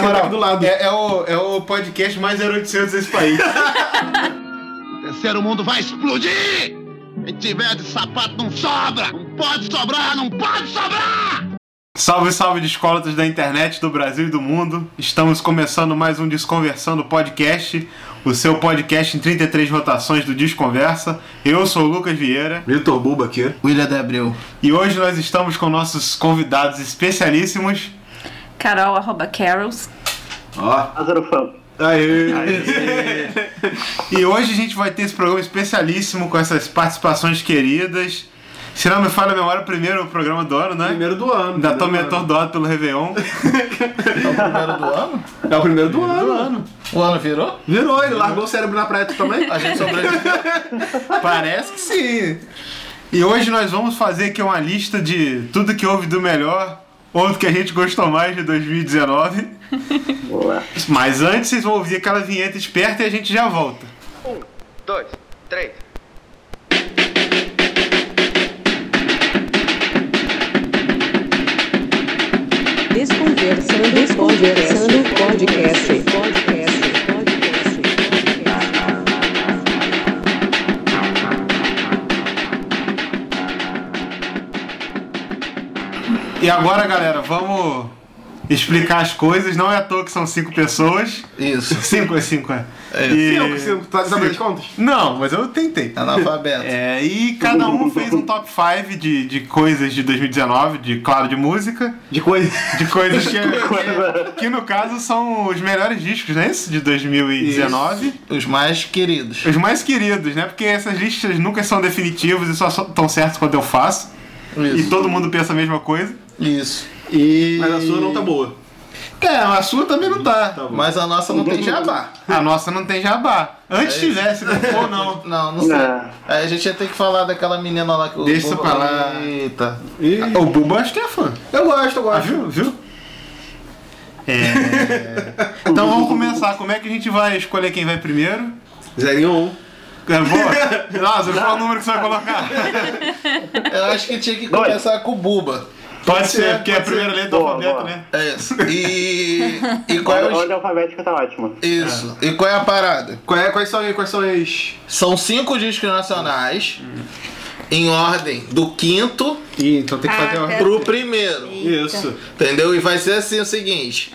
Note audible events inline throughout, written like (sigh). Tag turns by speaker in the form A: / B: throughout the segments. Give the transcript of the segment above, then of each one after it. A: moral,
B: aqui do lado.
A: É, é o, é o podcast mais 0800 desse país.
C: O (laughs) terceiro mundo vai explodir! Quem tiver de sapato não sobra! Não pode sobrar, não pode sobrar!
A: salve, salve, descólatas da internet, do Brasil e do mundo. Estamos começando mais um Desconversando Podcast, o seu podcast em 33 rotações do Desconversa. Eu sou o Lucas Vieira.
B: Vitor Buba aqui. né?
D: William de Abreu.
A: E hoje nós estamos com nossos convidados especialíssimos.
E: Carol, arroba Carols.
B: Ó.
F: Lázaro Fã.
B: Aê. É
A: E hoje a gente vai ter esse programa especialíssimo com essas participações queridas. Se não me falha a memória, o primeiro programa do ano, né?
B: Primeiro do ano.
A: Ainda tô
B: primeiro do ano.
A: atordoado pelo Réveillon.
D: É o primeiro do ano?
B: É o primeiro do ano.
D: O ano virou?
B: Virou, ele largou o cérebro na praia tu também?
D: A gente sobreviveu.
A: Parece que sim. E hoje nós vamos fazer aqui uma lista de tudo que houve do melhor, ou do que a gente gostou mais de 2019.
F: Boa.
A: Mas antes vocês vão ouvir aquela vinheta esperta e a gente já volta.
G: dois, três.
H: Desconversando, desconversando, podcast, podcast, podcast.
A: E agora, galera, vamos explicar as coisas. Não é à toa que são cinco pessoas.
D: Isso.
A: Cinco é cinco, é.
D: É.
A: E-
B: Cinco, cinco. Tá sabendo as contas?
A: Não, mas eu tentei. tá?
D: Analfabeto.
A: É, e cada um fez um top 5 de, de coisas de 2019, de, claro, de música,
B: De coisa.
A: de coisas (laughs) que, que, que no caso são os melhores discos, né? Esse de 2019.
D: Os mais queridos.
A: Os mais queridos, né? Porque essas listas nunca são definitivas e só estão certas quando eu faço. E
D: Isso.
A: todo mundo pensa a mesma coisa.
D: Isso.
A: E.
B: Mas a sua não tá boa.
A: É, a sua também não tá.
D: Mas a nossa não tem jabá.
A: A nossa não tem jabá. Antes tivesse, não ou não.
D: Não, não sei.
F: Não.
D: Aí a gente ia ter que falar daquela menina lá que o
A: Deixa
D: povo-
A: pra lá.
D: Eita.
B: E...
A: (laughs) O Bubo acho que é fã.
B: Eu gosto, eu
A: Ah,
B: gosto.
A: viu? Viu? (laughs) É... então vamos começar. Como é que a gente vai escolher quem vai primeiro?
B: Zerinho um.
A: É (laughs) boa. Lázaro, qual o número que você vai colocar?
D: Eu acho que tinha que
F: Dois.
D: começar com o Buba.
A: Pode ser, porque é a primeira letra do
F: Boa,
A: alfabeto,
F: boa.
A: né?
D: É isso. E. E qual é
F: A
D: o.
F: ordem alfabética tá ótima.
D: Isso. E qual é a parada?
B: Qual é- quais são aí? Quais são as.
D: São cinco discos nacionais. Em ordem do quinto
B: Ih, então tem que fazer uma.
E: Ah,
D: pro primeiro.
B: Isso.
D: Entendeu? E vai ser assim o seguinte: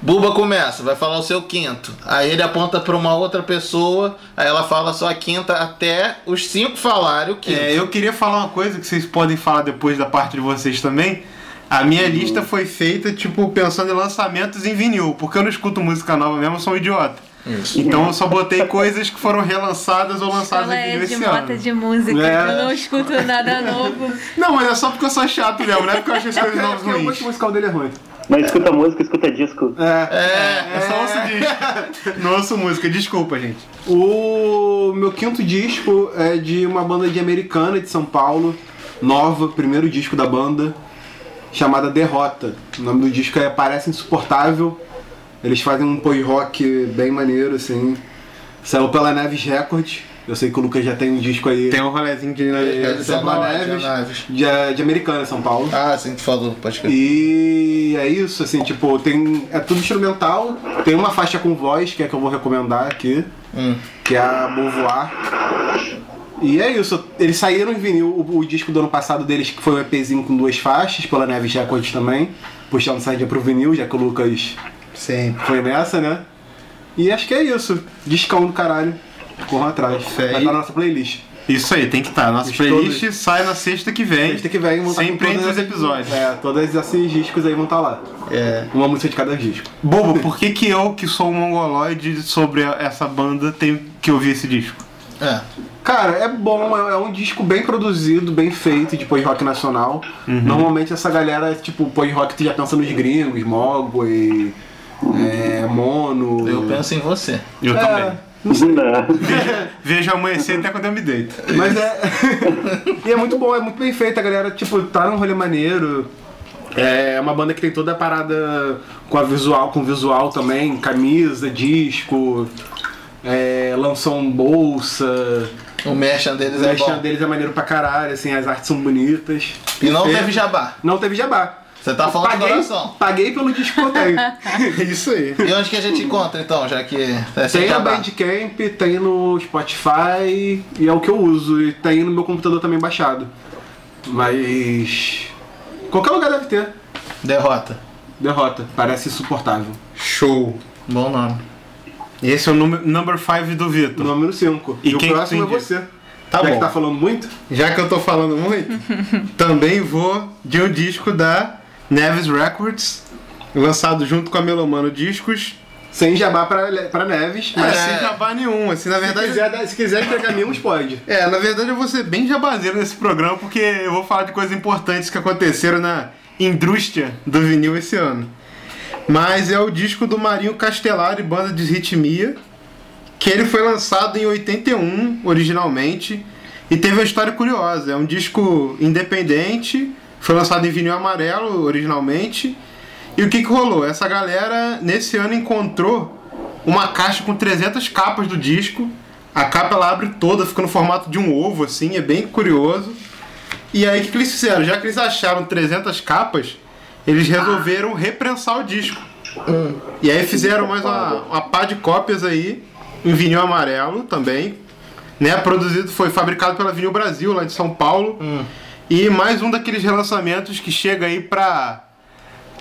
D: Buba começa, vai falar o seu quinto. Aí ele aponta pra uma outra pessoa, aí ela fala a sua quinta até os cinco falarem o quinto.
A: É, eu queria falar uma coisa que vocês podem falar depois da parte de vocês também. A minha lista foi feita, tipo, pensando em lançamentos em vinil, porque eu não escuto música nova mesmo, eu sou um idiota. Então eu só botei coisas que foram relançadas ou lançadas
E: Ela
A: em
E: é
A: vinil
E: de
A: esse
E: mota
A: ano.
E: de música, então
B: É.
E: eu não escuto nada
A: (laughs)
E: novo.
A: Não, mas é só porque eu sou chato mesmo, não é porque eu acho as coisas
B: (laughs) É
A: novas
B: porque o
A: ruins.
B: gosto musical dele é ruim.
F: Não escuta música, escuta disco.
B: É.
D: É,
A: Eu só ouço
B: (laughs)
A: disco. Não ouço música, desculpa, gente.
B: O meu quinto disco é de uma banda de americana de São Paulo, nova, primeiro disco da banda, chamada Derrota. O nome do disco é Parece Insuportável. Eles fazem um poi rock bem maneiro, assim. Saiu pela Neves Records. Eu sei que o Lucas já tem um disco aí.
A: Tem um rolezinho de
D: É,
B: de Samba
D: Samba
B: Neves,
D: Neves.
B: de, de americana, São Paulo.
D: Ah, sim, tu falou, pode crer.
B: E é isso, assim, tipo, tem. É tudo instrumental, tem uma faixa com voz, que é a que eu vou recomendar aqui,
D: Hum.
B: que é a Beauvoir. E é isso, eles saíram em vinil, o, o disco do ano passado deles, que foi um EPzinho com duas faixas, pela Neves Records também, puxando sardinha pro vinil, já que o Lucas
D: Sim.
B: foi nessa, né? E acho que é isso, discão do caralho, corram atrás,
D: Fé.
B: vai tá na nossa playlist.
A: Isso aí, tem que estar. Nossa
B: Os
A: playlist sai na sexta que vem.
B: Sexta que vem, vão tá com
A: Sempre entre
B: todas
A: os
B: essas-
A: episódios.
B: É, todos esses discos aí vão estar lá.
D: É.
B: Uma música de cada disco.
A: Bobo, por que, que eu, que sou um mongoloide sobre a- essa banda, tenho que ouvir esse disco?
D: É.
B: Cara, é bom, é é um disco bem produzido, bem feito de post-rock nacional.
D: Uhum.
B: Normalmente essa galera, tipo, post-rock tu já pensa nos gringos, Mogwai, é, Mono.
D: Eu penso em você.
A: Eu
B: É,
F: Não.
A: Vejo amanhecer até quando eu me
B: (laughs)
A: deito.
B: Mas é. e é (laughs) muito bom, é muito bem feito, a galera, tipo, tá num rolê maneiro. É uma banda que tem toda a parada com a visual, com visual também, camisa, disco, é, lançou um bolsa.
D: O merchan deles
B: O
D: é
B: merchan
D: bom.
B: deles é maneiro pra caralho, assim, as artes são bonitas.
D: E não
B: Perfeito.
D: teve jabá.
B: Não teve jabá.
D: Você tá falando do
B: Paguei,
D: coração.
B: paguei pelo
D: (laughs)
B: discoteio.
A: Isso aí.
D: E onde que a gente encontra então, já que é sem
B: tem a
D: acabar?
B: Bandcamp, tem no Spotify e é o que eu uso. E tem no meu computador também baixado. Mas. Qualquer lugar deve ter.
D: Derrota.
B: Derrota. Parece insuportável.
A: Show.
D: Bom nome.
A: Esse é o número number 5 do Vitor.
B: Número 5.
A: E
B: o
A: quem que
B: próximo é
A: tem
B: você.
A: Tá
B: Já
A: bom.
B: que tá falando muito,
A: Já que eu tô falando
B: (laughs)
A: muito, também vou de um disco da Neves Records, lançado junto com a Melomano Discos.
B: sem jabá pra, pra Neves.
A: Mas
B: Mas
A: sem jabá nenhum, assim, na
B: Ah, se,
A: verdade.
B: quiser, dar- se quiser entregar mimos, pode.
A: É, na verdade eu vou ser bem jabazeiro nesse programa, porque eu vou falar de coisas importantes que aconteceram na indústria do vinil esse ano. Mas é o disco do Marinho Castelar e Banda de Ritmia, que ele foi lançado em 81 originalmente, e teve uma história curiosa. É um disco independente, foi lançado em vinil amarelo originalmente. E o que, que rolou? Essa galera nesse ano encontrou uma caixa com 300 capas do disco. A capa ela abre toda, fica no formato de um ovo, assim, é bem curioso. E aí o que, que eles fizeram? Já que eles acharam 300 capas, eles resolveram reprensar o disco. E aí fizeram mais uma, uma pá de cópias aí, em vinil amarelo também. Né? Produzido, foi fabricado pela Vinil Brasil, lá de São Paulo. E mais um daqueles relançamentos que chega aí pra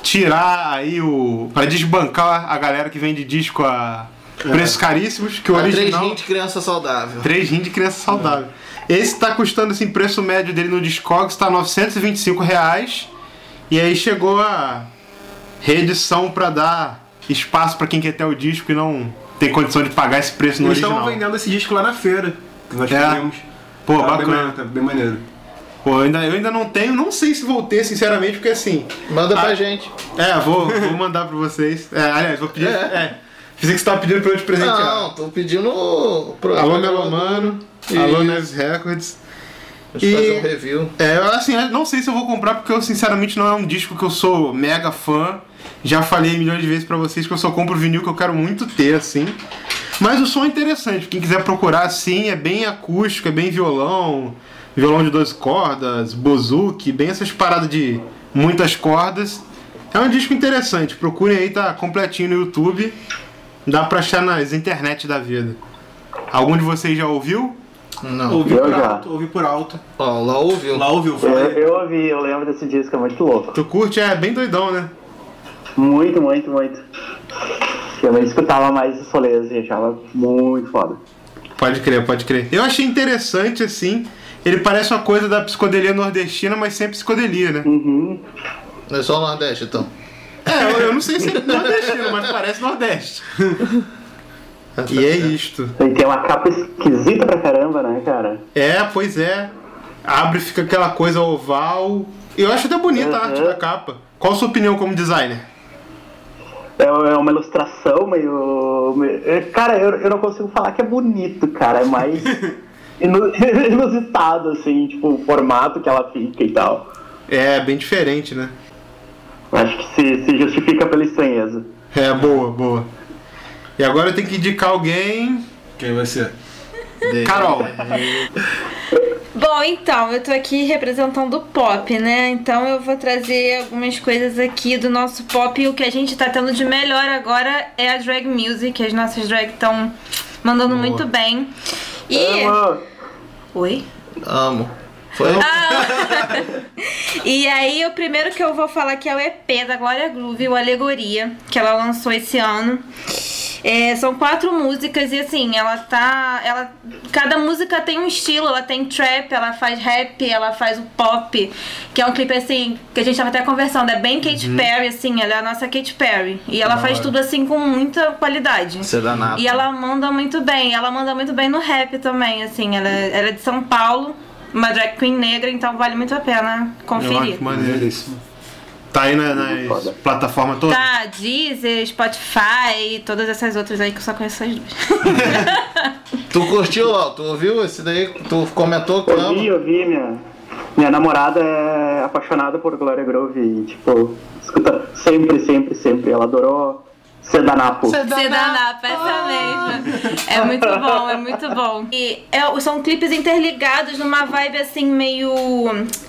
A: tirar aí o. pra desbancar a galera que vende disco a preços caríssimos, que o
D: A É. três
A: original.
D: gente criança saudável.
A: 3 rim de criança saudável. Esse tá custando, assim, preço médio dele no Discogs, tá R$ 925 reais. E aí chegou a reedição pra dar espaço pra quem quer ter o disco e não tem condição de pagar esse preço no
B: Eles
A: original.
B: estavam vendendo esse disco lá na feira. Que nós
A: É.
B: fizemos.
A: Pô,
B: Tá bem
A: bacana.
B: maneiro, tá bem maneiro.
A: Pô, eu ainda, eu ainda não tenho, não sei se vou ter, sinceramente, porque assim.
D: Manda pra gente.
A: É, vou, vou mandar pra vocês. É, aliás, vou pedir.
D: É.
A: É. Pensei que você tava pedindo pra eu te presentear.
D: Não, tô pedindo o programa.
A: Alô, Melomano. Alô,
D: Isso.
A: Neves Records.
D: Deixa eu fazer um review.
A: É, eu, assim, eu não sei se eu vou comprar porque eu sinceramente não é um disco que eu sou mega fã. Já falei milhões de vezes pra vocês que eu só compro vinil que eu quero muito ter, assim. Mas o som é interessante, quem quiser procurar assim, é bem acústico, é bem violão, violão de 12 cordas, bozuki, bem essas paradas de muitas cordas. É um disco interessante, procurem aí, tá completinho no YouTube. Dá pra achar nas internet da vida. Algum de vocês já ouviu?
D: Não.
B: Ouvi
F: Eu
B: por
F: já.
B: alto, ouvi por alto.
D: Ó, lá ouviu.
B: Lá ouviu,
F: Eu,
B: foi.
F: eu ouvi, eu lembro desse disco, é muito louco.
A: Tu curte? É bem doidão, né?
F: Muito, muito, muito. Eu não escutava mais os rolês e achava muito foda.
A: Pode crer, pode crer. Eu achei interessante, assim. Ele parece uma coisa da psicodelia nordestina, mas sem psicodelia, né?
F: Uhum.
D: É só o Nordeste, então.
A: É, eu, eu não sei se é nordestino, mas parece nordeste. e é isto.
F: Ele tem uma capa esquisita pra caramba, né, cara?
A: É, pois é. Abre, fica aquela coisa oval. Eu acho até bonita a arte
F: Uhum.
A: da capa. Qual a sua opinião como designer?
F: É, é uma ilustração meio. meio- é, Cara, eu, eu não consigo falar que é bonito, cara. É mais inu- (laughs) inusitado, assim, tipo, o formato que ela fica e tal.
A: É, bem diferente, né?
F: Acho que se, se justifica pela estranheza.
A: É, boa, boa. E agora eu tenho que indicar alguém.
B: Quem vai ser?
A: Carol.
E: Bom, então, eu tô aqui representando o pop, né? Então eu vou trazer algumas coisas aqui do nosso pop. E o que a gente tá tendo de melhor agora é a drag music. As nossas drag estão mandando muito bem. E.
F: Amo.
E: Oi?
D: Amo. Foi? um
E: Ah, E aí, o primeiro que eu vou falar aqui é o EP da Glória Groove, o Alegoria, que ela lançou esse ano. É, são quatro músicas e assim, ela tá. Ela, cada música tem um estilo, ela tem trap, ela faz rap, ela faz o pop, que é um clipe assim, que a gente tava até conversando, é bem Katy Perry, assim, ela é a nossa Katy Perry. E ela faz tudo assim com muita qualidade.
D: Você é danado.
E: E ela manda muito bem, ela manda muito bem no rap também, assim, ela, ela é de São Paulo, uma drag queen negra, então vale muito a pena
A: Ó,
E: conferir.
A: que maneiro. Tá aí na, nas plataformas todas?
E: Tá, Deezer, Spotify e todas essas outras aí que eu só conheço essas duas.
D: Tu curtiu, ó? Tu ouviu esse daí? Tu comentou que
F: Ouvi,
D: ama?
F: ouvi, minha. Minha namorada é apaixonada por Gloria Groove e, tipo, escuta sempre, sempre, sempre. Ela adorou Sedanapo.
E: Sedanapa, essa mesma. É muito bom, é muito bom. E é- são clipes interligados numa vibe assim, meio.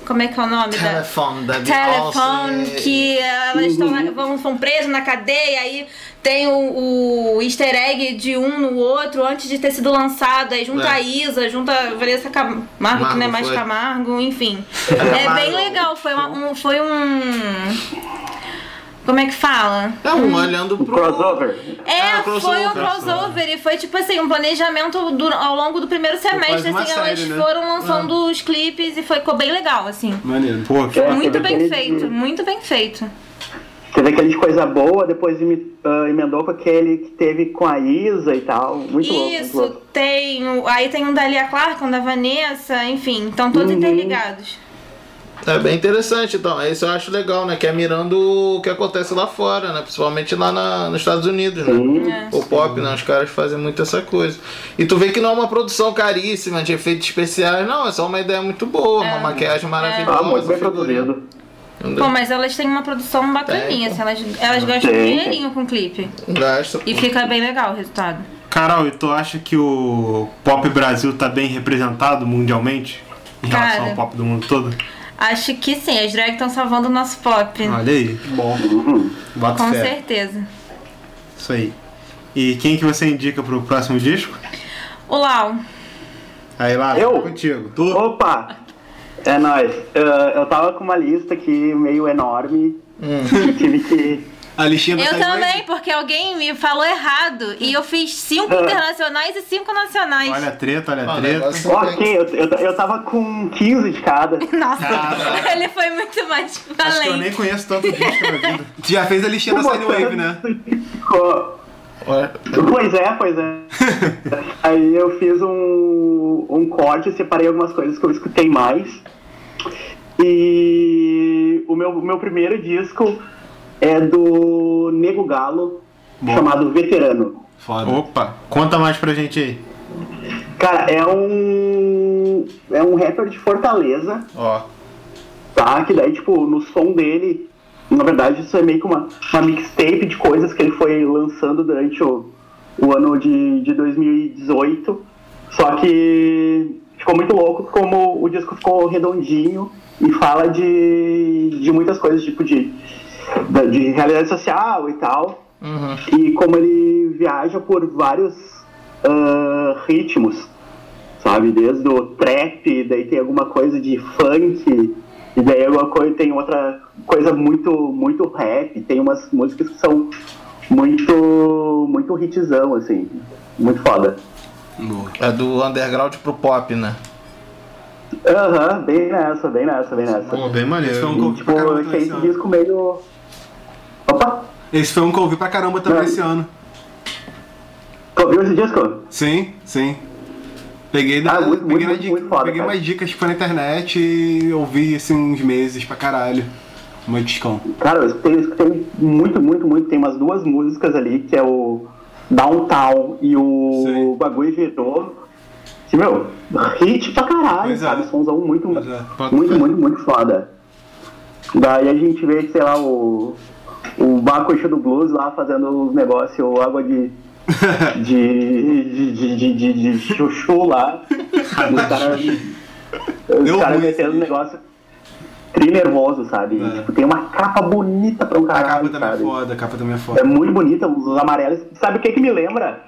E: Como é que é o nome da.
D: Telefone da
E: Telephone,
D: Beyoncé.
E: que eh, elas estão na-
D: Uhum.
E: vão, são presas na cadeia, aí tem o, o easter egg de um no outro antes de ter sido lançado, aí junta
D: É.
E: a Isa, junta a Vanessa Camargo, que não é
D: Margo,
E: mais
D: foi.
E: Camargo, enfim.
D: (laughs) É,
E: É, bem
D: Margo.
E: legal, foi, uma- um, foi um... Como é que fala?
D: É um olhando pro.
F: Crossover.
E: É,
D: Ah, o crossover.
E: foi um crossover e foi tipo assim, um planejamento du- ao longo do primeiro
B: quase
E: semestre,
B: uma
E: assim, elas
B: série, né?
E: foram
D: Ah.
E: lançando os clipes e foi, ficou bem legal, assim.
B: Maneiro.
A: Pô, que...
F: É, foi
E: Muito bem
F: daquele
E: feito,
F: de-
E: muito bem feito.
F: Teve aquele de coisa boa, depois imi- ah, emendou com aquele que teve com a Isa e tal. Muito louco, muito
E: Isso,
F: louco.
E: tem. o- Aí tem um da Lia Clark, um da Vanessa, enfim, estão todos
F: Uhum.
E: interligados.
D: É bem interessante, então. Isso eu acho legal, né? Que é mirando o que acontece lá fora, né? Principalmente lá na- nos Estados Unidos, né?
E: É.
D: O pop, né? Os caras fazem muito essa coisa. E tu vê que não é uma produção caríssima de efeitos especiais, não. É só uma ideia muito boa,
E: É.
D: uma maquiagem maravilhosa.
F: Ah, muito bem
D: figurino.
F: produzido.
E: Pô, mas elas têm uma produção bacaninha, assim, elas, elas gastam
F: Uhum. É, Tem, tem.
E: dinheirinho com o clipe.
D: Gasta.
E: E fica bem legal o resultado.
A: Carol, e tu acha que o pop Brasil tá bem representado mundialmente? Em relação
E: Cara.
A: ao pop do mundo todo?
E: Acho que sim, as drag estão salvando o nosso pop.
F: Ah,
A: Olha aí. Bom. Bota
F: tá
E: Com
A: fé.
E: certeza.
A: Isso aí. E quem que você indica pro próximo disco?
E: O Lau.
A: Aí lá,
F: Eu?
A: contigo.
F: Opa! É nóis. Ah, eu tava com uma lista aqui meio enorme. que Tive que.
B: A listinha vai
E: Eu
B: sair hoje?
E: também, porque alguém me falou errado. E eu fiz
F: (laughs)
E: cinco
F: Uhum.
E: internacionais e cinco nacionais.
A: Olha a treta, olha
D: Ah,
A: a
D: o
A: treta.
D: negócio
F: Ok, eu, eu, eu tava com 15 de cada.
E: Nossa, (laughs) ele foi muito mais
A: Acho que eu
E: valente.
A: nem conheço tanto disco na vida.
B: (laughs) Tu já fez a listinha da Sidewave, né?
F: Ficou- Pois é, pois é. Aí eu fiz um, um corte, separei algumas coisas que eu escutei mais. E o meu, o meu primeiro disco é do Nego Galo, chamado Veterano.
B: Foda.
A: Opa, conta mais pra gente aí.
F: Cara, é um. É um rapper de Fortaleza,
D: Ó.
F: tá? Que daí, tipo, no som dele, na verdade, isso é meio que uma, uma mixtape de coisas que ele foi lançando durante o, o ano de, de 2018. Só que ficou muito louco como o disco ficou redondinho e fala de, de muitas coisas, tipo, de, da- de realidade social e tal. E como ele viaja por vários ah, ritmos sabe? Desde o trap, daí tem alguma coisa de funk, e daí alguma coisa, tem outra coisa muito, muito rap, tem umas músicas que são muito, muito hitzão, assim, muito foda.
D: É do underground pro pop, né?
F: Aham, bem nessa, bem nessa, bem nessa.
A: Pô, bem
B: Esse
A: maneiro.
B: foi um que eu ouvi
F: tipo,
B: pra caramba
F: achei
B: também esse
F: esse
B: ano.
F: disco meio. Opa!
B: Esse foi um que eu ouvi pra caramba também
F: Não.
B: esse ano.
F: Tu ouviu esse disco?
B: Sim, sim. Peguei, da,
F: Ah, muito,
B: peguei,
F: muito,
B: na
F: muito,
B: dica-
F: muito foda,
B: peguei
F: cara.
B: umas dicas tipo, na internet e ouvi assim uns meses pra caralho. Muito discão.
F: Cara, eu escutei, eu escutei muito, muito, muito. Tem umas duas músicas ali, que é o Downtown e o
B: Sim.
F: Bagulho Virou. Que, meu, hit pra caralho,
B: Pois é.
F: sabe? Somzão muito,
B: Pois é.
A: Pode
F: muito,
A: ser.
F: muito, muito foda. Daí a gente vê, sei lá, o, o Bacuxo do Blues lá fazendo os negócios, água
B: (laughs)
F: de... De, de, de, de, de, de chuchu
B: (laughs)
F: lá. Os caras
B: Deu
F: os caras
B: ruim
F: metendo
B: esse
F: um negócio tri nervoso, sabe?
D: É.
F: E, Tipo, tem uma capa bonita pra um
B: A capa
F: caralho,
B: também é
F: sabe?
B: foda, a capa também é
F: É
B: foda.
F: muito bonita, os amarelos. Sabe o que que me lembra?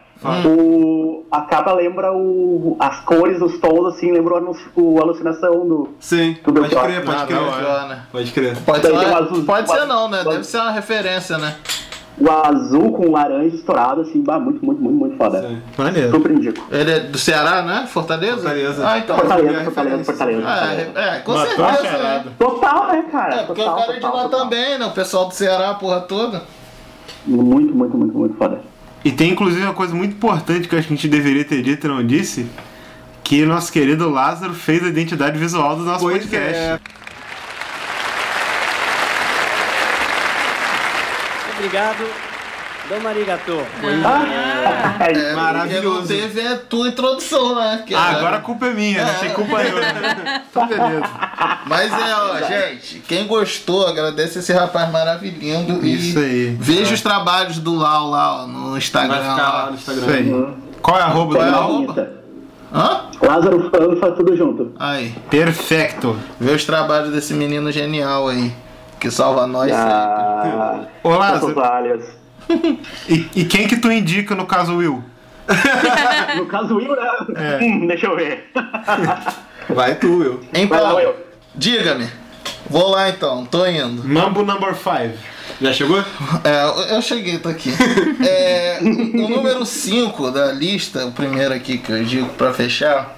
F: O, a capa lembra o, as cores, os tons, assim, lembrou o alucinação do...
B: Sim,
F: Tudo
B: pode
F: bem.
B: crer, pode
D: Ah,
B: crer. é.
D: da hora, né?
B: Pode crer.
D: Pode
F: Tem
D: ser,
F: um azul-
D: pode ser não, né?
F: azul-
D: Deve ser uma referência, né?
F: O azul com o laranja estourado, assim, bah, muito, muito, muito, muito foda.
B: Sim.
A: Maneiro.
F: Super indico.
D: Ele é do Ceará, né? Fortaleza?
B: Fortaleza.
D: Ah, então.
F: Fortaleza,
B: a
F: Fortaleza,
B: referência.
F: Fortaleza. Fortaleza.
D: É, é, com
A: Matou a
D: certeza.
A: charada.
D: né?
F: Total, né, cara?
D: É, porque o
F: total,
D: cara é de
F: total,
D: lá
F: total.
D: também, né? O pessoal do Ceará, a porra toda.
F: Muito, muito, muito, muito foda.
A: E tem inclusive uma coisa muito importante que eu acho que a gente deveria ter dito e não disse. Que nosso querido Lázaro fez a identidade visual do nosso
B: Pois
A: podcast. Ah,
B: é.
I: Obrigado. Dom arigato.
D: É,
F: Ah,
B: Maravilhoso.
D: Porque não teve a tua é introdução, né? Que
A: Ah,
D: era-
A: agora a culpa é minha, não tem culpa eu. Então beleza.
D: Mas é, ó, gente, quem gostou, agradece esse rapaz maravilhoso.
A: Isso
D: e
A: aí.
D: Veja os trabalhos do Lau lá ó, no Instagram.
B: Vai ficar lá
D: ó.
B: no
A: Isso
B: Instagram.
A: aí. Qual é a arroba
D: Qual é
A: do
D: a
A: Lau?
D: arroba?
F: Bonita.
D: Hã?
F: Lázaro Fanfa, tudo junto.
D: Aí.
A: Perfecto.
D: Vê os trabalhos desse menino genial aí. Que salva nós.
F: Ah,
A: Ô, Lázaro.
F: Santos Alias.
A: E, e quem que tu indica no caso Will?
F: No caso, Will, né? Hum, (laughs) deixa eu ver.
B: Vai tu, eu.
D: sempre. Hein,
F: Vai lá,
D: Paulo?
F: Will.
D: Diga-me. Vou lá então, tô indo.
A: Mambo number 5.
B: Já chegou?
D: É, eu- eu cheguei, tô aqui. É, o número 5 da lista, o primeiro aqui que eu digo pra fechar,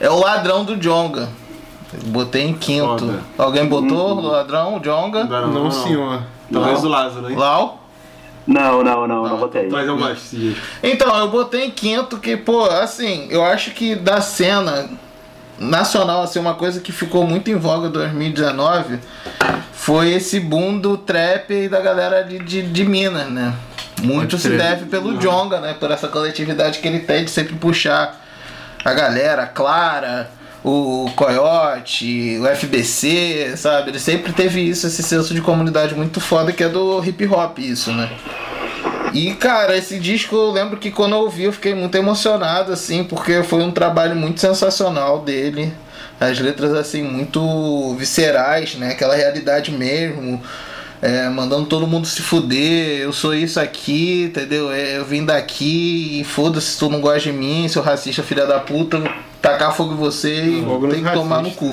D: é o ladrão do Jonga. Botei em quinto.
B: Foda.
D: Alguém botou o ladrão, o Jonga?
A: Não, senhor.
B: Talvez
F: Não.
B: o Lázaro, hein?
D: Lau?
F: Não, não, não, não botei.
B: Mas eu gosto desse disco.
D: Então, eu botei em quinto que, pô, assim, eu acho que da cena nacional, assim, uma coisa que ficou muito em voga em 2019 foi esse boom do trap e da galera de, de, de Minas, né? Muito
A: Pode
D: se
A: crer.
D: deve pelo Jonga, né? Por essa coletividade que ele tem de sempre puxar a galera, a Clara, o Coyote, o FBC, sabe? Ele sempre teve isso, esse senso de comunidade muito foda que é do hip hop, isso, né? E cara, esse disco eu lembro que quando eu ouvi eu fiquei muito emocionado, assim, porque foi um trabalho muito sensacional dele. As letras, assim, muito viscerais, né? Aquela realidade mesmo. é, mandando todo mundo se fuder, eu sou isso aqui, entendeu? É, Eu vim daqui e foda-se se tu não gosta de mim, seu racista filha da puta, tacar fogo em você e
A: Fogo nos
D: tem que tomar no
A: racistas.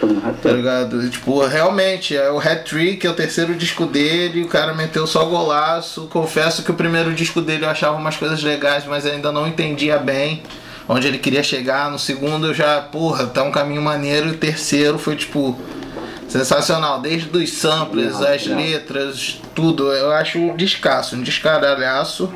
D: cu tá ligado? E, Tipo, realmente, é o Hat Trick, é o terceiro disco dele, o cara meteu só golaço. Confesso que o primeiro disco dele eu achava umas coisas legais, mas ainda não entendia bem onde ele queria chegar. No segundo eu já, porra, tá um caminho maneiro. E o terceiro foi, tipo, sensacional. Desde os samples, as letras, tudo. Eu acho um descasso, um descaralhaço.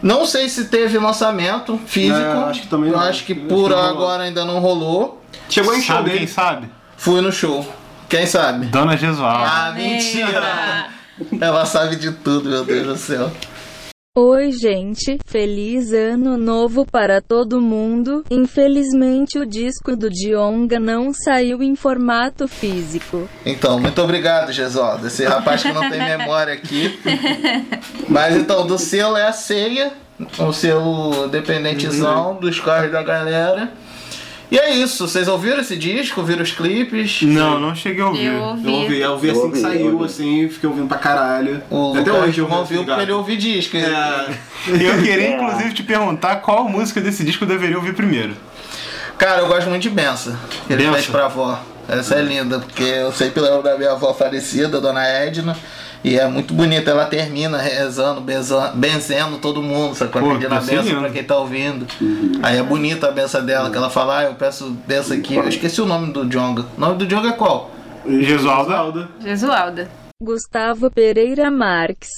D: Não sei se teve lançamento físico.
B: É, eu acho que também
D: Eu
B: não.
D: acho que
B: Eu acho
D: por
B: que não rolou.
D: agora ainda não rolou.
B: Chegou em show
A: Sabe quem
B: dele.
A: sabe?
D: Fui no show. Quem sabe?
A: Dona Jesual.
D: Ah, mentira! Ela sabe de tudo, meu Deus do céu.
J: Oi, gente, feliz ano novo para todo mundo. Infelizmente, o disco do Dionga não saiu em formato físico.
D: Então, muito obrigado, Jesus. Esse rapaz que não tem memória aqui. Mas então, do selo é a ceia. O selo
B: Uhum.
D: dependentezão dos carros da galera. E é isso. Vocês ouviram esse disco? Viram os clipes?
A: Não, não cheguei a ouvir.
E: Eu
B: Eu ouvi,
E: ouvi.
B: eu ouvi assim
F: Eu ouvi,
B: que
F: eu
B: saiu,
F: ouvi.
B: assim, fiquei ouvindo pra caralho.
D: O
B: Até
D: Lucas
B: hoje eu
D: não ouviu
B: ligado.
D: porque ele ouve disco.
B: É, (laughs)
A: Eu queria,
F: É.
A: inclusive, te perguntar qual música desse disco eu deveria ouvir primeiro.
D: Cara, eu gosto muito de Benção. que Ele
A: Benção?
D: fez pra avó. Essa é
A: Hum.
D: linda, porque eu sempre lembro da minha avó falecida, dona Edna. E é muito bonita, ela termina rezando, beza- benzendo todo mundo, sacou?
A: Pô,
D: Pedindo a
A: que
D: benção
A: lindo.
D: pra quem tá ouvindo. Aí é bonita a benção dela, que ela fala, ah, eu peço benção aqui. Eu esqueci o nome do Djonga. O nome do Djonga é qual?
A: Jesualda.
B: Alda.
E: Jesualda.
J: Gustavo Pereira Marques.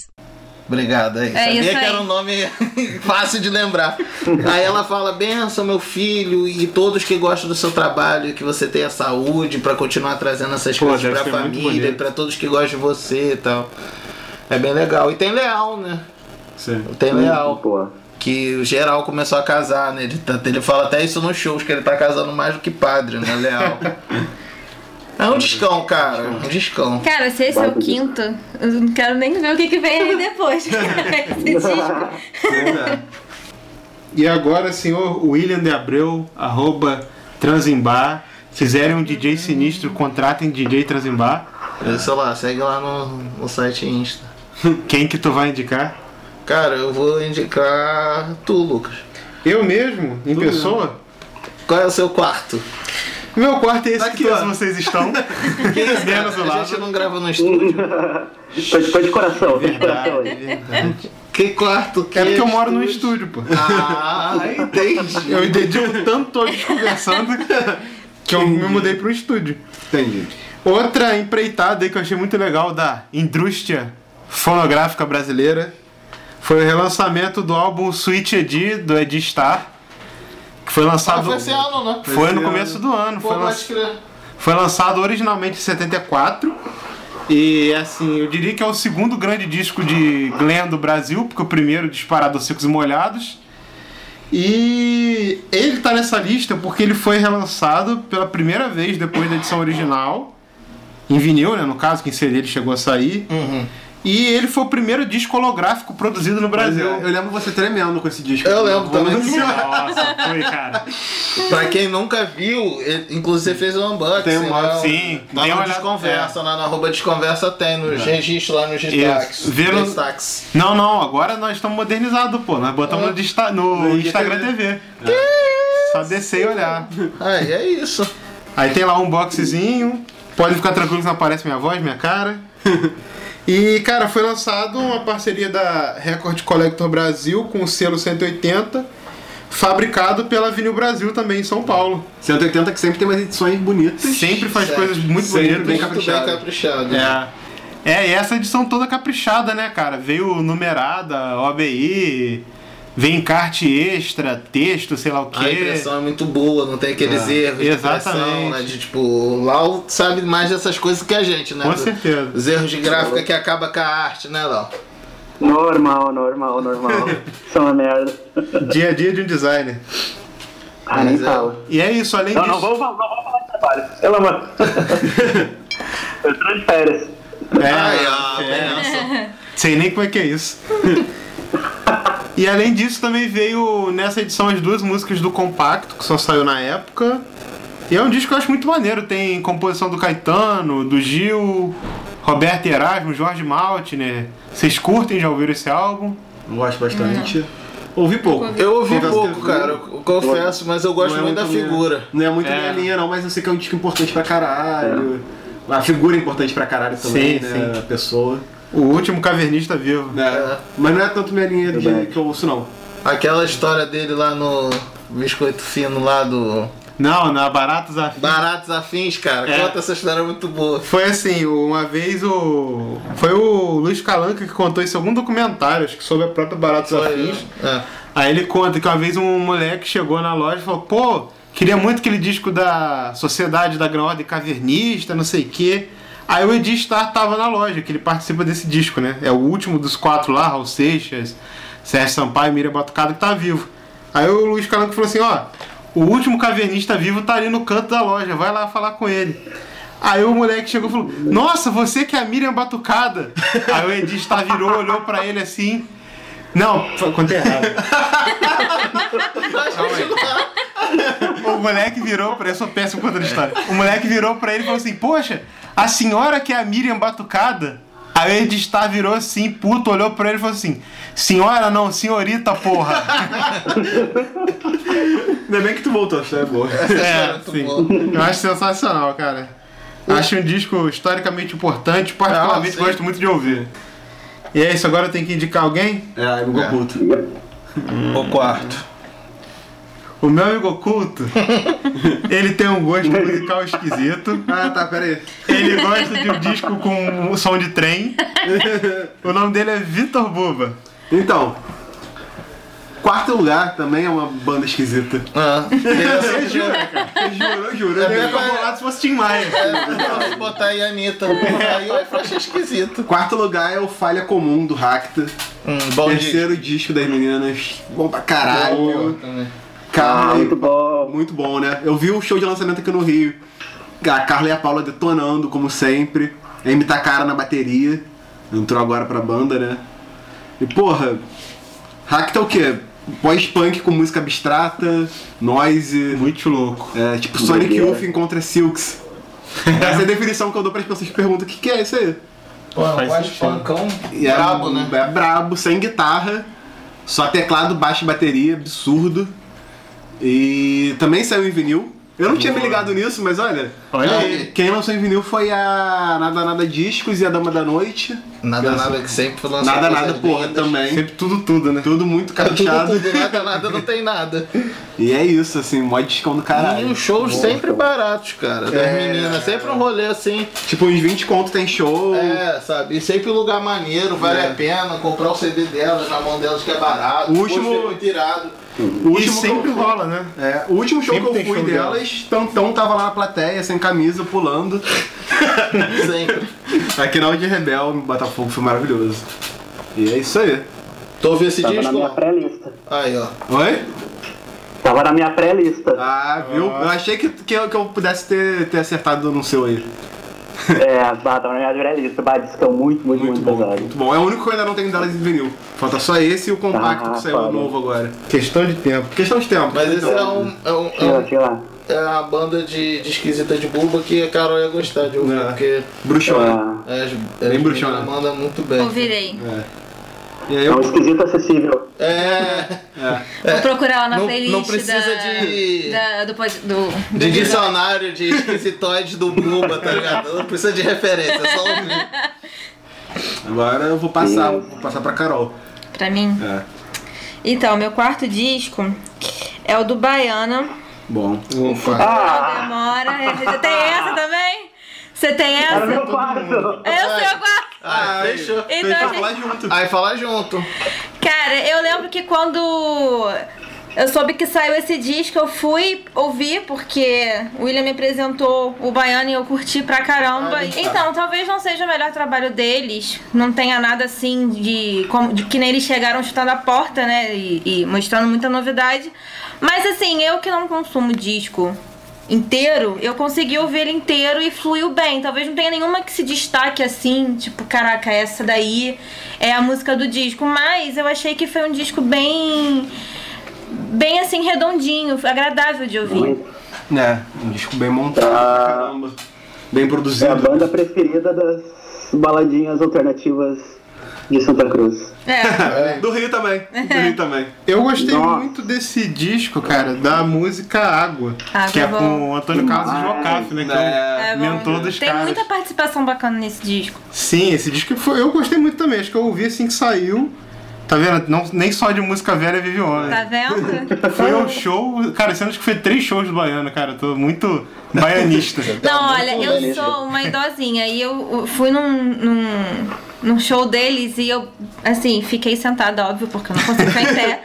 D: Obrigado, aí. Sabia
E: É isso
D: que
E: aí.
D: era um nome (laughs) fácil de lembrar. aí ela fala: benção, meu filho, e todos que gostam do seu trabalho, que você tenha saúde pra continuar trazendo essas
A: Pô,
D: coisas
A: deve
D: pra
A: ser muito
D: família,
A: bonito.
D: pra todos que gostam de você e tal. É bem legal. E tem Leal, né?
B: Sim.
D: Tem Leal.
F: Pô.
D: Que o geral começou a casar, né? Ele, tá- ele fala até isso nos shows, que ele tá casando mais do que padre, né?
A: (laughs)
D: Leal. É um discão, cara. Um discão.
E: Cara, se esse é o quinto, eu não quero nem ver o que, que vem aí
D: (laughs)
E: depois. Esse disco.
B: Pois é.
A: E agora, senhor William de Abreu, arroba Transimbar. Fizerem um DJ sinistro, contratem DJ Transimbar.
D: Eu, sei lá, segue lá no, no site Insta.
A: Quem que tu vai indicar?
D: Cara, eu vou indicar tu, Lucas.
A: Eu mesmo, em pessoa?
D: Qual é o seu quarto?
A: Meu quarto é esse
B: Tá
A: que
B: aqui,
A: todos
B: ó.
A: vocês (laughs) estão. é Menos o
D: A
A: lado.
D: gente não grava no estúdio.
F: (laughs) Tô, de- tô de coração, tô de coração
A: Verdade,
F: hoje.
A: verdade.
D: que quarto? Que
A: É porque eu moro num estúdio, pô.
D: (laughs) Ah, entendi.
A: Eu me dedico tanto a desconversando que eu me mudei para um estúdio.
B: Entendi.
A: Outra empreitada aí que eu achei muito legal da indústria fonográfica brasileira foi o relançamento do álbum Sweet Ed do Ed Star, que foi lançado.
D: Ah, foi esse ano, né?
A: Foi no
B: esse
A: começo do ano.
D: Pô,
A: foi, lan-
D: pode crer.
A: foi lançado originalmente em 74. E assim, eu diria que é o segundo grande disco de Glenn do Brasil, porque o primeiro disparado é Secos e Molhados. E ele tá nessa lista porque ele foi relançado pela primeira vez depois da edição original, em vinil, né? No caso, que em CD ele chegou a sair. E ele foi o primeiro disco holográfico produzido no Brasil.
B: Eu, eu lembro você tremendo com esse disco.
D: Eu lembro também.
A: (laughs) Nossa, foi, cara.
D: (laughs) Pra quem nunca viu, ele- inclusive você fez um unboxing.
B: Tem um
D: lá,
A: sim, dei
D: lá no
A: uma olhada- É.
D: Desconversa, lá na arroba Desconversa tem, nos registros lá nos destaques.
A: Viram-
D: Destaques.
A: Não, não, agora nós estamos modernizados, pô. Nós botamos no, dista- no
B: Ah. No
A: Instagram
B: IGTV.
A: TV. Só descer e olhar.
D: Aí, é isso.
A: Aí tem lá um boxezinho. Pode ficar tranquilo que não aparece minha voz, minha
B: (laughs)
A: cara. e, cara, foi lançado uma parceria da Record Collector Brasil com o selo 180, fabricado pela Vinil Brasil também em São Paulo.
B: 180 que sempre tem umas edições bonitas.
A: Sempre faz
D: Certo.
A: coisas muito
B: Sempre
A: bonitas.
B: bem
D: Muito
B: caprichado.
D: bem caprichado.
A: É. É, e essa edição toda caprichada, né, cara? Veio numerada, OBI, vem encarte extra, texto, sei lá o
D: A
A: quê.
D: impressão é muito boa, não tem aqueles erros de impressão,
A: É, exatamente.
D: né? De tipo, Lau sabe mais dessas coisas que a gente, né?
A: Com
D: Do-
A: certeza.
D: Os erros de gráfica que acaba com a arte, né, Lau?
F: Normal, normal, (laughs) normal. Isso é uma merda.
A: Dia a dia de um designer.
F: Ah, nem
D: Mas é.
F: fala.
A: E é isso, além
F: Não,
A: disso.
F: não vou, não vou falar de trabalho. Pelo (laughs) amor. Eu tô de férias.
A: É,
D: Ai, ah,
A: é.
D: pensa.
A: Sei nem como é que é isso. e além disso, também veio nessa edição as duas músicas do Compacto, que só saiu na época. E é um disco que eu acho muito maneiro. Tem composição do Caetano, do Gil, Roberto Erasmo, Jorge Maltner. Vocês curtem, já ouviram esse álbum?
B: Eu Gosto bastante. Ouvi pouco.
D: Eu Uhum. ouvi
B: Confesso
D: pouco,
B: que-
D: cara, eu confesso, mas eu gosto
B: Não é
D: muito da
B: minha-
D: figura.
B: Não é muito
A: É.
B: minha linha, não, mas eu sei que é um disco importante pra caralho. A figura é importante pra caralho também,
A: Sim,
B: né?
A: sim.
B: A pessoa.
A: O último cavernista vivo.
B: né? Mas não é tanto minha linha de, que eu ouço, não.
D: Aquela história dele lá no biscoito fino lá do
A: Não, na Baratas Afins.
D: Baratos Afins, cara.
A: É.
D: Conta essa história muito boa.
A: Foi assim, uma vez o. Foi o Luiz Calanca que contou isso em algum documentário, acho que sobre a própria Baratas Afins.
D: É.
A: Aí ele conta que uma vez um moleque chegou na loja e falou, pô, queria muito aquele disco da Sociedade da Gran Ordem Cavernista, não sei o quê. Aí o Edi Star tava na loja, que ele participa desse disco, né? É o último dos quatro lá, Raul Seixas, Sérgio Sampaio e Miriam Batucada, que tá vivo. Aí o Luiz Calanco falou assim, ó, o último cavernista vivo tá ali no canto da loja, vai lá falar com ele. Aí o moleque chegou e falou: Nossa, você que é a Miriam Batucada. Aí o Edista virou, olhou pra ele assim. Não, é? foi- contei errado. O moleque virou pra ele, eu sou péssimo contando história. O moleque virou pra ele e falou assim: Poxa, a senhora que é a Miriam Batucada? Aí o Edistar virou assim, puto, olhou pra ele e falou assim: Senhora não, senhorita, porra.
B: Ainda bem que tu voltou, acho que é boa.
A: É,
D: muito
A: sim.
D: bom.
A: Eu acho sensacional, cara. Acho um disco historicamente importante, particularmente
D: Ah, sim.
A: gosto muito de ouvir. E é isso, agora eu tenho que indicar alguém?
B: É, amigo
D: É.
B: oculto.
D: O quarto.
A: O meu amigo oculto, (laughs) ele tem um gosto musical esquisito.
B: Ah, tá, pera aí.
A: Ele gosta de um disco com um som de
B: (laughs)
A: trem. O nome dele é Vitor Buba.
B: Então. Quarto lugar também é uma banda esquisita.
D: Ah.
B: Eu juro, cara. Eu juro, eu juro. Eu
D: É
B: ia
D: mesmo?
B: ficar bolado.
A: Se fosse Tim Maia.
D: É. Se botar aí a Anitta, aí eu acho esquisito.
B: Quarto lugar é o Falha Comum do Racta.
D: Hum, bom dia.
B: Terceiro disco das meninas. Bom pra caralho.
D: também.
B: Carla,
F: Ah, muito bom.
B: Muito bom, né? Eu vi o show de lançamento aqui no Rio. A Carla e a Paula detonando, como sempre. M tá cara na bateria. Entrou agora pra banda, né? E porra, Hackta é o quê? Pós-punk com música abstrata, noise.
A: Muito louco.
B: É, tipo Sonic
F: Doideira.
B: Youth encontra Silks. Essa é a definição que eu dou pras pessoas que perguntam o que, que é isso aí.
D: Pô,
A: Faz
D: quase
A: sentido.
D: pancão.
B: E é
D: Brabo, né?
B: É brabo, sem guitarra, só teclado, baixo e bateria, absurdo. E também saiu em vinil. Eu não tinha me ligado nisso, mas olha.
A: Olha aí.
B: Quem lançou em vinil foi a Nada Nada Discos e a Dama da Noite.
D: Nada,
B: Pensa-
D: nada que sempre foi lançado.
B: Nada Nada
D: coisas
B: Porra
D: lindas.
B: também.
A: Sempre tudo, tudo, né?
B: Tudo muito
D: Tudo,
B: caprichado.
D: tudo, nada, nada, não tem
B: (laughs)
D: nada.
B: E é isso, assim, mó discão do
D: E
A: Uhum.
B: caralho.
D: os shows sempre baratos, cara. Das
B: É.
D: meninas, sempre um rolê assim.
B: Tipo, uns 20 conto tem show.
D: É, sabe? E sempre lugar maneiro, vale a pena comprar o CD delas na mão delas que é barato.
B: É. O último-
D: post é muito irado.
B: O
A: E
B: último que eu-
A: sempre rola, né?
B: É, o último show
A: Sempre
B: que
A: tem
B: eu fui
A: show dela.
B: delas, Tantão tava lá na plateia, sem camisa, pulando.
D: Sempre.
B: Aquinal de Rebel, Botafogo foi maravilhoso. E é isso aí.
D: Tô ouvindo esse
F: Tava na
D: disco?
F: minha pré-lista.
D: Aí, ó.
B: Oi?
F: Tava na minha pré-lista.
B: Ah, viu? Eu achei que, que, eu, que eu pudesse ter, ter acertado no seu aí.
F: É, bah, tava na minha pré-lista. Bah, discão muito, muito, muito,
B: Muito bom,
F: pesado.
B: muito bom. É o único que eu ainda não tenho delas em vinil. Falta só esse e o compacto
F: Ah,
B: que saiu
F: foda.
B: novo agora.
A: Questão de tempo.
B: Questão de tempo.
D: Mas esse
B: então.
D: é um. É, um, é,
F: Tira,
D: um-
F: tira.
D: é uma banda de, de esquisita de buba que a Carol ia gostar de ouvir,
B: É.
D: porque é,
B: Bruxona.
F: Ah,
D: as,
B: Bem
D: as
B: bruxona.
D: meninas mandam muito bem.
E: Ouvirei.
B: E aí
F: É um
B: eu.
F: esquisito acessível.
B: (laughs)
D: É.
E: Vou procurar lá na
D: Não-
E: playlist
D: não precisa
E: da,
D: de-
E: da- do, pod- do, do-
D: De dicionário de esquisitoide do Buba, tá ligado? Não precisa de referência, é só ouvir.
B: Agora eu vou passar, vou passar pra Carol.
E: Pra mim.
B: É.
E: Então, meu quarto disco é o do Baiana.
B: Bom.
D: Ufa.
E: Não demora. Você tem essa também? Você tem
F: Era o
E: essa?
F: meu quarto.
E: É o seu quarto.
D: Ah, fechou.
E: Então,
B: Tem
E: a
B: que
E: gente-
B: falar junto.
D: Aí fala junto.
E: Cara, eu lembro que quando eu soube que saiu esse disco, eu fui ouvir, porque o William me apresentou o Baiano e eu curti pra caramba. então, talvez não seja o melhor trabalho deles, não tenha nada assim de, como- de que nem eles chegaram chutando a porta, né, e, e mostrando muita novidade. Mas assim, eu que não consumo disco inteiro, eu consegui ouvir ele inteiro e fluiu bem. Talvez não tenha nenhuma que se destaque assim, tipo, caraca, essa daí é a música do disco, mas eu achei que foi um disco bem bem assim redondinho, agradável de ouvir.
B: É, um disco bem montado. pra Caramba. Bem
F: É a
B: produzido.
F: banda preferida das baladinhas alternativas de Santa Cruz.
E: É.
B: Do Rio também. Do Rio também.
A: Eu gostei
F: Nossa.
A: muito desse disco, cara, da música Água,
E: Água
A: que
E: é
A: é
E: bom.
A: com o Antônio Carlos e João Caff, né? Que é,
B: É,
E: É
A: o
E: bom.
A: mentor dos
E: Tem
A: caras.
E: muita participação bacana nesse disco.
A: Sim, esse disco foi, eu gostei muito também. Acho que eu ouvi assim que saiu. Tá vendo? Não, nem só de música velha vive homem.
E: Tá vendo?
A: Foi um show, cara, sendo que foi três shows do Baiano, cara. Eu Tô muito baianista.
D: Tá
E: Não, olha, eu sou uma idosinha e eu eu fui num, num, num show deles e eu, assim, fiquei sentada, óbvio, porque eu não consigo ficar em pé.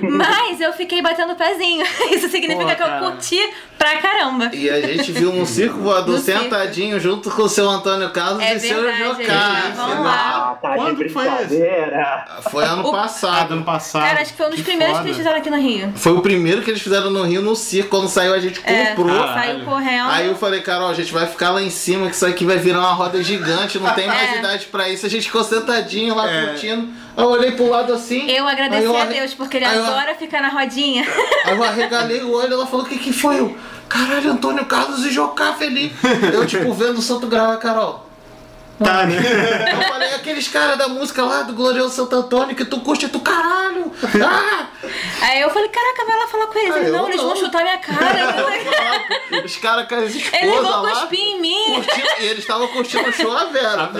E: Mas eu fiquei batendo o pezinho. (laughs) Isso significa
I: Pô,
E: que eu
I: cara.
E: curti pra caramba.
D: E a gente viu um circo voador
E: (laughs) No circo.
D: sentadinho junto com o seu Antônio Carlos
E: É
D: e seu
E: verdade,
D: João
E: é
D: Carlos.
E: verdade. Vamos lá.
F: Ah, tá
A: Quando
F: de
A: que foi esse?
F: brincadeira.
D: Foi ano
A: Ah,
D: passado.
A: do ano passado.
E: Cara, acho que foi um dos primeiros que eles
A: foda.
E: fizeram aqui no Rio.
D: Foi o primeiro que eles fizeram no Rio no circo. Quando saiu, a gente
E: É,
D: comprou.
B: Ah,
E: saiu correndo.
D: Aí eu falei, Carol, a gente vai ficar lá em cima, que isso aqui vai virar uma roda gigante, não tem mais
E: (laughs) É.
D: idade pra isso. A gente ficou sentadinho lá curtindo. Aí eu olhei pro lado assim.
E: Eu
D: aí
E: agradeci
D: eu
E: a
D: arre-
E: Deus, porque ele
D: aí eu-
E: adora ficar na rodinha. (laughs)
D: Aí eu arregalei o olho, ela falou, o que que foi? Eu, Caralho, Antônio Carlos e Jocá feliz. Eu, tipo, vendo o Santo Grau, a Carol.
A: Tá, né?
D: Eu falei, aqueles caras da música lá do Glorioso Santo Antônio que tu curte, tu caralho. Ah!
E: Aí eu falei, caraca, vai lá falar com eles.
D: Ah,
E: Ele,
D: eu
E: não, eles
D: não.
E: vão chutar
D: (laughs)
E: minha cara.
D: Os caras com as
E: Eles
D: esposas
E: vão
D: lá.
E: cuspir em mim. É.
D: curtindo- e eles estavam curtindo o show a Vera, tá?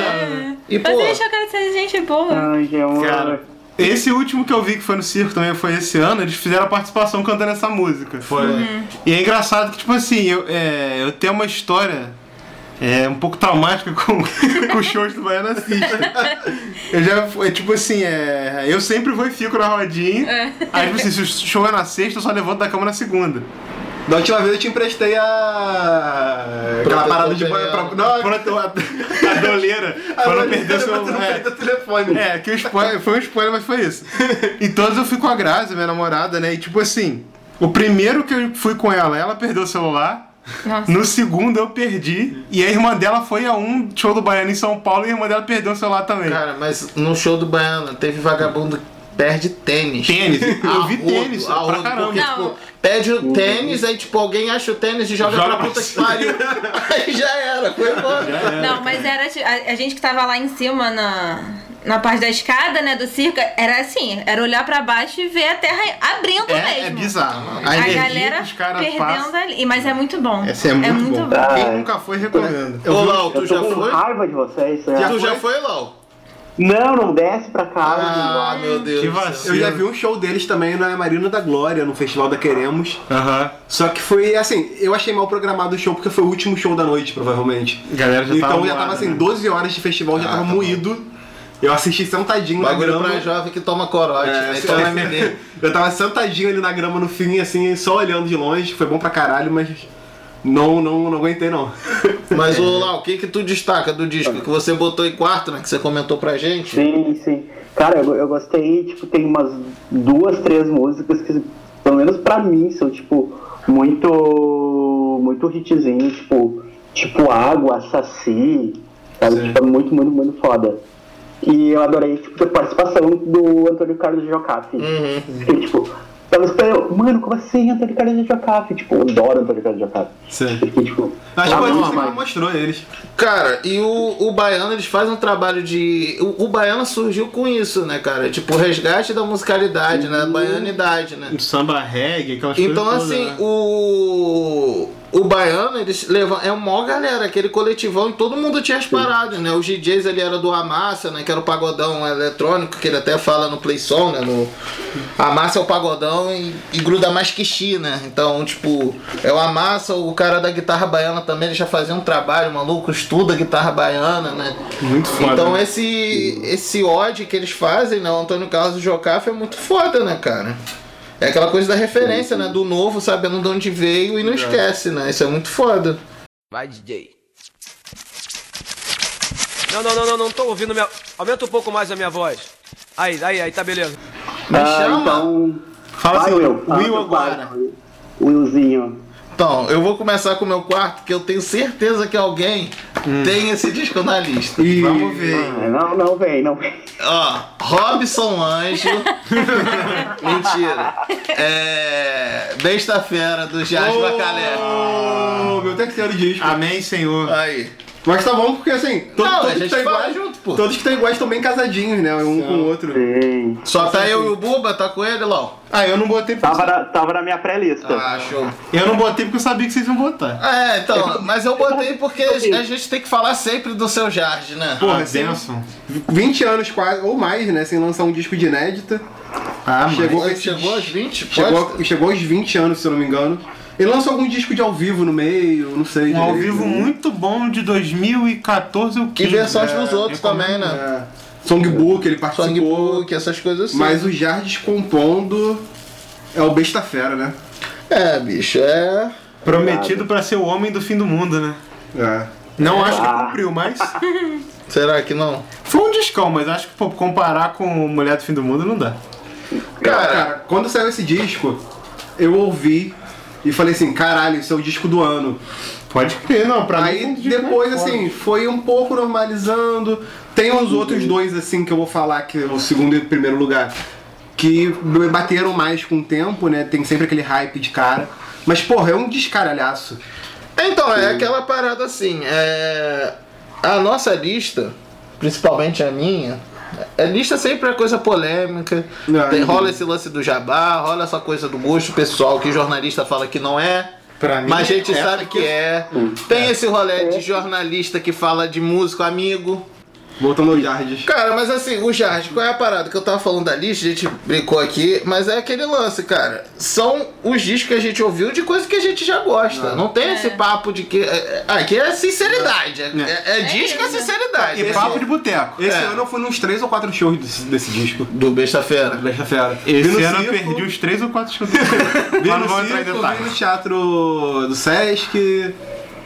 D: E, pô, Ah.
E: Mas ele achou que era de gente boa.
F: Ai, que amor.
A: Cara, esse último que eu vi que foi no circo também foi esse ano, eles fizeram a participação cantando essa música. Foi.
E: Uhum.
A: E é engraçado que, tipo assim, eu, é, eu tenho uma história é, um pouco traumática com, (laughs) com os shows do Baiano Assista. Eu já, é, tipo assim, é, eu sempre vou e fico na rodinha. Aí, tipo assim, se o show é na sexta, eu só levanto da cama na segunda.
B: Da última vez eu te emprestei a. Aquela
D: Protetor
B: parada de banho
D: peniano.
B: pra. Não,
A: Pra, (laughs) a, a doleira, pra não perder o seu...
B: pra tu não
A: é.
B: perder o telefone.
A: É, que o spoiler, foi um spoiler, mas foi isso. Em todos eu fui com a Grazi, minha namorada, né? E tipo assim, o primeiro que eu fui com ela, ela perdeu o celular.
E: Nossa.
A: No segundo eu perdi. E a irmã dela foi a um show do Baiano em São Paulo e a irmã dela perdeu o celular também.
D: cara, mas no show do Baiana teve vagabundo que perde tênis.
A: Tênis. Eu vi
D: Arrodo,
A: tênis pra
D: arrodo,
A: caramba.
D: porque,
E: Não.
D: tipo, pede o tênis, aí tipo, alguém acha o tênis e joga,
A: Joga
D: pra
A: pra
D: puta que
A: cima.
D: pariu. Aí já era, foi embora.
E: Não, mas era ti- a, a gente que tava lá em cima na, na parte da escada, né, do circo, era assim, era olhar pra baixo e ver a terra abrindo
A: É,
E: mesmo.
A: é bizarro.
E: A,
A: energia
E: galera
A: que os caras
E: perdendo
A: passam.
E: ali. Mas é muito bom.
A: Essa é muito, bom.
F: bom.
A: Quem nunca foi, recomendo.
D: Ô, Lau, tu
F: Ah, Eu tô
D: já
F: com
D: foi?
F: raiva de vocês. né?
D: tu já foi, Lau?
F: Não, não desce pra cá.
D: Ah, meu Deus.
A: Que
D: do céu.
A: vacilo.
B: Eu já vi um show deles também na Marina da Glória, no Festival da Queremos.
A: Aham.
B: Só que foi assim, eu achei mal programado o show porque foi o último show da noite, provavelmente.
A: A galera já
B: então
A: tava
B: já
A: moada,
B: tava assim,
A: né?
B: 12 horas de festival, já
D: Ah,
B: tava
D: tá
B: moído. Eu assisti sentadinho
D: Bagulho
B: na grama.
D: pra jovem que toma corote,
B: É,
D: né?
B: assim, (laughs)
D: Toma
B: eu-
D: MD.
B: eu tava sentadinho ali na grama no fim, assim, só olhando de longe, foi bom pra caralho, mas não, não, não aguentei não. (laughs)
D: Mas, ô, Lau, o que que tu destaca do disco? Que você botou em quarto, né? Que você comentou pra gente.
F: Sim, sim. Cara, eu, eu gostei, tipo, tem umas duas, três músicas que pelo menos pra mim, são tipo muito muito hitzinho, tipo, tipo água, saci, sabe? Tipo, é muito, muito, muito foda. E eu adorei tipo, a participação do Antônio Carlos de Jocafe.
A: Uhum.
F: Fiquei tipo, tava esperando, mano, como assim Antônio Carlos de Jocafe? Tipo, eu adoro Antônio Carlos de Jocafe.
B: Sim.
F: Fiquei tipo,
B: Acho que
F: ah,
B: foi
F: não,
B: isso que
F: mas-
B: mostrou eles.
D: Cara, e o, o Baiano, eles fazem um trabalho de. O, o Baiano surgiu com isso, né, cara? Tipo, o resgate da musicalidade, né? Baianidade, né?
A: Samba reggae, aquelas
D: Então,
A: coisas. todas,
D: assim,
A: né?
D: o. O Baiano, eles levam. É uma maior galera, aquele coletivão, e todo mundo tinha as paradas, né? Os DJs ele era do Amassa, né? Que era o pagodão eletrônico, que ele até fala no Play Song, né? No... Amassa é o pagodão e, e gruda mais que chi, né? Então, tipo, é o Amassa, o cara da guitarra baiana também, ele já fazia um trabalho maluco, estuda guitarra baiana, né?
A: Muito foda.
D: Então
A: né?
D: esse esse ódio que eles fazem, né? O Antônio Carlos Jocafe é muito foda, né, cara? É aquela coisa da referência, né? Do novo, sabendo de onde veio e não esquece, né? Isso é muito foda.
G: Vai, DJ. Não, não, não, não, não tô ouvindo minha. Aumenta um pouco mais a minha voz. Aí, aí, aí, tá beleza.
D: Me
F: Ah,
D: chama.
F: então.
A: Fala
F: vai,
A: assim,
F: Will. Fala
A: Will
F: teu
A: agora.
F: quadro, Willzinho.
D: Então, eu vou começar com o meu quarto, que eu tenho certeza que alguém
A: Hum.
D: tem esse disco na lista.
A: Vamos ver. hein?
F: Ah, Não, não vem, não vem.
D: Ó, Robson
A: (laughs)
D: Anjo. Mentira. É. Besta Fera, do Jasper
A: é.
D: Calé.
B: Ô, meu terceiro disco.
A: Amém, Senhor.
D: Aí.
B: Mas tá bom, porque assim, to-
D: Não, a
B: todos,
D: gente
B: que tá
D: fala
B: iguais,
D: junto, pô.
B: todos que estão iguais estão bem casadinhos, né? Um com o outro.
F: Vem.
D: Só tá eu e o Buba, tá com ele, Lau?
A: Ah, eu não botei
D: Tá
A: porque,
F: Tava na, tava na minha pré-lista.
D: Ah, show.
A: eu não botei porque eu sabia que vocês iam botar.
D: É, então, mas eu botei porque a gente tem que falar sempre do seu Jardim, né?
A: Porra,
B: Ah, sim.
A: Denson.
B: 20 anos quase, ou mais, né? Sem lançar um disco de inédita.
A: Ah,
B: Chegou.
A: Chegou.
D: Ele chegou aos 20? Pode?
B: Chegou, chegou aos 20 anos, se eu não me engano. Ele lançou algum disco de ao vivo no meio, não sei.
A: Um ao
B: direito.
A: vivo muito bom de 2014 ou 15.
D: E versões dos outros
A: recomendo.
D: também,
B: É.
D: né?
B: Songbook, ele participou.
D: Songbook, essas coisas assim.
B: Mas o Jardes compondo é o besta fera, né?
D: É, bicho, é.
A: Prometido pra ser o homem do fim do mundo, né?
B: É.
A: Não acho que cumpriu, mas.
D: Será que não?
A: Foi um discão, mas acho que pô, comparar com Mulher do Fim do Mundo não dá.
D: Cara,
B: Cara, quando saiu esse disco, eu ouvi e falei assim, caralho, isso é o disco do ano.
A: Pode é um crer, não, pra
B: Aí
A: mim.
B: depois, assim, foi um pouco normalizando. Tem uns outros dois, assim, que eu vou falar, que é o segundo e o primeiro lugar, que me bateram mais com o tempo, né? Tem sempre aquele hype de cara. Mas, porra, é um descaralhaço.
D: então, é aquela parada assim, é. A nossa lista, principalmente a minha. A lista sempre é coisa polêmica.
B: Ah,
D: Tem-
B: entendi.
D: rola esse lance do jabá, rola essa coisa do gosto pessoal que jornalista fala que não é.
A: Pra mim,
D: Mas a gente
A: essa
D: sabe que é. Tem esse rolê de jornalista que fala de músico amigo.
B: Voltando ao Jardes.
D: Cara, mas assim, o Jardim, qual é a parada que eu tava falando da lista? A gente brincou aqui, mas é aquele lance, cara. São os discos que a gente ouviu de coisa que a gente já gosta.
A: Ah.
D: Não tem esse papo de que. é- é- Aqui é sinceridade. É, é- é disco é
E: isso.
D: sinceridade.
A: E
D: Esse-
A: papo de boteco.
B: Esse
D: É.
B: ano eu fui nos três ou quatro shows desse, desse disco.
D: Do Besta-feira.
B: Besta Fera. Vi
A: Esse
B: no
A: ano eu
B: circo,
A: perdi os três ou quatro
B: (laughs)
A: chutes. Mas
B: Vi no,
A: não vou entrar em
B: circo, vi no
A: detalhes.
B: teatro do Sesc,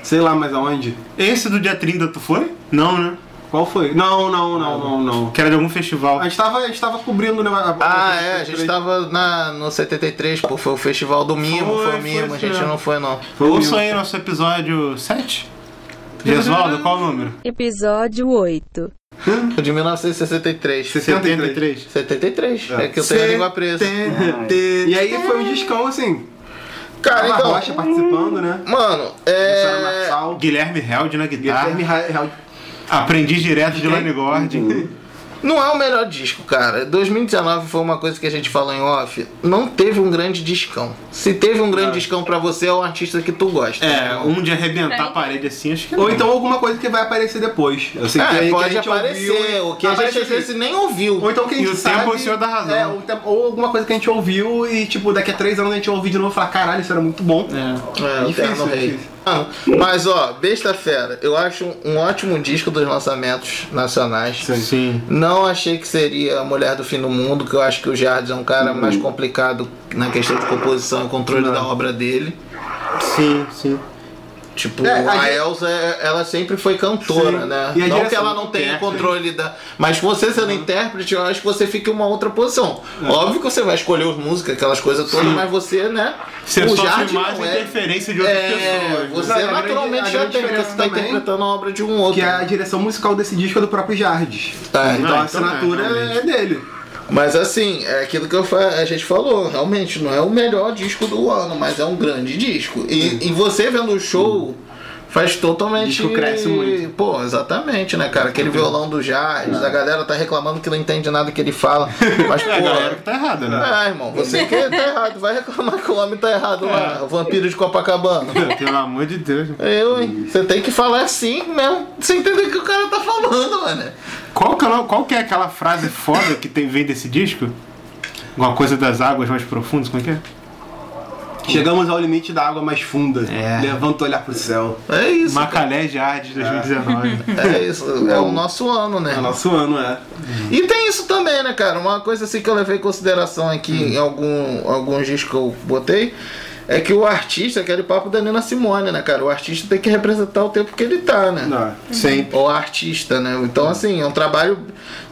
B: sei lá mais aonde.
A: Esse do dia 30 tu foi? Não, né?
B: Qual foi? Não, não,
D: Ah,
B: não, não, não.
A: Que era de algum festival.
B: A gente tava, a gente tava cobrindo, né? a-
D: Ah, é, a gente tava na, no 73, pô, foi o festival do Mimo, foi,
A: Foi,
D: o
A: foi
D: Mimo, a
A: isso
D: gente
A: mesmo.
D: não foi não.
B: Foi um o
A: Ouça aí nosso episódio 7. Gesualdo, qual o número?
J: Episódio 8.
D: De 1963.
A: 73.
D: 73, é, que eu tenho a língua presa.
B: E aí foi um discão, assim.
D: Cara,
B: Tava
D: então,
B: Rocha participando, né?
D: mano,
B: Sara
D: é...
B: Marçal.
A: Guilherme Held na guitarra.
B: Guilherme Ra- Ra-
A: Aprendiz direto de Lane Gord.
B: Uhum.
D: Não é o melhor disco, cara. 2019 foi uma coisa que a gente falou em off. Não teve um grande discão. Se teve um
B: Ah.
D: grande discão pra você, é um artista que tu gosta.
A: É, um de arrebentar
E: Peraí.
A: a parede assim, acho que não.
B: Ou então alguma coisa que vai aparecer depois. Eu sei que
D: É,
B: tem- que a
D: pode
B: gente
D: aparecer,
B: ouviu e-
D: o que a gente
B: Aparece
D: às vezes
B: assim.
D: nem ouviu.
B: Ou então quem
A: E o
B: sabe,
A: tempo é o senhor da razão.
B: É, o tempo- ou alguma coisa que a gente ouviu e, tipo, daqui a três anos a gente ouviu de novo e falar, caralho, isso era muito bom.
D: É, o
B: Difícil,
D: Terno Rei.
B: difícil.
D: Ah, Mas ó, Besta Fera, eu acho um ótimo disco dos lançamentos nacionais.
A: Sim.
D: Não achei que seria a Mulher do Fim do Mundo, que eu acho que o Jardim é um cara
B: Uhum.
D: mais complicado na questão de composição e controle da obra dele.
A: Sim, sim.
D: Tipo,
B: É, a
D: a,
B: dire-
D: Elsa, é- ela sempre foi cantora,
B: Sim.
D: né?
B: E a
D: não que
B: direção
D: ela
B: do
D: não tenha
B: intérprete.
D: controle da. Mas você sendo intérprete, eu acho que você fica em uma outra posição.
B: É.
D: Óbvio que você vai escolher as músicas, aquelas coisas todas, mas você, né?
A: Você
D: o
A: sofre
D: Jardim
A: mais
D: não é-
A: interferência de outras
D: É,
A: pessoas.
D: você
B: Não, e a grande-
D: naturalmente
B: a
D: já
B: grande
D: tem, porque
B: diferença
D: você tá
B: também-
D: interpretando a obra de um outro.
B: né? Que é a direção musical desse disco é do próprio Jardes.
D: Tá,
B: então
A: então
B: a assinatura
A: é,
B: é,
A: realmente.
B: dele.
D: Mas assim, é aquilo que eu fa- a gente falou, realmente não é o melhor disco do ano, mas é um grande disco. E, e você vendo o show faz totalmente.
B: Disco cresce muito.
D: Pô, exatamente, né, cara? Aquele violão do Jardim, a galera tá reclamando que não entende nada que ele
B: (laughs)
D: fala. Mas, pô.
A: É, a galera que tá errada, né? (laughs)
D: Ah, irmão, você que tá errado, vai reclamar que o homem tá errado
B: É.
D: lá, o vampiro de Copacabana.
A: Pelo amor de Deus.
D: Eu, hein? Você tem que falar assim mesmo, sem entender o que o cara tá falando, mano.
A: Qual que, é, qual que é aquela frase foda que tem, vem desse disco? Alguma coisa das águas mais profundas, como é que é?
B: Chegamos ao limite da água mais funda.
A: É.
B: Levanta o olhar pro céu.
D: É isso.
A: Macalé de Arde
D: (laughs)
A: 2019.
D: É
B: (laughs)
D: isso. É o nosso ano, né?
B: É o nosso ano, é.
D: E tem isso também, né, cara? Uma coisa assim que eu levei em consideração aqui em algum, alguns discos que eu botei é que o artista, aquele papo da Nina Simone, né, cara? O artista tem que representar o tempo que ele tá, né?
B: Não.
A: Sim.
D: Ou artista, né? Então, assim, é um trabalho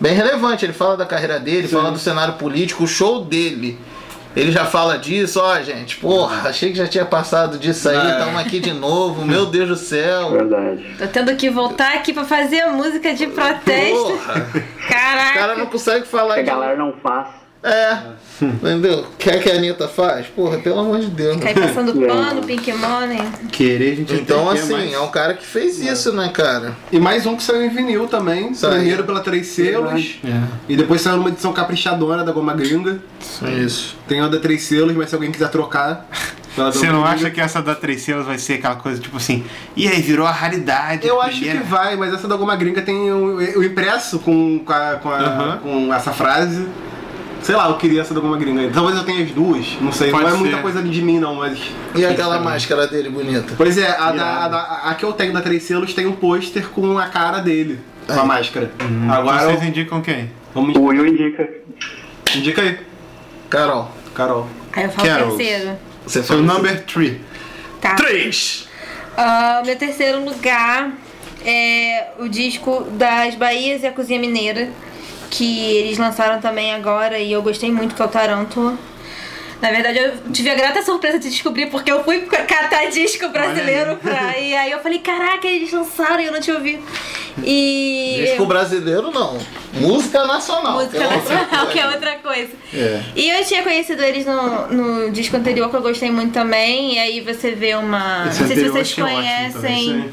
D: bem relevante. Ele fala da carreira dele, fala do cenário político, o show dele. Ele já fala disso, ó, gente. Porra, achei que já tinha passado disso aí, estamos aqui de novo, meu Deus do céu.
F: Verdade.
E: Tô tendo que voltar aqui pra fazer a música de protesto.
D: Porra, o
E: Caraca.
D: cara não consegue falar
F: A
D: de
F: galera não faz.
D: É. Entendeu? Quer que a Anitta faz? Porra, pelo amor de Deus. né?
E: Cai passando pano, Pink Money.
A: Querer a gente não
D: Então,
A: tem que,
D: assim, é um cara que fez isso, né, cara?
B: E mais um que saiu em vinil também.
D: Saiu.
B: Primeiro pela Três Selos.
A: mas- É.
B: E depois saiu uma edição caprichadona da Goma Gringa.
D: É Isso.
B: Tem a da Três Selos, mas se alguém quiser trocar... pela
A: Você
B: Goma
A: não
B: Gringa-
A: acha que essa da Três Selas vai ser aquela coisa tipo assim, e aí virou a raridade?
B: Eu
A: a
B: acho que
A: primeira-
B: vai, mas essa da Goma Gringa tem o, o impresso com, com, a- com a-
A: Aham.
B: com essa frase. Sei lá, eu queria essa da Goma Gringa. Talvez eu tenha as duas, não sei.
A: Pode
B: não é muita
A: ser.
B: coisa de mim, não, mas.
D: E aquela máscara dele bonita?
B: Pois é, a, da, a, da- a que eu tenho da Três Selos tem um pôster com a cara dele, com a máscara.
A: Uhum.
B: Agora,
A: Vocês indicam quem?
B: vamos,
F: O Will indica.
B: indica aí,
D: Carol,
B: Carol.
E: Aí eu falo
A: Carols.
E: terceiro.
D: você
A: Seu
D: foi
A: number three.
E: Tá.
D: 3!
E: Ah, meu terceiro lugar é o disco das Bahias e a Cozinha Mineira, que eles lançaram também agora e eu gostei muito, que é o Tarântula. Na verdade, eu tive a grata surpresa de descobrir, porque eu fui (laughs) catar disco brasileiro pra. E aí eu falei, caraca, eles lançaram e eu não te ouvi. E.
D: Disco brasileiro, não. Música nacional.
E: (laughs) Música nacional, que é outra coisa.
D: É.
E: E eu tinha conhecido eles no, no disco anterior, que eu gostei muito também. E aí você vê uma. não sei se vocês conhecem.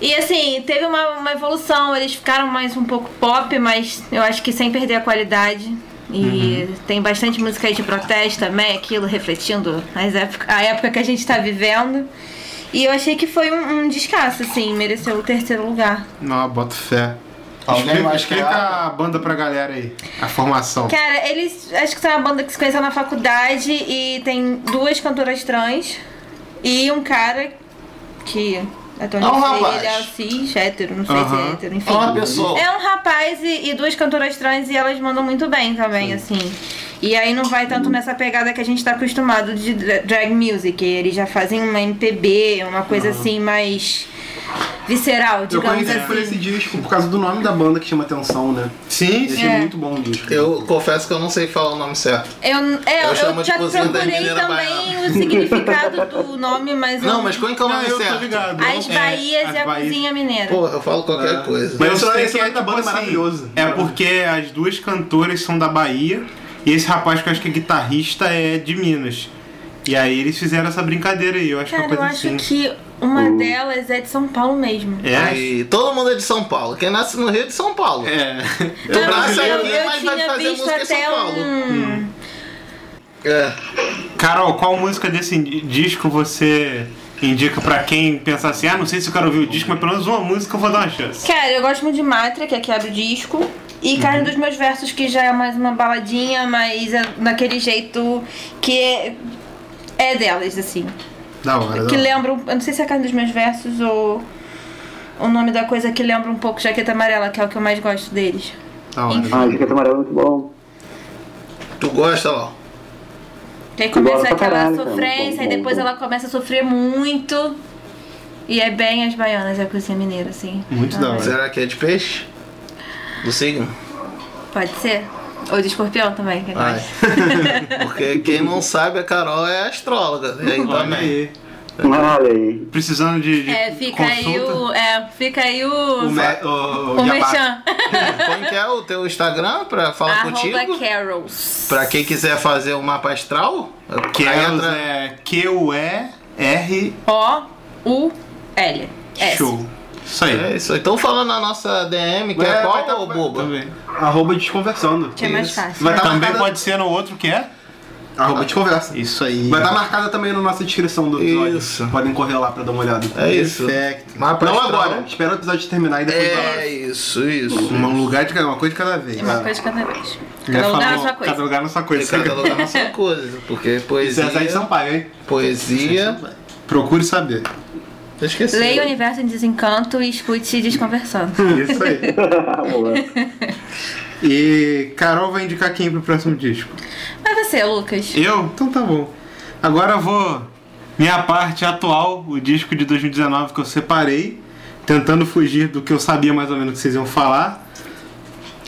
E: E assim, teve uma, uma evolução, eles ficaram mais um pouco pop, mas eu acho que sem perder a qualidade. E tem bastante música aí de protesto também, aquilo refletindo as época, a época que a gente tá vivendo. E eu achei que foi um, um descasso, assim, mereceu o terceiro lugar.
A: Não, boto fé.
D: Alguém
A: Explica-
D: mais que
A: explica
D: ela?
A: a banda pra galera aí. A formação.
E: Cara, eles acho que são uma banda que se conheceu na faculdade e tem duas cantoras trans e um cara que até onde
D: É um
E: eu sei,
D: rapaz.
E: ele é cis, hétero, não sei se é
A: Aham.
E: hétero, enfim.
D: É uma pessoa.
E: É um rapaz e, e duas cantoras trans e elas mandam muito bem também, assim. E aí não vai tanto nessa pegada que a gente tá acostumado de dra- drag music. Eles já fazem uma MPB, uma coisa assim mais visceral,
B: Eu
E: digamos
B: conheci por esse
E: assim.
B: disco por causa do nome da banda que chama atenção, né?
A: Sim,
B: Eu achei
E: É.
B: muito bom o disco.
D: Eu confesso que eu não sei falar o nome certo.
E: Eu, é,
D: Eu
E: eu,
D: chamo de
E: já
D: cozinha da
E: procurei
D: Mineira
E: também o significado do nome, mas eu-
D: Não, mas qual é que é o
A: Não,
D: nome
A: eu tô
D: certo?
A: ligado.
E: As
A: É,
E: Bahias
A: as
E: e a
A: Bahias.
E: Cozinha Mineira.
D: Porra, eu falo qualquer
B: É.
D: coisa.
A: Mas eu
B: Esse
A: sei
B: esse
A: que é
B: nome da banda é
A: tipo assim,
B: maravilhoso.
A: É porque as duas cantoras são da Bahia e esse rapaz que eu acho que é guitarrista é de Minas. E aí eles fizeram essa brincadeira aí, eu acho
E: Cara,
A: que é
E: eu
A: uma coisa assim.
E: acho que uma delas é de São Paulo mesmo.
A: É?
D: E todo mundo é de São Paulo. Quem nasce no Rio é de São Paulo.
A: É.
E: Não,
D: braço
E: Então, eu,
D: é aqui,
E: eu
D: mas vai
E: tinha
D: fazer
E: visto
D: música em São
E: até
D: Paulo.
E: um.
D: É.
A: Carol, qual música desse in- disco você indica pra quem pensar assim, ah, não sei se eu quero ouvir o disco, mas pelo menos uma música eu vou dar uma chance.
E: Cara, eu gosto muito de Matra, que é que abre o disco. E
A: Uhum.
E: Carne dos Meus Versos, que já é mais uma baladinha, mas é naquele jeito que é, é delas, assim.
A: Da hora,
E: Que
A: da hora.
E: lembra. um- Eu não sei se é Carne dos Meus Versos ou. O nome da coisa que lembra um pouco Jaqueta Amarela, que é o que eu mais gosto deles.
A: Da hora.
F: Ah, Jaqueta Amarela é muito bom.
D: Tu gosta, Lau?
E: E aí começa
F: Gosto pra
E: aquela
F: caralho, cara.
E: sofrência,
F: Bom,
E: e
F: bom,
E: depois
F: bom.
E: ela começa a sofrer muito. E é bem as baianas, é a cozinha mineira, assim.
A: Muito da hora.
D: Será que é de peixe? Do signo?
E: Pode ser? Ou de escorpião também, que é
D: Ai. (laughs)
E: mais.
D: Porque quem não sabe, a Carol é astróloga. Então, E aí
A: Olha
D: também.
A: aí.
F: Olha aí.
A: Precisando de, de
E: É, fica aí
A: consulta.
E: o. É, fica aí o.
B: O, me- o, o
E: o
B: jabá.
E: Mechan. (laughs)
D: Como que é o teu Instagram pra falar
E: Arroba
D: contigo?
E: Carols.
D: Pra quem quiser fazer o mapa astral,
A: Que
D: aí
A: é,
D: entra-
A: é Q-U-E-R.
E: O-U-L. S.
A: Show. Isso aí.
D: É isso. Então fala na nossa DM, que é
B: É,
D: qual
B: vai,
D: ou
B: vai,
D: boba?
A: Também.
B: Arroba desconversando.
E: Que é mais
B: Isso.
E: fácil.
B: Vai estar
A: Também
B: marcada...
A: pode ser no outro que é?
B: Arroba desconversa.
A: Isso aí.
B: Vai estar marcada também na nossa descrição do episódio.
D: Isso.
B: Podem correr lá pra dar uma olhada.
D: É isso.
A: Perfeito.
D: Mapa
B: Não
D: astral.
B: agora. Espera o episódio terminar e depois vai lá.
D: É isso, isso.
A: Um lugar de cada uma coisa de cada vez.
E: É
B: Né?
E: Uma coisa de cada vez.
A: Já
E: Cada lugar na
A: falou,
E: sua coisa.
B: um
A: Cada lugar na sua
D: Tem
A: coisa.
D: cada lugar
A: (laughs)
D: na sua coisa. Porque
B: Isso é sair de
D: poesia.
B: Sampaio, hein?
D: Poesia.
A: Procure saber.
D: Eu Esqueci.
E: Leia o universo em desencanto e escute desconversando.
A: Isso aí.
F: Ah, Tá (laughs)
A: e Carol vai indicar quem pro próximo disco.
E: Mas você, Lucas?
A: Eu? Então tá bom. Agora eu vou. Minha parte atual, o disco de 2019 que eu separei, tentando fugir do que eu sabia mais ou menos que vocês iam falar.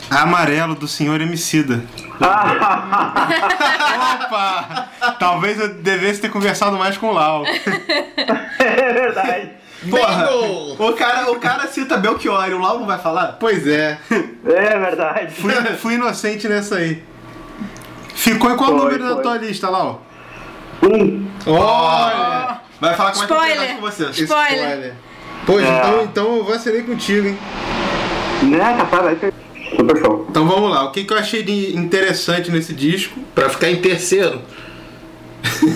A: Amarelo do Senhor Emicida.
F: Ah,
A: Opa! (laughs) Talvez eu devesse ter conversado mais com o Lau.
F: (laughs) É verdade.
B: Porra!
D: Bingo!
B: O cara, o cara cita Belchior e o Lau não vai falar?
A: Pois é.
F: É
A: (laughs)
F: verdade.
A: Fui, fui inocente nessa aí. Ficou em qual
F: Foi,
A: número da
F: foi.
A: tua lista, Lau?
F: Um.
A: Olha!
B: Vai falar
A: é
B: com mais
E: Spoiler!
B: propriedade com você.
E: Spoiler!
A: Pois
F: É.
A: então, então eu vacilei contigo, hein?
F: Né, capaz, vai ser super show.
A: Então vamos lá, o que, que eu achei de interessante nesse (laughs) disco?
D: Pra ficar em terceiro.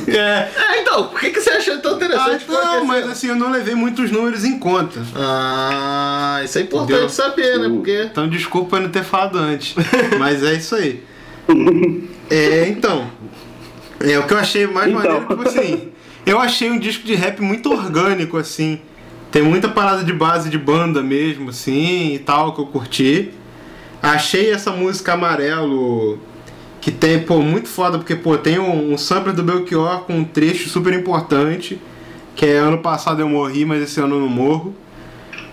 A: É,
D: É, então, por que, que você achou tão
A: ah,
D: interessante? ficar em
A: não,
D: terceiro?
A: mas assim, eu não levei muitos números em conta.
D: Ah, isso é importante
A: Entendeu?
D: saber, né? Porque.
A: Então desculpa eu não ter falado antes. (laughs) Mas é isso aí. É, então. É o que eu achei mais
F: Então.
A: maneiro, tipo assim. Eu achei um disco de rap muito orgânico, assim. Tem muita parada de base de banda mesmo, assim, e tal, que eu curti. Achei essa música amarelo. Que tem, pô, muito foda, porque, pô, tem um, um sampler do Belchior com um trecho super importante. Que é ano passado eu morri, mas esse ano eu não morro.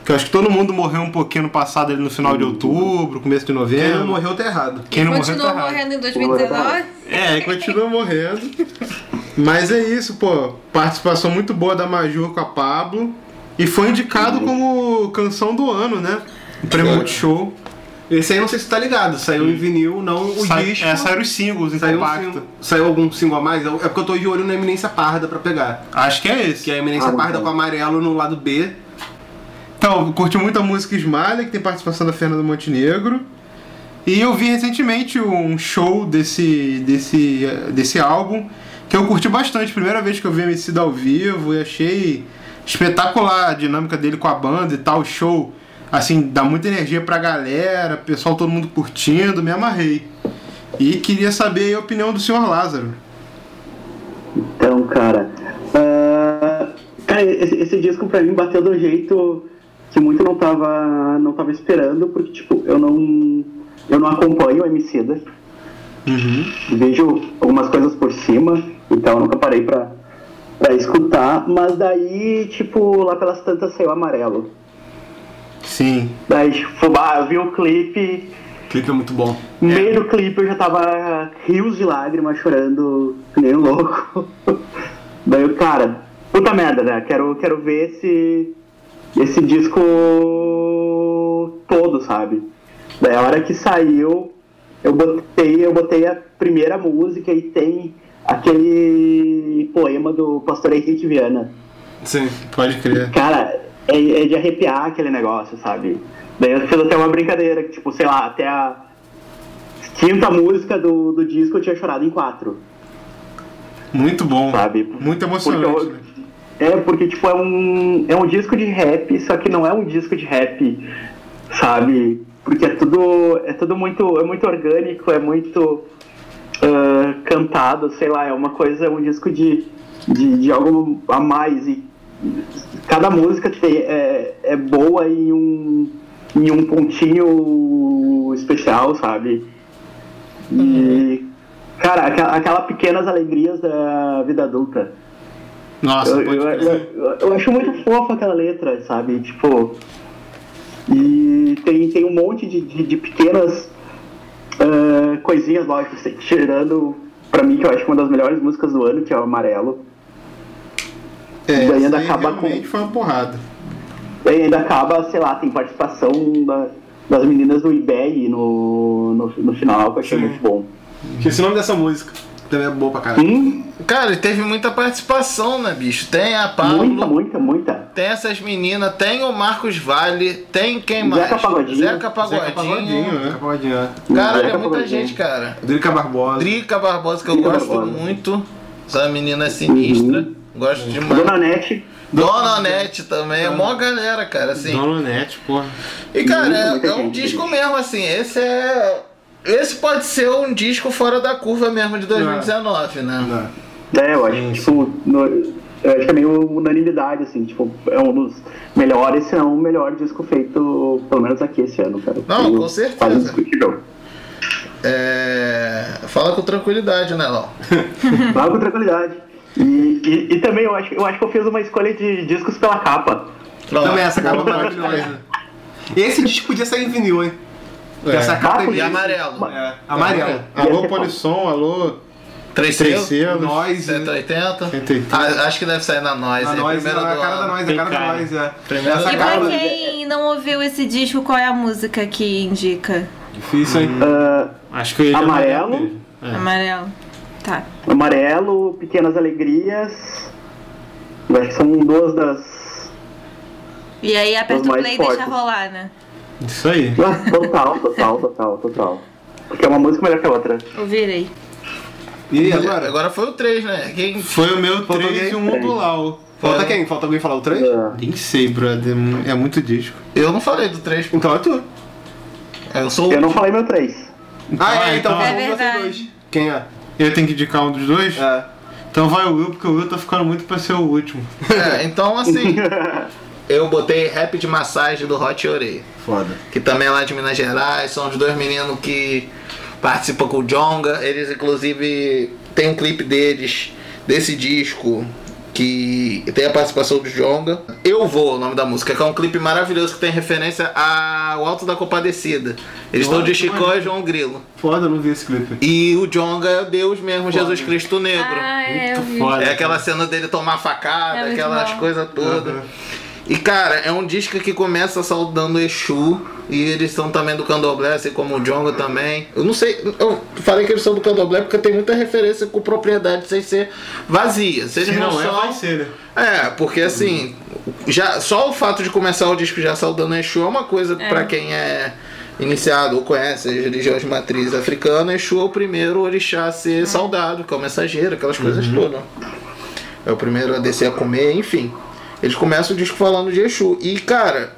A: Que eu acho que todo mundo morreu um pouquinho no passado, ali no final de outubro, começo de novembro.
B: Quem não morreu tá errado.
A: Quem não morreu tá
E: Continuou
A: errado.
E: morrendo em 2019?
A: É, e continua morrendo. Mas é isso, pô. Participação muito boa da Majur com a Pablo. E foi indicado como canção do ano, né? O prêmio Multishow.
B: Esse aí não sei se tá ligado. Saiu em vinil, não o
A: Sai-
B: disco.
A: É, saíram os singles em
B: Saiu, um
A: compacto.
B: single- saiu algum single a mais? É porque eu tô de olho na Eminência Parda pra pegar.
A: Acho que é esse.
B: Que é a Eminência
F: Ah,
B: Parda
F: bom.
B: com amarelo no lado B.
A: Então, eu curti muito a música Esmalha, que tem participação da Fernanda Montenegro. E eu vi recentemente um show desse, desse, eh, desse álbum, que eu curti bastante. Primeira vez que eu vi MC ao vivo e achei espetacular a dinâmica dele com a banda e tal. O show, assim, dá muita energia pra galera, pessoal, todo mundo curtindo, me amarrei. E queria saber aí a opinião do senhor Lázaro.
F: Então, cara. ah, cara, esse, esse disco pra mim bateu do jeito que muito não tava, não tava esperando, porque, tipo, eu não, eu não acompanho o Emicida. Vejo algumas coisas por cima, então nunca parei pra, pra escutar. Mas daí, tipo, lá pelas tantas saiu amarelo.
A: Sim.
F: Daí, tipo, ah, eu vi o clipe,
B: O clipe é muito bom.
F: No meio do clipe eu já tava rios de lágrimas chorando, que nem um louco. (laughs) Daí eu, cara, puta merda, né? Quero, quero ver esse, esse disco todo, sabe? Daí a hora que saiu, eu botei, eu botei a primeira música e tem aquele poema do pastor Henrique Viana.
B: Sim.
A: Pode crer.
F: Cara, é, é de arrepiar aquele negócio, sabe? Daí eu fiz até uma brincadeira, que, tipo, sei lá, até a quinta música do, do disco eu tinha chorado em quatro,
A: Muito bom.
F: sabe?
A: Muito emocionante.
F: Porque eu-
A: né?
F: É, porque, tipo, é um, é um disco de rap, só que não é um disco de rap, sabe? Porque é tudo, é tudo muito, é muito orgânico, é muito ah, cantado, sei lá, é uma coisa, é um disco de, de, de algo a mais. E cada música tem, é, é boa em um, em um pontinho especial, sabe? E, cara, aqua- aquela pequenas alegrias da vida adulta.
A: Nossa,
F: Eu,
A: pode
F: eu, eu- eu acho muito fofa aquela letra, sabe? Tipo. E tem, tem um monte de, de, de pequenas ah, coisinhas, lógico, assim, tirando pra mim, que eu acho uma das melhores músicas do ano, que é o Amarelo.
A: É,
F: e
A: essa
F: ainda
A: aí
F: acaba com.
A: realmente foi uma porrada.
F: E ainda acaba, sei lá, tem participação da- das meninas do IBEG no, no, no final, que eu achei muito bom.
B: Esqueci o nome dessa música. Também é boa pra caralho.
F: Hum,
D: Cara, teve muita participação, né, bicho? Tem a Pablo,
F: muita, muita, muita.
D: tem essas meninas, tem o Marcos Vale, tem quem mais?
F: Zeca Pagodinho.
D: Zeca Pagodinho.
A: Zeca Pagodinho, né?
B: Pagodinho, é.
D: Caralho, é
F: Zeca
D: muita
F: Pagodinho.
D: gente, cara.
B: Drica Barbosa.
D: Drica Barbosa, que eu
F: Drica
D: gosto
F: Barbosa. Uhum.
D: muito. Essa menina é sinistra. Gosto demais.
F: Dona
D: Dona,
F: Nete,
D: Nete também. É mó galera, cara, assim.
A: Dona Lunete, porra.
D: E, cara,
F: Muita
D: é, é um
F: gente,
D: disco
F: gente.
D: mesmo, assim. Esse é... Esse pode ser um disco fora da curva mesmo de 2019, né?
B: Não.
F: é, eu acho, que, tipo, no- eu acho que é meio unanimidade, assim, tipo, é um dos melhores, se não o melhor disco feito, pelo menos aqui esse ano, cara.
D: Não,
F: Eu-
D: com certeza.
F: Quase
D: (laughs)
F: indiscutível.
D: É... Fala com tranquilidade, né, Lão?
F: Vai com tranquilidade. E, e, e também eu acho, eu acho que eu fiz uma escolha de discos pela capa.
D: Pronto.
B: Também essa capa é maravilhosa. Esse disco podia sair em vinil, hein? Essa capa é,
F: Papo
D: E
F: de-
B: meio-
D: Ah, amarelo.
B: é amarela.
A: Alô, Polisson, alô,
D: Três
A: Três
D: selos.
A: Selos.
B: Nós. né?
D: 180.
A: 180.
D: Ah, acho que deve sair na Noise.
B: A
D: é a
B: nós,
D: primeira
B: a
D: do
B: cara da
D: ano.
B: nós, a
A: Tem
B: cara da
A: cara.
B: nós, é.
D: Primeira
B: Essa
D: do
E: E pra
B: capa.
E: quem não ouviu esse disco, qual é a música que indica?
B: Difícil, hein?
F: Ah,
A: Hum, acho que eu ia de
F: Amarelo.
A: mesmo.
E: Amarelo. Tá.
F: amarelo, Pequenas Alegrias. Eu acho que são duas das.
E: E aí aperta
F: Os
E: o
F: mais
E: play e
F: fortes.
E: deixa rolar, né?
A: Isso aí.
F: Ah, Total, total, total, total. Porque é uma música melhor que a outra.
E: Ouvirei.
B: E aí,
D: Agora?
B: agora?
D: foi o 3, né? Quem...
A: Foi o meu
B: Falta
A: 3 e
B: alguém?
A: um do Lau.
B: Falta quem? Falta alguém falar o 3?
F: Ah,
A: Nem sei, brother. É muito disco.
D: Eu não falei do 3, pô.
B: Então é tu.
D: Eu sou o
F: eu não falei meu três.
B: Ah, é, então
A: então-
B: vamos vocês
E: verdade.
B: dois. Quem é?
A: Eu tenho que indicar um dos dois?
B: É.
A: Então vai o Will, porque o Will tá ficando muito pra ser o último.
D: É, então assim, eu botei rap de massagem do Hot Orei,
B: Foda.
D: que também é lá de Minas Gerais, são os dois meninos que participam com o Jonga, eles inclusive tem um clipe deles, desse disco, que tem a participação do Jonga. Eu Vou, o nome da música, que é um clipe maravilhoso que tem referência ao Alto da Compadecida. Eles estão de Chicó e João Grilo.
B: Foda, eu não vi esse clipe.
D: E o Jonga é Deus mesmo, Jesus Cristo Negro.
E: Ah, é, eu vi.
A: Foda.
D: É aquela cena dele tomar facada,
E: É muito
D: aquelas
E: bom.
D: coisas todas. E cara, é um disco que começa saudando Exu. E eles são também do Candomblé, assim como o Djongo também. Eu não sei, eu falei que eles são do Candomblé porque tem muita referência com propriedade sem ser vazia. Se eles
A: Se
D: não,
A: não é,
D: são,
A: vai ser, né?
D: é, porque assim, já, só o fato de começar o disco já saudando Exu é uma coisa pra quem é iniciado ou conhece as religiões matriz africana, Exu é o primeiro orixá a ser saudado, que é o mensageiro, aquelas coisas todas. É o primeiro a descer a comer, enfim. Eles começam o disco falando de Exu. E, cara,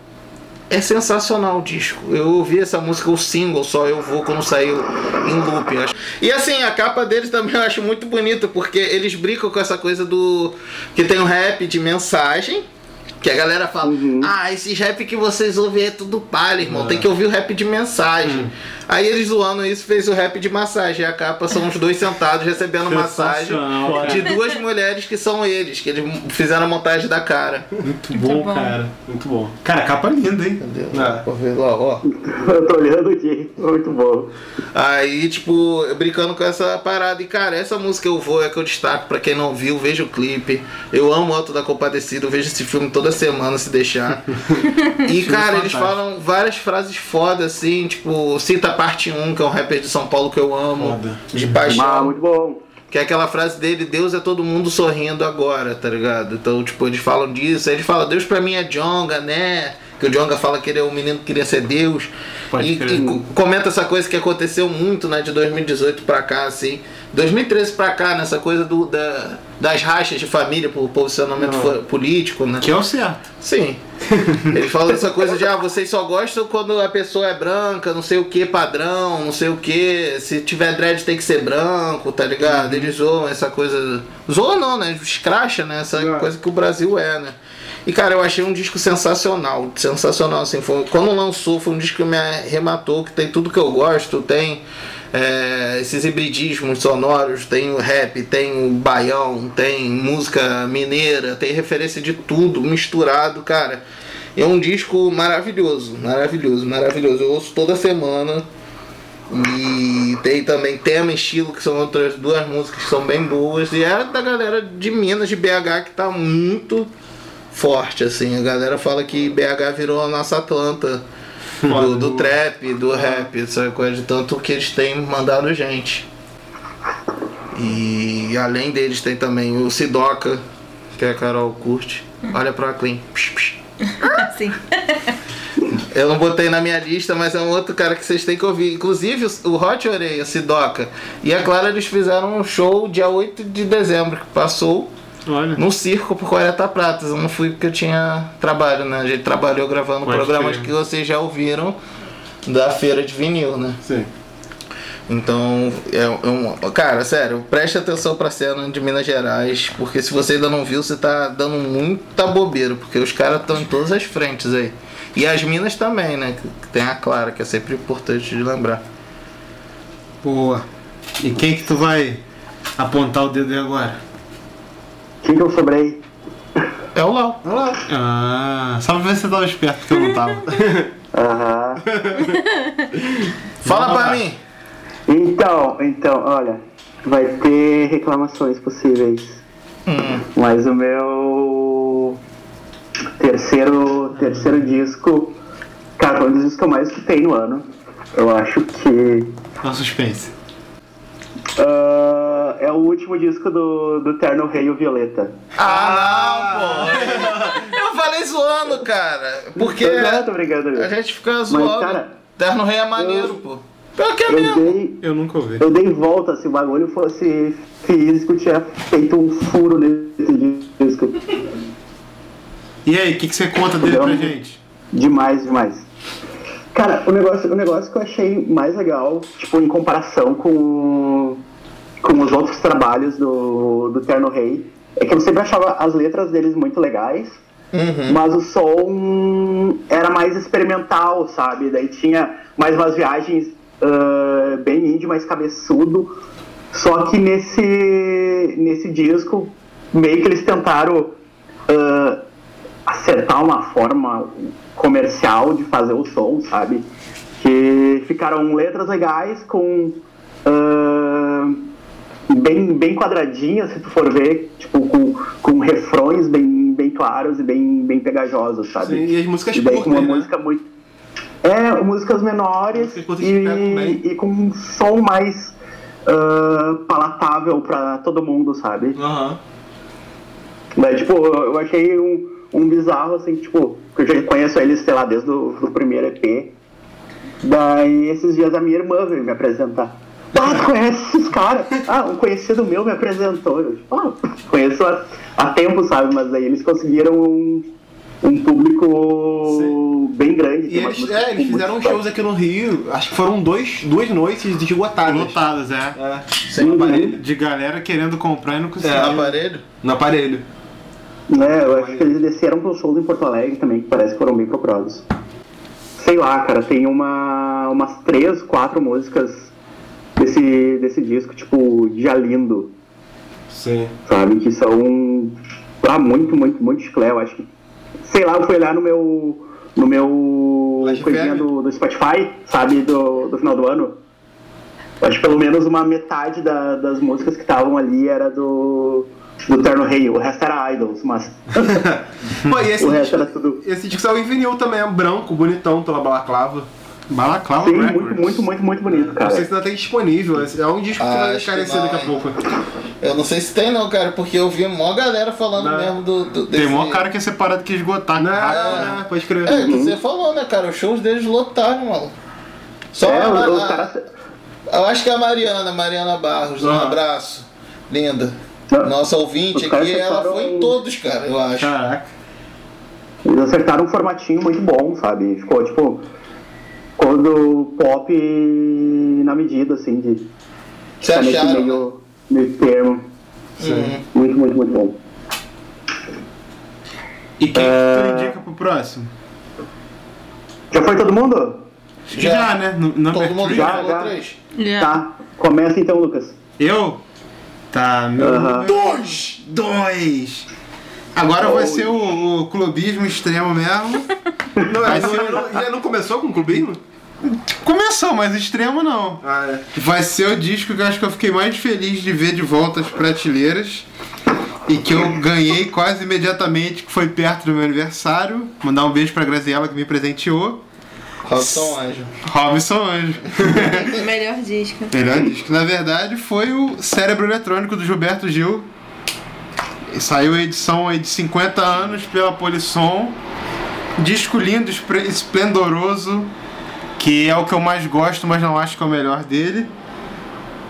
D: é sensacional o disco. Eu ouvi essa música, o single só eu vou quando saiu em loop. eu acho. E assim, a capa deles também eu acho muito bonita, porque eles brincam com essa coisa do. que tem um rap de mensagem. Que a galera fala,
A: Uhum.
D: ah, esses rap que vocês ouvem é tudo palha, irmão.
A: É.
D: Tem que ouvir o rap de mensagem.
A: Uhum.
D: Aí eles zoando isso, fez o rap de massagem. E a capa são os dois sentados recebendo massagem
A: Sensacional, cara.
D: de duas mulheres que são eles, que eles fizeram a montagem da cara.
A: Muito bom,
E: bom.
A: cara. Muito bom. Cara, capa linda, hein?
B: É.
D: Vou ver, ó, ó.
F: (laughs) Eu tô olhando aqui, muito bom.
D: Aí, tipo, brincando com essa parada. E, cara, essa música Eu Vou é que eu destaco pra quem não viu, veja o clipe. Eu amo Alto da Compadecida, eu vejo esse filme toda semana se deixar. e, cara, eles falam várias frases foda, assim, tipo, cita a parte 1, que é um rapper de São Paulo que eu amo, de
F: Ah,
D: paixão.
F: muito bom.
D: Que é aquela frase dele, Deus é todo mundo sorrindo agora, tá ligado? Então, tipo, eles falam disso, aí ele fala, Deus pra mim é Jonga, né? Que o Jonga fala que ele é um menino que queria ser Deus.
A: Pode
D: e,
A: crer.
D: e co- comenta essa coisa que aconteceu muito, né, de 2018 pra cá, assim. 2013 pra cá, nessa coisa do, da- das rachas de família por posicionamento fo- político, né?
A: Que é o certo.
D: Sim. Ele fala essa coisa de, ah, vocês só gostam quando a pessoa é branca, não sei o que, padrão, não sei o que. Se tiver dread tem que ser branco, tá ligado? Eles zoam essa coisa. Zoam não, né? Escracha, né? Essa coisa que o Brasil é, né? E cara, eu achei um disco sensacional, sensacional, assim, foi, quando lançou foi um disco que me arrematou, que tem tudo que eu gosto, tem é, esses hibridismos sonoros, tem o rap, tem o baião, tem música mineira, tem referência de tudo misturado, cara. É um disco maravilhoso, maravilhoso, maravilhoso. Eu ouço toda semana. E tem também tema e estilo, que são outras duas músicas que são bem boas. E é da galera de Minas, de BH, que tá muito forte, assim. A galera fala que BH virou a nossa Atlanta. Do, do trap, do rap, essa coisa de tanto que eles têm mandado gente. E além deles tem também o Sidoca, que a Carol curte. Olha pra Clean. Psh, psh.
E: Sim.
D: Eu não botei na minha lista, mas é um outro cara que vocês têm que ouvir. Inclusive, o- o Hot Oreia, Sidoca. E a Clara, eles fizeram um show dia 8 de dezembro, que passou
A: Olha.
D: no circo por 40 pratas. Eu não fui porque eu tinha trabalho, né? A gente trabalhou gravando
A: Pode
D: programas
A: crer.
D: que vocês já ouviram da feira de vinil, né?
B: Sim.
D: Então, é um. Cara, sério, preste atenção pra cena de Minas Gerais, porque se você ainda não viu, você tá dando muita bobeira, porque os caras estão em todas as frentes aí. E as Minas também, né? que- que Tem a Clara, que é sempre importante de lembrar.
A: Boa. E quem é que tu vai apontar o dedo aí agora?
F: Quem que eu sobrei?
D: É o Lau.
A: Ah, só pra ver se você tava esperto, porque eu não tava.
F: Aham.
D: Fala
A: Vamos
D: pra
A: lá.
D: mim!
F: Então, então, olha, vai ter reclamações possíveis.
D: Hum.
F: Mas o meu terceiro, terceiro disco, cara, foi um dos discos que eu mais escutei no ano. Eu acho que
A: Não suspense.
F: ah, é o último disco do, do Terno Rei e o Violeta.
D: Ah, não, pô! (laughs) Eu falei zoando, cara! Porque
F: Exato, obrigado,
D: a
F: amigo.
D: gente fica zoando.
F: cara,
D: Terno Rei é maneiro, pô. Pior que é
F: Eu
D: mesmo.
F: dei,
A: Eu nunca ouvi.
F: eu dei volta, se o bagulho fosse físico, eu tinha feito um furo nesse disco.
A: (laughs) E aí, o que, que você conta dele pra gente?
F: Demais, demais. Cara, o negócio, o negócio que eu achei mais legal, tipo, em comparação com, o- com os outros trabalhos do, do Terno Rei, é que eu sempre achava as letras deles muito legais, mas o som era mais experimental, sabe? Daí tinha mais umas viagens ah, bem indie, mais cabeçudo. Só que nesse, nesse disco, meio que eles tentaram ah, acertar uma forma comercial de fazer o som, sabe? Que ficaram letras legais com. ah, bem, bem quadradinhas, se tu for ver, tipo, com, com refrões bem, bem claros e bem, bem pegajosos, sabe?
B: Sim, e as músicas
F: E daí com uma
B: curtas, né?
F: música muito. É, músicas menores
B: Músicas curtas que pegam bem.
F: e, e com um som mais ah, palatável pra todo mundo, sabe?
B: Aham.
F: Mas, tipo, eu eu achei um, um bizarro, assim, tipo, que eu já conheço eles, sei lá, desde o do primeiro EP. Daí, esses dias a minha irmã veio me apresentar. Ah, tu conhece esses caras? Ah, um conhecido meu me apresentou. Eu, tipo, ah, conheço há, há tempo, sabe? Mas aí eles conseguiram um, um público bem grande.
B: E
F: tem umas
B: eles,
F: músicas
B: é, eles
F: com
B: fizeram
F: muito-
B: shows aqui no Rio, acho que foram dois, duas noites esgotadas.
A: Lotadas, é.
B: É,
D: Sem aparelho.
A: De galera querendo comprar e não
D: É,
A: conseguiu.
D: aparelho.
B: no aparelho.
F: É, eu acho que eles desceram para os shows em Porto Alegre também, que parece que foram bem procurados. Sei lá, cara, tem uma, umas três, quatro músicas desse, desse disco, tipo, Dia Lindo,
B: Sim.
F: sabe? Que são ah, muito, muito, muito chiclé, eu acho que. Sei lá, eu fui olhar no meu. no meu.
B: Flash
F: coisinha
B: Feb?
F: do, do Spotify, sabe, do, do final do ano. Eu Acho que pelo menos uma metade da- das músicas que estavam ali era do. do Terno Rei, o resto era Idols, mas.
B: (laughs) Pô, e esse
F: O
B: disco,
F: resto era tudo-
B: esse disco saiu em vinil também, é branco, bonitão, pela balaclava.
A: Balaclava né?
F: Sim,
A: Records.
F: muito, muito, muito, muito bonito,
B: Não sei
F: cara.
B: se ainda tem disponível, esse- é um disco que vai
D: Ah, Acho que
B: escarecer
D: não,
B: daqui a
D: hein.
B: pouco.
D: Eu não sei se tem não, cara, porque eu vi mó galera falando
B: Não.
D: mesmo do, do
A: Tem
D: desse-
A: mó cara que é separado que esgotar.
B: Não,
A: rápido, né?
B: não, não, pode crer.
D: É, que
F: Uhum.
D: você falou, né, cara? Os shows deles lotaram, mano. Só
F: É,
D: a,
F: os, os
D: a-
F: caras.
D: Eu acho que a Mariana, Mariana Barros, um
B: Ah.
D: abraço. Linda.
F: Não.
D: Nossa ouvinte
F: Ah, Os caras um Ah,
D: aqui, ela
F: separam-
D: foi em todos, cara, eu acho.
B: Caraca.
F: Eles acertaram um formatinho muito bom, sabe? Ficou tipo. Quando pop na medida, assim, de
D: Você
F: tá nesse
D: acharam? né?
F: meio, meio termo.
D: Uhum.
F: Muito, muito, muito bom.
D: É.
A: E quem que tu indica pro próximo?
F: Já foi todo mundo?
A: Acho que já, né? No, no
D: Todo mundo
A: abertura.
D: já
F: Já,
D: jogou
F: já.
D: três.
F: Tá, começa então, Lucas.
A: Eu? Tá, meu.
F: Aham.
A: Dois! Dois! Agora vai ser o, o clubismo extremo mesmo.
B: Não, é, não, não, já não começou com o clubinho?
A: Começou, mas extremo não.
B: Ah, é.
A: Vai ser o disco que eu acho que eu fiquei mais feliz de ver de volta às prateleiras. E que eu ganhei quase imediatamente, que foi perto do meu aniversário. Mandar um beijo pra Graziela que me presenteou.
D: Robson Anjo.
A: Robson Anjo.
E: Tá. Melhor disco.
A: Melhor disco, na verdade, foi o Cérebro Eletrônico do Gilberto Gil. E Saiu a edição aí de 50 anos pela Polisson. Disco lindo, espre- esplendoroso, que é o que eu mais gosto, mas não acho que é o melhor dele.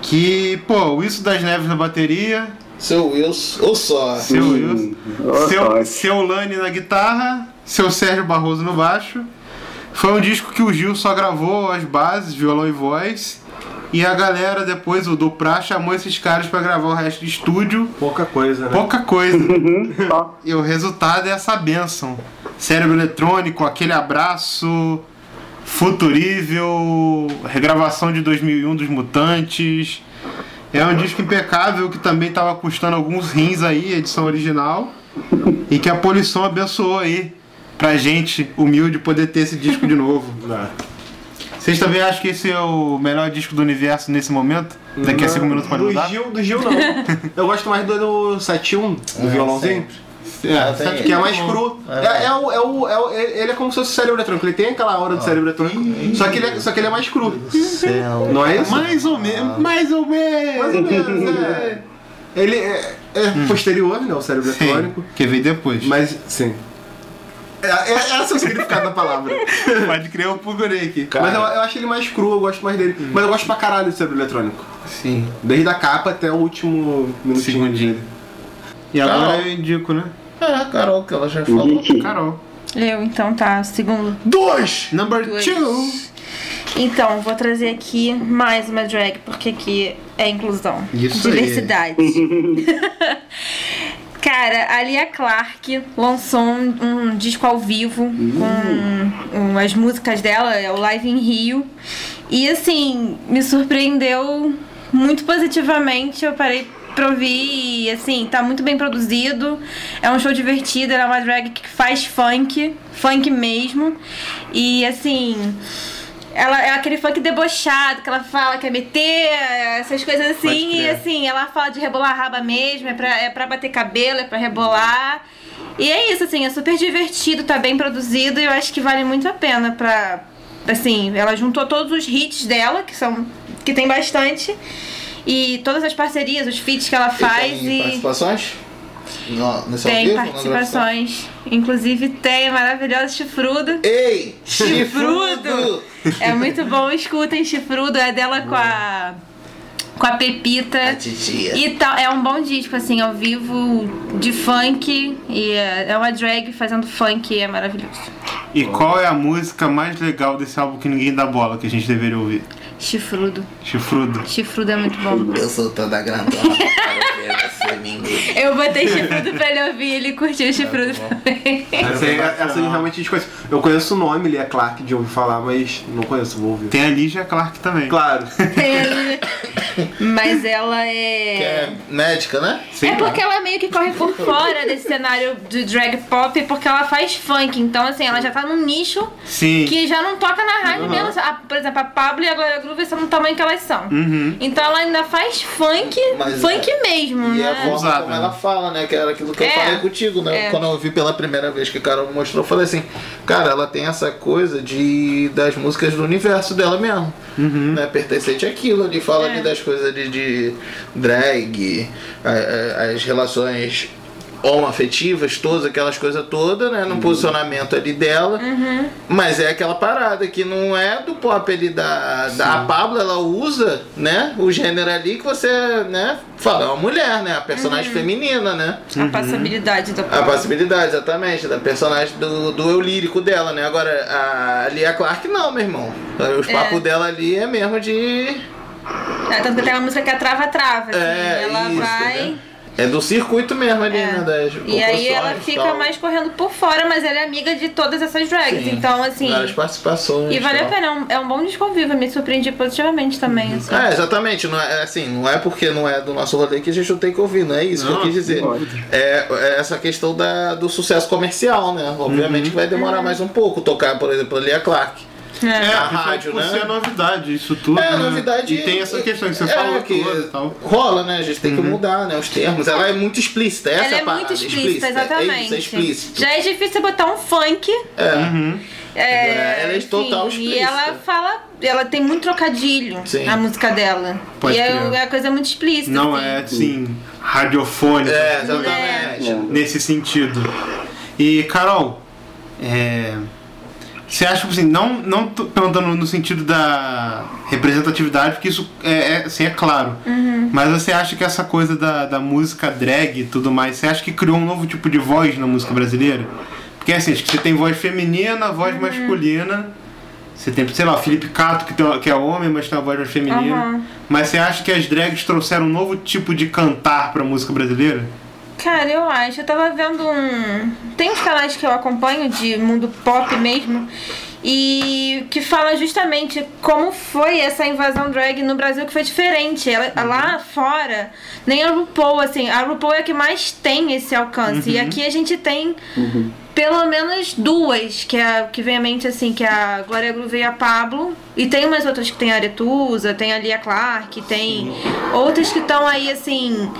A: Que, pô, o Wilson das Neves na bateria,
D: Seu Wilson. Ou só.
F: Hum.
A: seu Wilson,
F: boa
A: seu,
F: sorte.
A: seu Lani na guitarra, seu Sérgio Barroso no baixo. Foi um disco que o Gil só gravou as bases, violão e voz. E a galera depois, o Duprá, chamou esses caras pra gravar o resto de estúdio.
B: Pouca coisa, né?
A: Pouca coisa.
F: Só.
A: E o resultado é essa benção. Cérebro eletrônico, aquele abraço, futurível, regravação de 2001 dos Mutantes. É um disco impecável que também estava custando alguns rins aí, a edição original. E que a Polição abençoou aí pra gente, humilde, poder ter esse disco de novo.
B: (laughs) Ah.
A: Vocês também acham que esse é o melhor disco do universo nesse momento? Daqui a cinco minutos pode
B: do
A: mudar?
B: Gil, do Gil não. Eu gosto mais do, do 71, do
D: É,
B: violãozinho.
A: É,
D: tem-
A: sabe
B: Que é mais
A: bom.
B: cru. É, é o, é o, é o- ele ele é como se fosse o cérebro eletrônico. Ele tem aquela aura do cérebro eletrônico. Só que, ele é, só que ele é mais cru. Não é isso?
A: Mais ou menos, mais ou
B: Mais
A: menos.
B: ou menos, é. Ele é, é posterior, né? O cérebro eletrônico.
A: Sim, que veio depois.
B: Mas, sim. É, é, esse é o significado da palavra.
A: (laughs) Pode crer, eu procurei aqui.
B: Mas eu, eu acho ele mais cru, eu gosto mais dele. Mas eu gosto pra caralho do cérebro eletrônico.
A: Sim.
B: Desde a capa até o último minutinho.
A: Segundinho. E agora eu indico, né?
D: É, a Carol, que ela já
F: Uhum. um
D: falou.
A: Carol.
E: Eu, então tá, segundo.
A: Dois! Number
E: Dois.
A: two!
E: Então, vou trazer aqui mais uma drag, porque aqui é inclusão.
A: Isso aí.
E: Diversidade. Cara, a Lia Clark lançou um, um disco ao vivo
A: Hum.
E: com um, as músicas dela, é o Live em Rio. E assim, me surpreendeu muito positivamente. Eu parei pra ouvir e assim, tá muito bem produzido. É um show divertido, ela é uma drag que faz funk, funk mesmo. E assim. Ela é aquele funk debochado que ela fala que é meter, essas coisas assim.
A: Pode
E: E
A: crer.
E: assim, ela fala de rebolar a raba mesmo, é pra, é pra bater cabelo, é pra rebolar. E é isso, assim, é super divertido, tá bem produzido e eu acho que vale muito a pena pra. Assim, ela juntou todos os hits dela, que são. que tem bastante. E todas as parcerias, os feats que ela faz
D: tem né,
E: e.
D: participações? No, nesse ao
E: Tem
D: vivo, na gravação?
E: participações. Inclusive tem a maravilhosa Chifrudo.
D: Ei!
E: Chifrudo!
D: (laughs)
E: É muito bom, escutem Chifrudo, é dela com a. com a Pepita.
D: A titia.
E: E tal, é um bom disco, assim, ao vivo, de funk. E é é uma drag fazendo funk, é maravilhoso.
A: E qual é a música mais legal desse álbum que ninguém dá bola, que a gente deveria ouvir?
E: Chifrudo.
A: Chifrudo.
E: Chifrudo é muito bom.
D: Eu sou toda grandona, quero ver você me engolir.
E: Eu botei chifrudo pra ele ouvir e ele curtiu o chifrudo também.
B: Essa, aí- essa eu realmente desconheço. Eu conheço o nome, Lia Clark, de ouvir falar, mas não conheço, vou ouvir.
A: Tem a Ligia Clark também.
B: Claro.
E: Tem ali- Mas ela é.
D: Que é médica, né?
A: Sei
E: é
A: lá.
E: porque ela meio que corre por fora desse cenário de drag pop, porque ela faz funk. Então, assim, ela já tá num nicho
A: Sim.
E: que já não toca na rádio mesmo. A- por exemplo, a Pablo e a Glória Groove são do tamanho que elas são. Então ela ainda faz funk,
D: Uhum. Mas é.
E: funk mesmo,
D: E
E: né?
D: a forma
A: Ousada,
D: como
A: né?
D: ela fala, né? Que era aquilo que eu
E: É.
D: falei contigo, né?
E: É.
D: Quando eu vi pela primeira vez que a Carol me mostrou, eu falei assim, cara, ela tem essa coisa de das músicas do universo dela mesmo. Né? Pertencente àquilo, de fala ali das coisas de, de drag, a- a- as relações homoafetivas, todas aquelas coisas todas, né? No posicionamento ali dela. Mas é aquela parada que não é do pop ali da, da a Pablo, ela usa, né? O gênero ali que você, né? Fala, é uma mulher, né? A personagem feminina, né?
E: A passabilidade da
D: A
E: Pablo.
D: possibilidade, exatamente, da personagem do, do eu lírico dela, né? Agora, a Lia Clark não, meu irmão. Os papos dela ali é mesmo de.
E: É, tanto que tem uma música que é a trava-trava. Assim,
D: É,
E: ela
D: isso,
E: vai.
D: né? É do circuito mesmo ali,
E: É.
D: né? Das
E: E aí
D: concursões
E: ela
D: e
E: fica
D: tal.
E: mais correndo por fora, mas ela é amiga de todas essas drags.
D: Sim.
E: Então, assim.
D: Várias participações.
E: E vale a
D: tal.
E: pena, é um, é um bom desconvívio, me surpreendi positivamente também. assim.
D: É, exatamente. Não é, é assim, não é porque não é do nosso rolê que a gente não tem que ouvir, não é isso que eu quis dizer. É, é essa questão da, do sucesso comercial, né? Obviamente que vai
E: É.
D: demorar mais um pouco tocar, por exemplo, ali a Clark.
A: É,
D: a
A: porque
D: rádio,
A: por
D: né?
A: ser novidade, isso tudo.
D: É,
A: né?
D: novidade.
A: E tem essa questão que você então.
D: é,
A: falou
D: que
A: toda e tal.
D: Rola, né? A gente tem
A: Uhum.
D: que mudar, né? Os termos. Ela é muito explícita. Essa
E: Ela
D: é
E: é
D: a parada.
E: muito explícita,
D: É
E: exatamente.
D: isso, é explícito.
E: Já é difícil botar um funk.
D: É.
A: Uhum.
E: É,
D: Ela é total
E: E
D: explícita.
E: ela fala, ela tem muito trocadilho
D: Sim.
E: na música dela.
A: Pode
E: e é,
A: crer.
E: é uma coisa muito explícita.
A: Não
E: assim.
A: é, assim, radiofônico.
D: É, exatamente.
A: nesse sentido. E, Carol, é, você acha, assim, não, não tô perguntando no sentido da representatividade, porque isso é, é, assim, é claro, mas você acha que essa coisa da, da música drag e tudo mais, você acha que criou um novo tipo de voz na música brasileira? Porque, assim, acho que você tem voz feminina, voz masculina... Você tem, sei lá, o Felipe Cato, que, tem uma- que é homem, mas tem uma voz mais feminina.
E: Aham.
A: Mas você acha que as drags trouxeram um novo tipo de cantar pra música brasileira?
E: Cara, eu acho. Eu tava vendo um. Tem uns canais que eu acompanho de mundo pop mesmo. E que fala justamente como foi essa invasão drag no Brasil que foi diferente. Ela, Lá fora, nem a RuPaul, assim, a RuPaul é a que mais tem esse alcance. E aqui a gente tem pelo menos duas, que é que vem à mente assim, que é a Glória Groove e a Pablo. E tem umas outras que tem a Aretusa, tem a Lia Clark, tem outras que estão aí assim,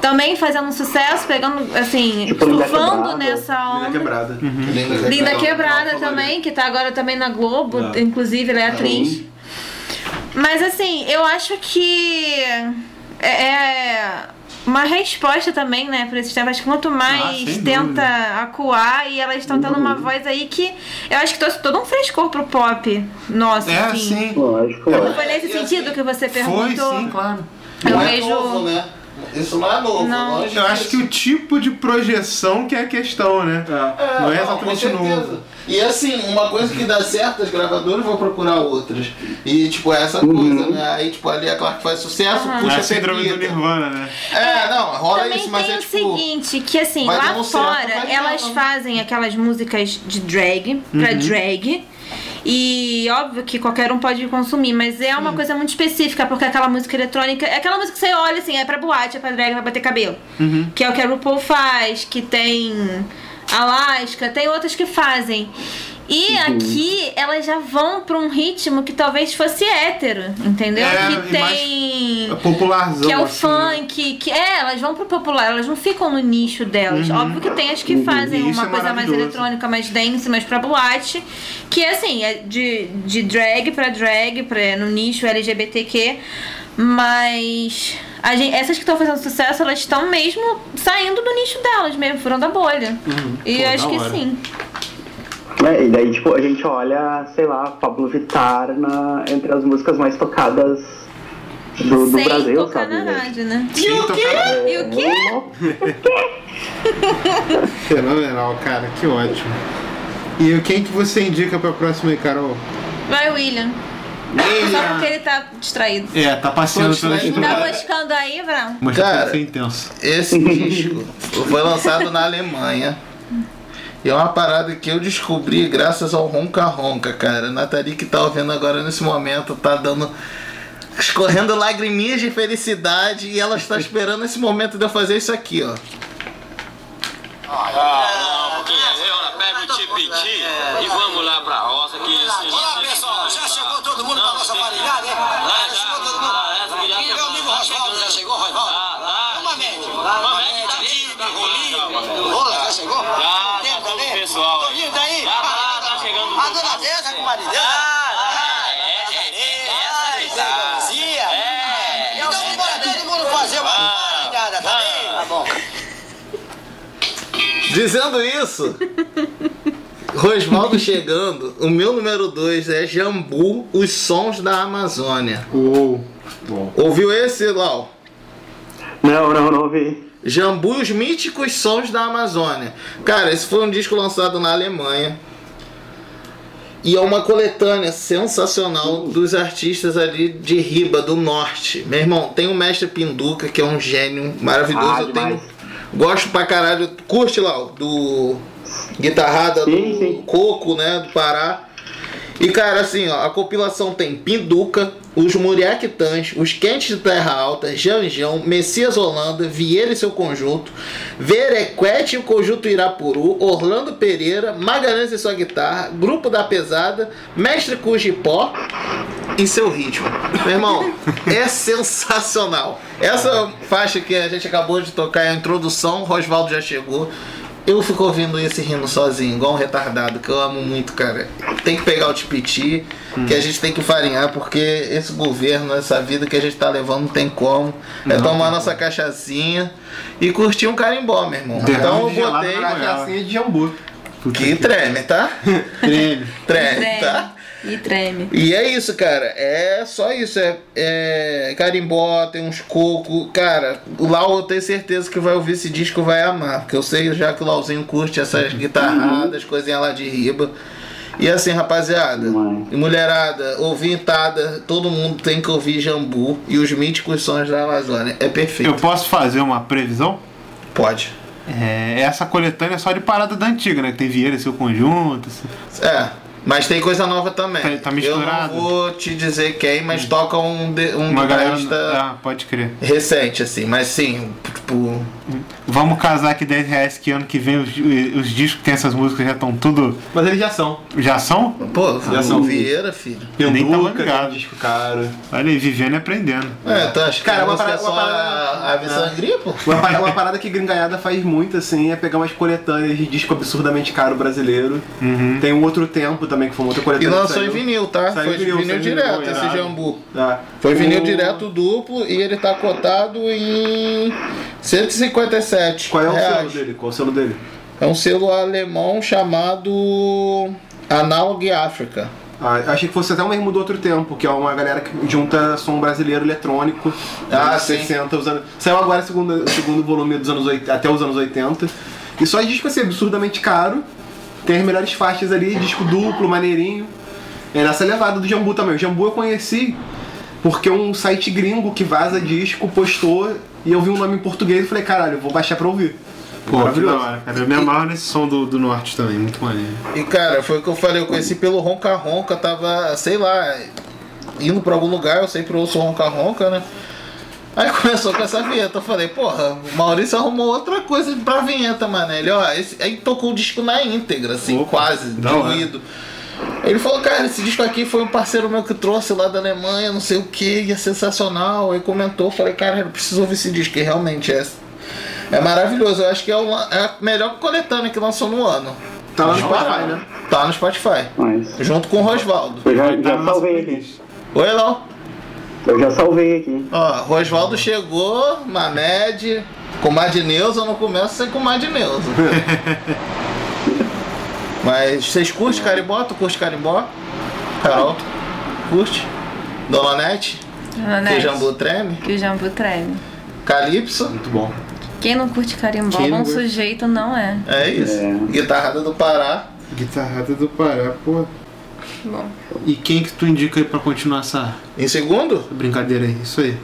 E: também fazendo sucesso, pegando, assim,
F: Tipo, Linda
E: surfando
F: Quebrada.
E: nessa
B: Linda
E: onda.
B: quebrada.
D: Uhum.
E: né? Linda
D: Quebrada.
E: Quebrada também, que tá agora também na Globo,
B: Tá.
E: inclusive, ela é atriz. Mas assim, eu acho que é- é uma resposta também, né, para esses temas. Quanto mais
A: Ah, sem
E: tenta
A: dúvida. Uhum.
E: acuar e elas estão dando uma voz aí que eu acho que trouxe todo um frescor pro pop nosso.
A: É,
E: assim.
A: sim.
F: Lógico,
E: Não
F: lógico.
E: foi nesse
D: E,
E: sentido
D: assim,
E: que você
A: Foi,
E: perguntou.
A: sim, claro.
E: Eu
D: Não é
E: vejo.
D: novo, né? Isso não é novo.
E: Não.
D: longe
A: Eu acho que
D: disso.
A: o tipo de projeção que é a questão, né?
B: É.
A: Não é
D: com
A: exatamente
D: certeza.
A: novo.
D: E assim, uma coisa que dá certo, as gravadoras vão procurar outras. E tipo, é essa coisa, né? Aí tipo, ali a Clark faz sucesso,
A: É
D: puxa
A: Uhum. a
D: a
A: síndrome do
D: pepita.
A: Nirvana, né?
D: É, não, rola
E: Também
D: isso, mas
E: tem
D: é
E: o
D: tipo.
E: seguinte, que assim,
D: vai
E: lá
D: dando certo,
E: fora
D: vai
E: elas
D: dando.
E: fazem aquelas músicas de drag pra drag. E óbvio que qualquer um pode consumir, mas é uma coisa muito específica, porque aquela música eletrônica. É aquela música que você olha assim, é pra boate, é pra drag, é pra bater cabelo. Que é o que a RuPaul faz, que tem Alaska, tem outras que fazem. E aqui elas já vão pra um ritmo que talvez fosse hétero, entendeu?
A: É,
E: que
A: e mais-
E: tem.
A: É popularzão.
E: Que é o
A: assim, né?
E: funk, que é, elas vão pro popular, elas não ficam no nicho delas. Óbvio que tem as que fazem
A: Isso Uhum.
E: uma
A: é
E: coisa mais
A: maravilhoso.
E: eletrônica, mais dance, mais pra boate, que é assim, é de, de drag pra drag, pra, no nicho LGBTQ, mas a gen- essas que estão fazendo sucesso, elas estão mesmo saindo do nicho delas mesmo, foram da bolha. e
A: Uhum. Pô,
E: eu acho
A: da
E: que
A: hora.
E: sim.
F: É, e daí, tipo, a gente olha, sei lá, Pablo Vittar na, entre as músicas mais tocadas do, do
E: Sem
F: Brasil,
E: tocar
F: sabe?
E: na rádio, né?
A: Sim, tocar-
E: E o quê?
A: Fenomenal, cara. Que ótimo. E quem que você indica pra próxima aí, Carol?
E: Vai, William. Só porque ele tá distraído.
A: É, tá passeando
D: Tô
A: pela
D: distraído.
A: estrutura.
E: Tá buscando aí, Brão?
A: Mas tá
D: Cara.
A: ser intenso.
D: Esse disco foi lançado na Alemanha. E é uma parada que eu descobri graças ao Ronca Ronca, cara. A Nathalie que tá ouvindo agora nesse momento, tá dando. escorrendo lagriminhas de felicidade e ela está esperando esse momento de eu fazer isso aqui, ó.
G: Ah, E vamos lá pra roça que Olá É. pessoal, já chegou todo mundo pra nossa parilhada, hein? Já chegou todo mundo. Meu amigo Rosvaldo já chegou, Rosvaldo? Uma média. Tá, Uma média tá de rolinho. Rola, tá já chegou? Já, já todo o pessoal. Toninho daí? Já tá, tá chegando. A dona Deza com o marido dela? Ah, é, é, é. Então vambora todo mundo fazer uma parilhada, tá bem? Tá bom.
D: Dizendo isso, Rosvaldo chegando, o meu número 2 é Jambu, os sons da Amazônia.
A: Uou.
D: Ouviu esse, Lau?
F: Não, não, não ouvi.
D: Jambu e os míticos sons da Amazônia. Cara, esse foi um disco lançado na Alemanha. E é uma coletânea sensacional
F: Uh.
D: dos artistas ali de Riba, do norte. Meu irmão, tem o Mestre Pinduca, que é um gênio maravilhoso.
F: Ah,
D: Eu tenho,
F: demais.
D: gosto pra caralho. Curte lá, o do Guitarrada
F: Sim,
D: do
F: sim.
D: Coco, né? Do Pará. E cara, assim, ó, a compilação tem Pinduca, os Muriaquitãs, os Quentes de Terra Alta, Janjão, Messias Holanda, Vieira e seu conjunto, Verequete e o conjunto Irapuru, Orlando Pereira, Magalhães e sua guitarra, Grupo da Pesada, Mestre Cujipó e seu ritmo. Meu irmão, é sensacional. Essa faixa que a gente acabou de tocar é a introdução, Rosvaldo já chegou. Eu fico ouvindo esse rindo sozinho, igual um retardado, que eu amo muito, cara. Tem que pegar o tipiti, que a gente tem que farinhar, porque esse governo, essa vida que a gente tá levando, não tem como. É tomar nossa cachaçinha e curtir um carimbó, meu irmão.
A: Derrame
D: então eu
A: de gelado
D: botei.
A: na
B: Cachacinha de jambu.
D: Que treme, tá?
A: Treme.
D: Treme, tá?
E: E treme.
D: E é isso, cara. É só isso. É, é carimbó, tem uns coco. Cara, o Lau eu tenho certeza que vai ouvir esse disco e vai amar. Porque eu sei já que o Lauzinho curte essas
A: Uhum.
D: guitarradas, coisinha lá de riba. E assim, rapaziada,
F: Mãe.
D: e mulherada, ouvintada, todo mundo tem que ouvir Jambu e os míticos sons da Amazônia. É perfeito.
A: (laughs) Eu posso fazer uma previsão?
D: Pode.
A: É, essa coletânea é só de parada da antiga, né? Que tem Vieira e seu conjunto. assim.
D: É, mas tem coisa nova também.
A: Tá- tá misturado? Hum.
D: Eu não vou te dizer quem, mas toca um, de, um
A: Uma galera.
D: guitarrista
A: Ah, pode crer.
D: recente, assim. Mas sim, tipo,
A: Vamos casar aqui 10 reais que ano que vem os, os discos que tem essas músicas já estão tudo.
B: Mas eles já são.
A: Já são?
D: Pô,
B: Já são.
D: o Vieira, filho.
A: Eu nem tava
B: Pinduca, que é um
A: ligado.
B: disco caro.
A: Olha aí, vivendo e aprendendo.
D: É, tu acha que
B: Cara,
D: a
B: uma
D: música é
B: parada-
D: só
B: uma parada- É.
D: a, a versão gringa, pô?
B: Uma parada, uma parada que gringaiada faz muito, assim, é pegar umas coletâneas de disco absurdamente caro brasileiro. Tem um outro tempo também, que foi uma outra
D: E
B: coletânea. que
D: lançou em
B: saiu.
D: vinil, tá?
B: Saiu
D: Foi
B: em vinil,
D: vinil,
B: saiu em vinil,
D: direto, esse
B: irado.
D: jambu.
B: Tá.
D: Foi vinil
B: O-
D: direto duplo e ele tá cotado em 157
B: Qual é o
D: reais.
B: selo dele? Qual é o selo dele?
D: É um selo alemão chamado Analog África.
B: Ah, achei que fosse até o mesmo do outro tempo, que é uma galera que junta som brasileiro eletrônico. né,
D: Ah,
B: anos
D: sim.
B: 60, usando... Saiu agora o segundo, o segundo volume dos anos oit- até os anos 80. E só disco assim, absurdamente caro. Tem as melhores faixas ali, disco duplo, maneirinho. É nessa levada do Jambu também. O Jambu eu conheci porque um site gringo que vaza disco postou e eu vi um nome em português e falei, caralho, eu vou baixar pra ouvir.
A: Pô, que da hora, cara. Eu me amarro nesse som do, do norte também, muito maneiro.
D: E cara, foi o que eu falei, eu conheci pelo Ronca Ronca, tava, sei lá, indo pra algum lugar, eu sempre ouço Ronca Ronca, né? Aí (laughs) começou com essa vinheta, eu falei, porra, o Maurício arrumou outra coisa pra vinheta, mano. Ele, ó, esse- aí tocou o disco na íntegra, assim,
A: Opa,
D: quase,
A: da hora.
D: diluído. Ele falou, cara, esse disco aqui foi um parceiro meu que trouxe lá da Alemanha, não sei o que, e é sensacional. Aí comentou, eu falei, cara, eu preciso ouvir esse disco, e realmente é, é maravilhoso. Eu acho que é, uma, é a melhor coletânea que lançou no ano.
B: Tá lá no Spotify, né?
D: Tá no Spotify.
F: Mas
D: Junto com o Rosvaldo.
F: eu já,
A: Tá
F: já
A: na nossa
F: salvei aqui.
A: playlist.
D: Oi, Lão.
F: Eu já salvei aqui.
D: Ó, Rosvaldo chegou, Mamed, com Madneuza, eu não começo sem com Madneuza. Mas vocês curtem carimbó? Tu curte carimbó? Carol, tu curte? Dona Nete?
E: Dona Nete.
D: Que jambu treme?
E: Que o jambu treme.
D: Calypso?
B: Muito bom.
E: Quem não curte carimbó,
A: Quem não
E: bom
A: curte-
E: sujeito não é.
D: É isso.
F: É.
D: Guitarrada do Pará.
A: Guitarrada do Pará, pô.
E: Bom.
A: E quem que tu indica aí pra continuar essa
D: Em segundo?
A: brincadeira
B: é
A: aí? Isso aí.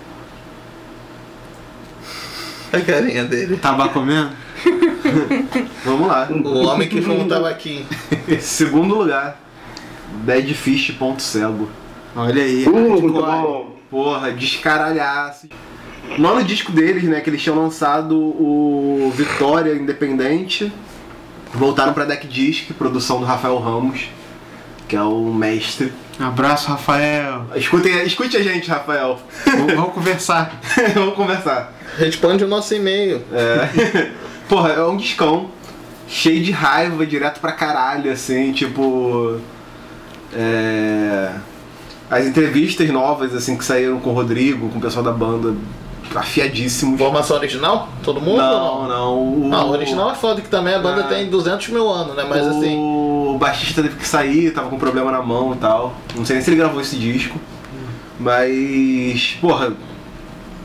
D: A carinha dele.
A: Tabacomendo?
B: Vamos
F: (laughs)
B: lá.
D: O homem que fuma um tabaquinho.
B: Segundo lugar, deadfish.cego.
A: Olha aí.
F: Uh, muito
B: Hardcore.
F: bom.
B: Porra, descaralhaço. Nono disco deles, né? Que eles tinham lançado o Vitória Independente. Voltaram pra Deck Disc, produção do Rafael Ramos, que é o mestre.
A: Um Abraço, Rafael.
B: Escutem, escute a gente, Rafael. (laughs)
A: Vamos, vamos conversar.
B: Vamos conversar.
D: Responde o nosso e-mail.
B: Porra, é um discão cheio de raiva, direto pra caralho, assim, tipo. É. As entrevistas novas, assim, que saíram com o Rodrigo, com o pessoal da banda, afiadíssimos.
D: Informação original? Todo mundo? ou
B: Não, não. O,
D: Ah, o original é foda que também a banda
B: Ah.
D: tem 200 mil anos, né? Mas assim,
B: O baixista teve que sair, tava com problema na mão e tal. Não sei nem se ele gravou esse disco. Mas, porra,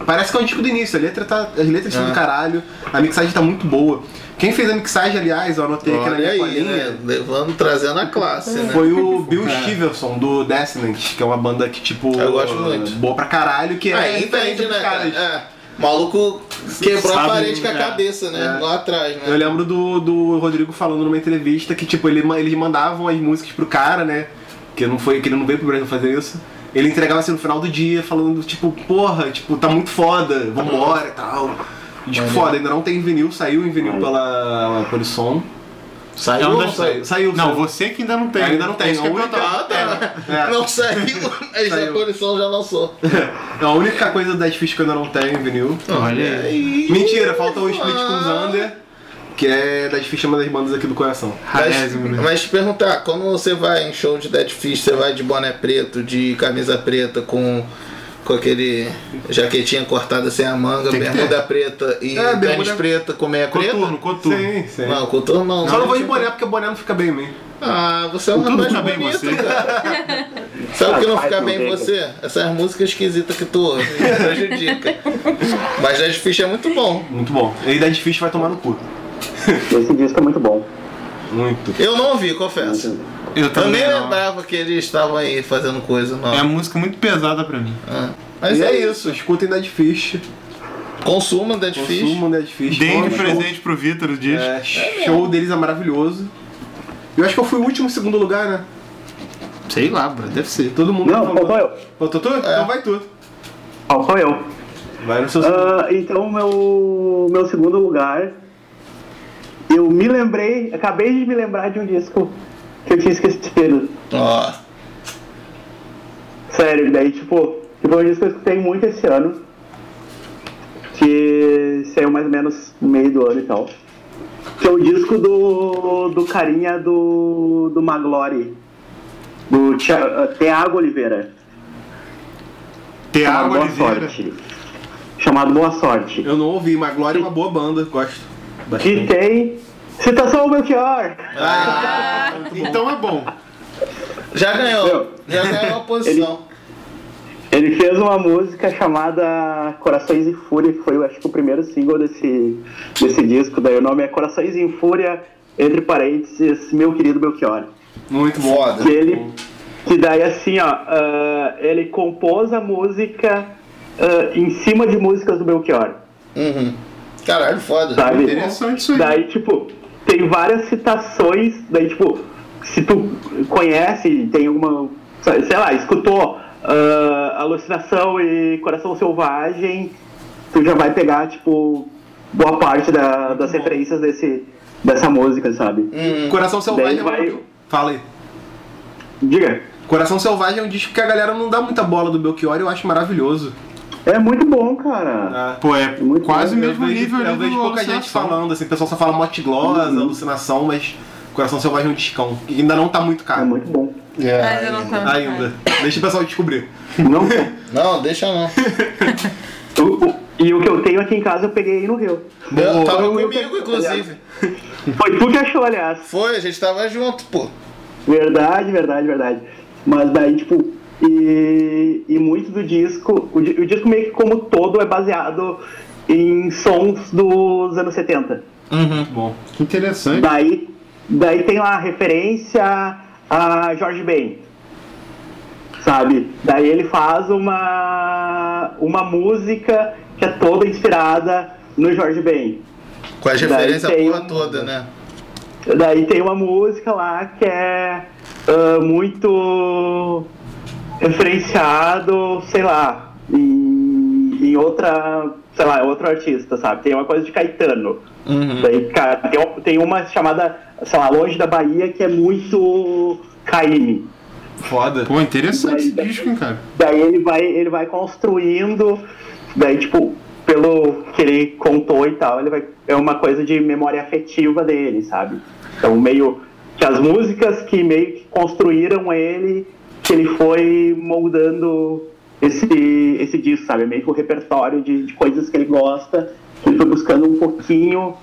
B: Parece que é um disco do início, a letra tá, as letras
D: É.
B: estão do caralho, a mixagem tá muito boa. Quem fez a mixagem, aliás, eu anotei aqui na
D: Olha
B: minha
D: aí,
B: colinha,
D: né? Levando, trazendo a classe, né?
B: foi o Bill Stevenson, do Descendants, que é uma banda que, tipo,
D: Eu gosto muito.
B: boa pra caralho, que é
D: Aí
B: referência
D: entende,
B: dos
D: né, cara?
B: caras.
D: É. O maluco quebrou
A: Sabe,
D: a parede com a
A: é,
D: cabeça, né?
B: é.
D: Lá atrás, né?
B: Eu lembro do, do Rodrigo falando numa entrevista que, tipo, ele, ma- eles mandavam as músicas pro cara, né? Que não foi, que ele não veio pro Brasil fazer isso. Ele entregava assim no final do dia, falando, tipo, porra, tipo, tá muito foda, vambora e tal. E, tipo, foda, ainda não tem vinil, saiu em vinil pela, pelo som.
D: Saiu
A: Não,
D: ou
A: não
D: não saiu?
B: Saiu, saiu.
A: É um Não,
B: saiu.
A: você que ainda não tem.
B: Ainda não tem,
A: É isso que eu
B: a
A: ia
B: única-
A: perguntar.
D: Ah,
A: (laughs)
D: tá.
B: É.
D: Não saiu, (laughs) mas a
B: Saiu.
D: condição já lançou.
B: A única coisa da Dead Fish que eu ainda não tenho em vinil.
D: É
A: Olha aí.
B: Mentira, falta o split com o Zander, que é Dead Fish, uma das bandas aqui do coração.
D: Mas,
A: Rarésimo, né?
D: mas te perguntar, quando você vai em show de Dead Fish, você vai de boné preto, de camisa preta, com, com aquele jaquetinha cortada sem a manga,
A: Tem que
D: bermuda preta e
B: É,
D: tênis
B: bermuda-
D: preta com meia preta?
A: Coturno, coturno.
B: Sim, sim.
D: Não, coturno não.
B: Só não vou de boné porque boné não fica bem em mim.
D: Ah, você é um
A: Coturno
D: rapaz
A: fica bem em
D: bonito,
A: você.
D: cara. Sabe o que não
F: Rapaz,
D: fica
F: não
D: bem em
F: tem,
D: você? Essas músicas esquisitas que tu ouve, prejudica. Mas Dead Fish é muito bom.
B: Muito bom. E Dead Fish vai tomar no cu.
F: Esse disco é muito bom.
B: Muito.
D: Eu não ouvi, confesso.
A: Eu
D: Eu
A: também. é
D: nem
A: não.
D: lembrava que eles estavam aí fazendo coisa, não.
A: É música muito pesada pra mim.
D: Mas
B: e
D: é
B: é
D: isso.
B: isso, escutem Dead Fish.
D: Consuma né? É Dead Fish.
B: Consumam Dead Fish.
A: Dei
B: Vamos,
A: de presente pro Vitor o disco.
B: É, show deles é maravilhoso. Eu acho que eu fui o último segundo lugar, né?
A: Sei lá, bro, deve ser.
B: Todo mundo.
F: Não,
B: falou.
F: faltou eu. É.
B: Faltou tu? Então vai tu.
F: Faltou eu.
B: Vai no seu segundo.
F: Ah, então, meu, meu segundo lugar. Eu me lembrei, acabei de me lembrar de um disco que eu tinha esquecido.
D: Ó.
F: Sério, daí, tipo, que foi um disco que eu escutei muito esse ano. Que saiu mais ou menos no meio do ano e tal. Que é o disco do, do carinha do, do Maglore. Do Thia- Thiago Oliveira.
A: Tiago
F: Chamado
A: Oliveira.
F: Sorte. Chamado Boa Sorte.
B: Eu não ouvi, mas Glória é uma boa banda, gosto.
F: Que
B: Bastante.
F: tem. Citação ao Melchior!
A: Então é bom.
D: Já ganhou.
F: Meu.
D: Já
F: (laughs)
D: ganhou a posição.
F: Ele fez uma música chamada Corações em Fúria, que foi, eu acho que, o primeiro single desse, desse disco. Daí o nome é Corações em Fúria, entre parênteses, meu querido Belchior.
B: Muito bom.
D: Foda.
F: Que ele. Que daí, assim, ó, ah, ele compôs a música ah, em cima de músicas do Belchior,
D: Uhum. Caralho, foda.
F: sabe?
A: Interessante isso aí.
F: Daí, tipo, tem várias citações. Daí, tipo, se tu conhece, tem alguma. Sei lá, escutou ah, Alucinação e Coração Selvagem, tu já vai pegar, tipo, boa parte da- das referências desse, dessa música, sabe?
B: Coração Selvagem
F: Hum. Daí
B: é uma...
F: vai.
B: Fala aí.
F: Diga.
B: Coração Selvagem é um disco que a galera não dá muita bola do Belchior e eu acho maravilhoso.
F: É muito bom, cara.
A: Pô, é
F: Muito
A: quase o
F: bom.
A: mesmo
B: eu vejo,
A: nível ali
B: eu vejo
A: do
B: pouca gente
A: Alucinação.
B: falando, assim, o pessoal só fala mote glosa, alucinação, mas Coração Selvagem é um discão. E ainda não tá muito caro.
F: É muito bom.
E: Mas eu não conheço.
B: Ainda. Deixa o pessoal descobrir.
F: Não
D: Não, deixa não.
F: o- o- E o que eu tenho aqui em casa eu peguei aí no Rio.
D: Eu, tava
F: Foi o Will
D: comigo,
F: que-
D: inclusive.
F: Foi tu que achou, aliás.
D: Foi, a gente tava junto, pô.
F: Verdade, verdade, verdade. Mas daí, tipo, e, e muito do disco, o, di- o disco meio que como todo é baseado em sons dos anos 70.
B: Bom.
A: Que interessante.
F: Daí, daí tem lá a referência a George Ben. Sabe? Daí ele faz uma, uma música que é toda inspirada no George Ben.
D: Com as
F: Daí
D: referências a
F: tem
D: porra
F: um-
D: toda, né?
F: Daí tem uma música lá que é ah, muito referenciado, sei lá, em, em outra, sei lá, é outro artista, sabe? Tem uma coisa de Caetano. Daí, cara, tem, um- tem uma chamada, sei lá, Longe da Bahia, que é muito Caime.
B: Foda.
A: Pô, interessante esse disco, hein, cara.
F: Daí ele vai, ele vai construindo, daí tipo, pelo que ele contou e tal, ele vai, é uma coisa de memória afetiva dele, sabe? Então meio que as músicas que meio que construíram ele, que ele foi moldando esse, esse disco, sabe? É Meio que o repertório de, de coisas que ele gosta, que ele foi buscando um pouquinho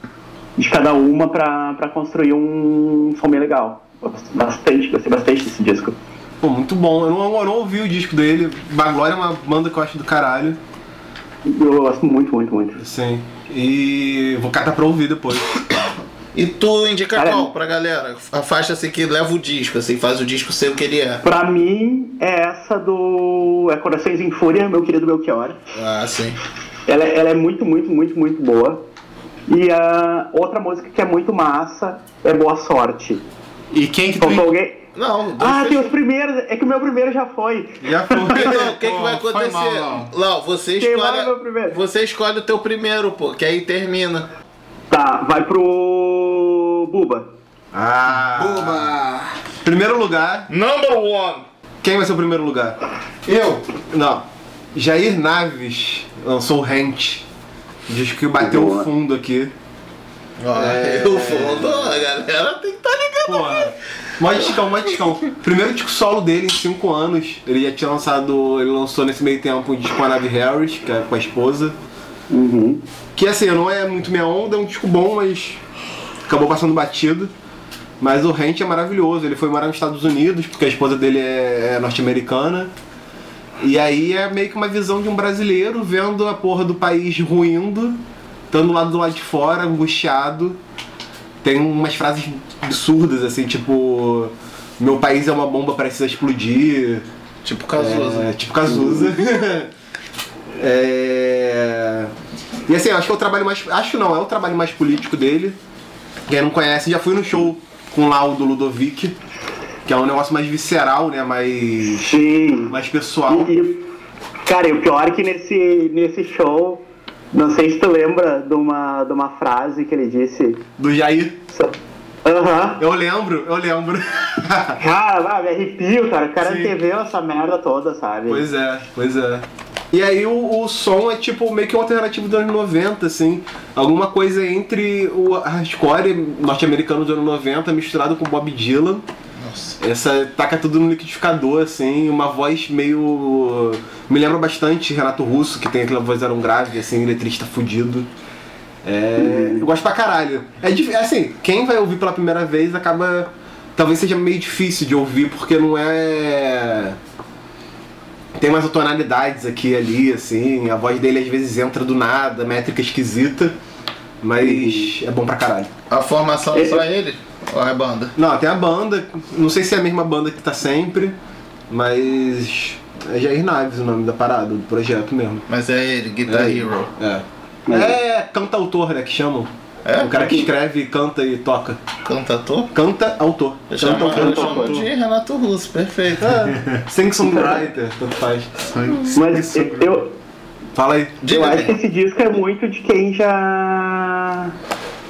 F: de cada uma pra pra construir um som bem legal. Gosto Bastante, gostei bastante desse disco.
B: Pô, muito bom. Eu não, eu não ouvi o disco dele. Baglória é uma banda que eu acho do caralho.
F: Eu gosto muito, muito, muito.
B: Sim. E vou catar pra
A: (laughs)
B: ouvir depois.
D: E tu indica
F: Cara,
D: qual pra galera? A faixa assim que leva o disco, assim, faz o disco ser o que ele é.
F: Pra mim, é essa do. É Corações em Fúria, meu querido Belchior.
D: Ah, sim.
F: Ela, ela é muito, muito, muito, muito boa. E a outra música que é muito massa é Boa Sorte.
A: E quem que tu.
F: Faltou alguém.
D: Não, dois
F: Ah,
D: fechou.
F: tem os primeiros. É que o meu primeiro já foi.
B: Já foi.
D: Então, (laughs) o que, que
A: Pô,
D: vai
A: foi
D: acontecer?
A: mal, Lau.
D: Lau, você
F: Quem vai é meu
D: escolhe.
F: primeiro?
D: Você escolhe o teu primeiro, pô, que aí termina.
F: Tá, vai pro. Buba.
B: Ah! Primeiro lugar,
D: Number one!
B: quem vai ser o primeiro lugar?
A: Eu?
B: Não. Jair Naves lançou o Rent. Diz que bateu o
F: Boa.
B: fundo aqui.
D: Ó, eu fundo, a galera tem que estar tá ligada.
B: Porra. Mó discão, mó discão. Primeiro disco solo dele em 5 anos. Ele já tinha lançado. Ele lançou nesse meio tempo um disco com a Navi Harris, que é com a esposa.
F: Uhum.
B: Que assim, não é muito minha onda, é um disco bom, mas acabou passando batido. Mas o Rent é maravilhoso. Ele foi morar nos Estados Unidos, porque a esposa dele é, é norte-americana. E aí é meio que uma visão de um brasileiro vendo a porra do país ruindo, estando lá do lado de fora, angustiado. Tem umas frases absurdas, assim, tipo: Meu país é uma bomba, precisa explodir.
D: Tipo Cazuza.
B: É, tipo Cazuza. (laughs) É, E assim, eu acho que é o trabalho mais. Acho não, é o trabalho mais político dele. Quem não conhece, já fui no show com o Lau do Ludovic, que é um negócio mais visceral, né? Mais.
F: Sim.
B: mais pessoal.
F: E- e- cara, e o pior é que nesse, nesse show, não sei se tu lembra de uma, de uma frase que ele disse.
B: Do Jair.
F: Aham.
B: Eu lembro, eu lembro. (laughs)
F: Cara, ah, me arrepio, cara. O cara
B: Sim.
F: anteveu essa merda toda, sabe?
B: Pois é, pois é. E aí o, o som é tipo meio que um alternativo dos anos 90, assim. Alguma coisa entre o hardcore norte-americano dos anos 90 misturado com Bob Dylan. Nossa. Essa taca tudo no liquidificador, assim, uma voz meio. Me lembra bastante Renato Russo, que tem aquela voz era um grave, assim, eletrista fudido. É, Eu gosto pra caralho. É dif- assim, quem vai ouvir pela primeira vez acaba. Talvez seja meio difícil de ouvir, porque não é. Tem umas tonalidades aqui e ali, assim. A voz dele às vezes entra do nada, métrica é esquisita. Mas é bom pra caralho.
D: A formação é só ele? Ou é banda?
B: Não, tem a banda, não sei se é a mesma banda que tá sempre, mas. É Jair Naves o nome da parada, do projeto mesmo.
D: Mas é ele, Guitar Hero.
B: É. É cantautor, né? Que chamam.
D: É?
B: O cara que escreve, canta e toca.
D: Cantator?
B: Canta autor.
D: Eu chamo, eu chamo
F: cantator.
D: de Renato Russo, perfeito.
B: (laughs) Sing songwriter, tanto faz. é
F: Mas eu, eu,
B: Fala aí.
D: Diga,
F: acho que esse disco é muito de quem já.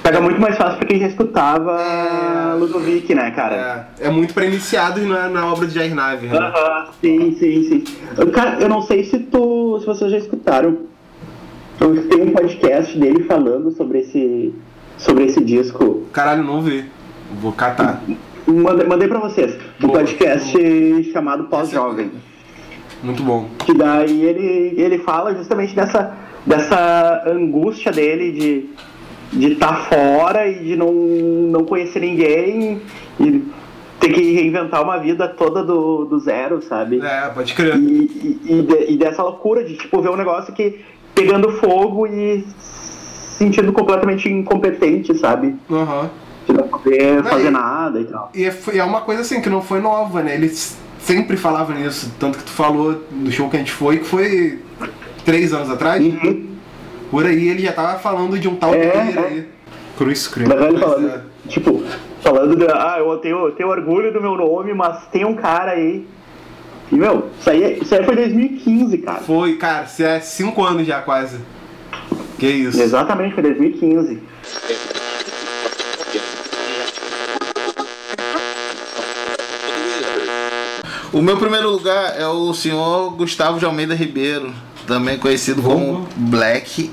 F: Pega muito mais fácil pra quem já escutava Ludovic, né, cara?
B: É, é muito pra iniciados na, na obra de Jair Naves, né?
F: Aham, sim, sim, sim. Eu, Cara, eu não sei se tu. se vocês já escutaram. Eu escutei um podcast dele falando sobre esse. sobre esse disco.
B: Caralho, não vi. Vou catar.
F: Mandei, mandei pra vocês. Um
B: Boa. é
F: podcast chamado Pós-Jovem.
B: Muito bom.
F: Que daí ele, ele fala justamente dessa, dessa angústia dele de de estar fora e de não, não conhecer ninguém e ter que reinventar uma vida toda do, do zero, sabe?
B: É, pode crer.
F: E, e- e de- e dessa loucura de tipo ver um negócio que pegando fogo e se sentindo completamente incompetente, sabe?
B: Aham.
F: De não poder
B: Não,
F: fazer
B: e-
F: nada e tal.
B: E é, foi- é uma coisa assim que não foi nova, né? Ele s- sempre falava nisso. Tanto que tu falou do show que a gente foi, que foi três anos atrás. Por aí ele já tava falando de um tal
F: É,
B: Pereira
F: é.
B: aí. Cruz Cruz.
F: Mas ele
B: Pois
F: falando,
B: é.
F: tipo, falando de, ah, eu tenho, eu tenho orgulho do meu nome, mas tem um cara aí. E, meu, isso aí, é, isso aí foi 2015, cara.
B: Foi, cara, se é cinco anos já quase. Que isso.
F: Exatamente, foi 2015.
D: O meu primeiro lugar é o senhor Gustavo de Almeida Ribeiro, também conhecido como Black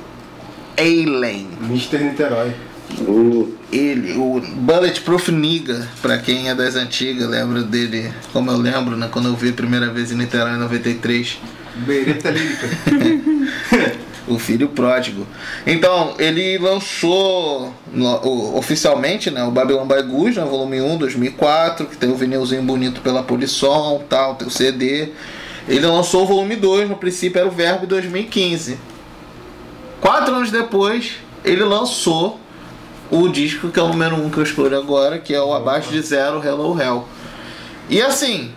D: Alien.
B: Mister Niterói.
D: Uh, Ele, o Bulletproof Nigga, pra quem é das antigas, lembra dele, como eu lembro, né, quando eu vi a primeira vez em Niterói em 93.
B: Beireta lírica.
D: O filho pródigo. Então, ele lançou no- o- oficialmente né, o Babylon by Gus, né, volume 1, 2004, que tem o vinilzinho bonito pela Polisson, tal, tem o CD. Ele lançou o volume 2, no princípio era o Verbo 2015. Quatro anos depois, ele lançou o disco que é o número um que eu explorei agora, que é o Abaixo de Zero, Hello Hell. E assim,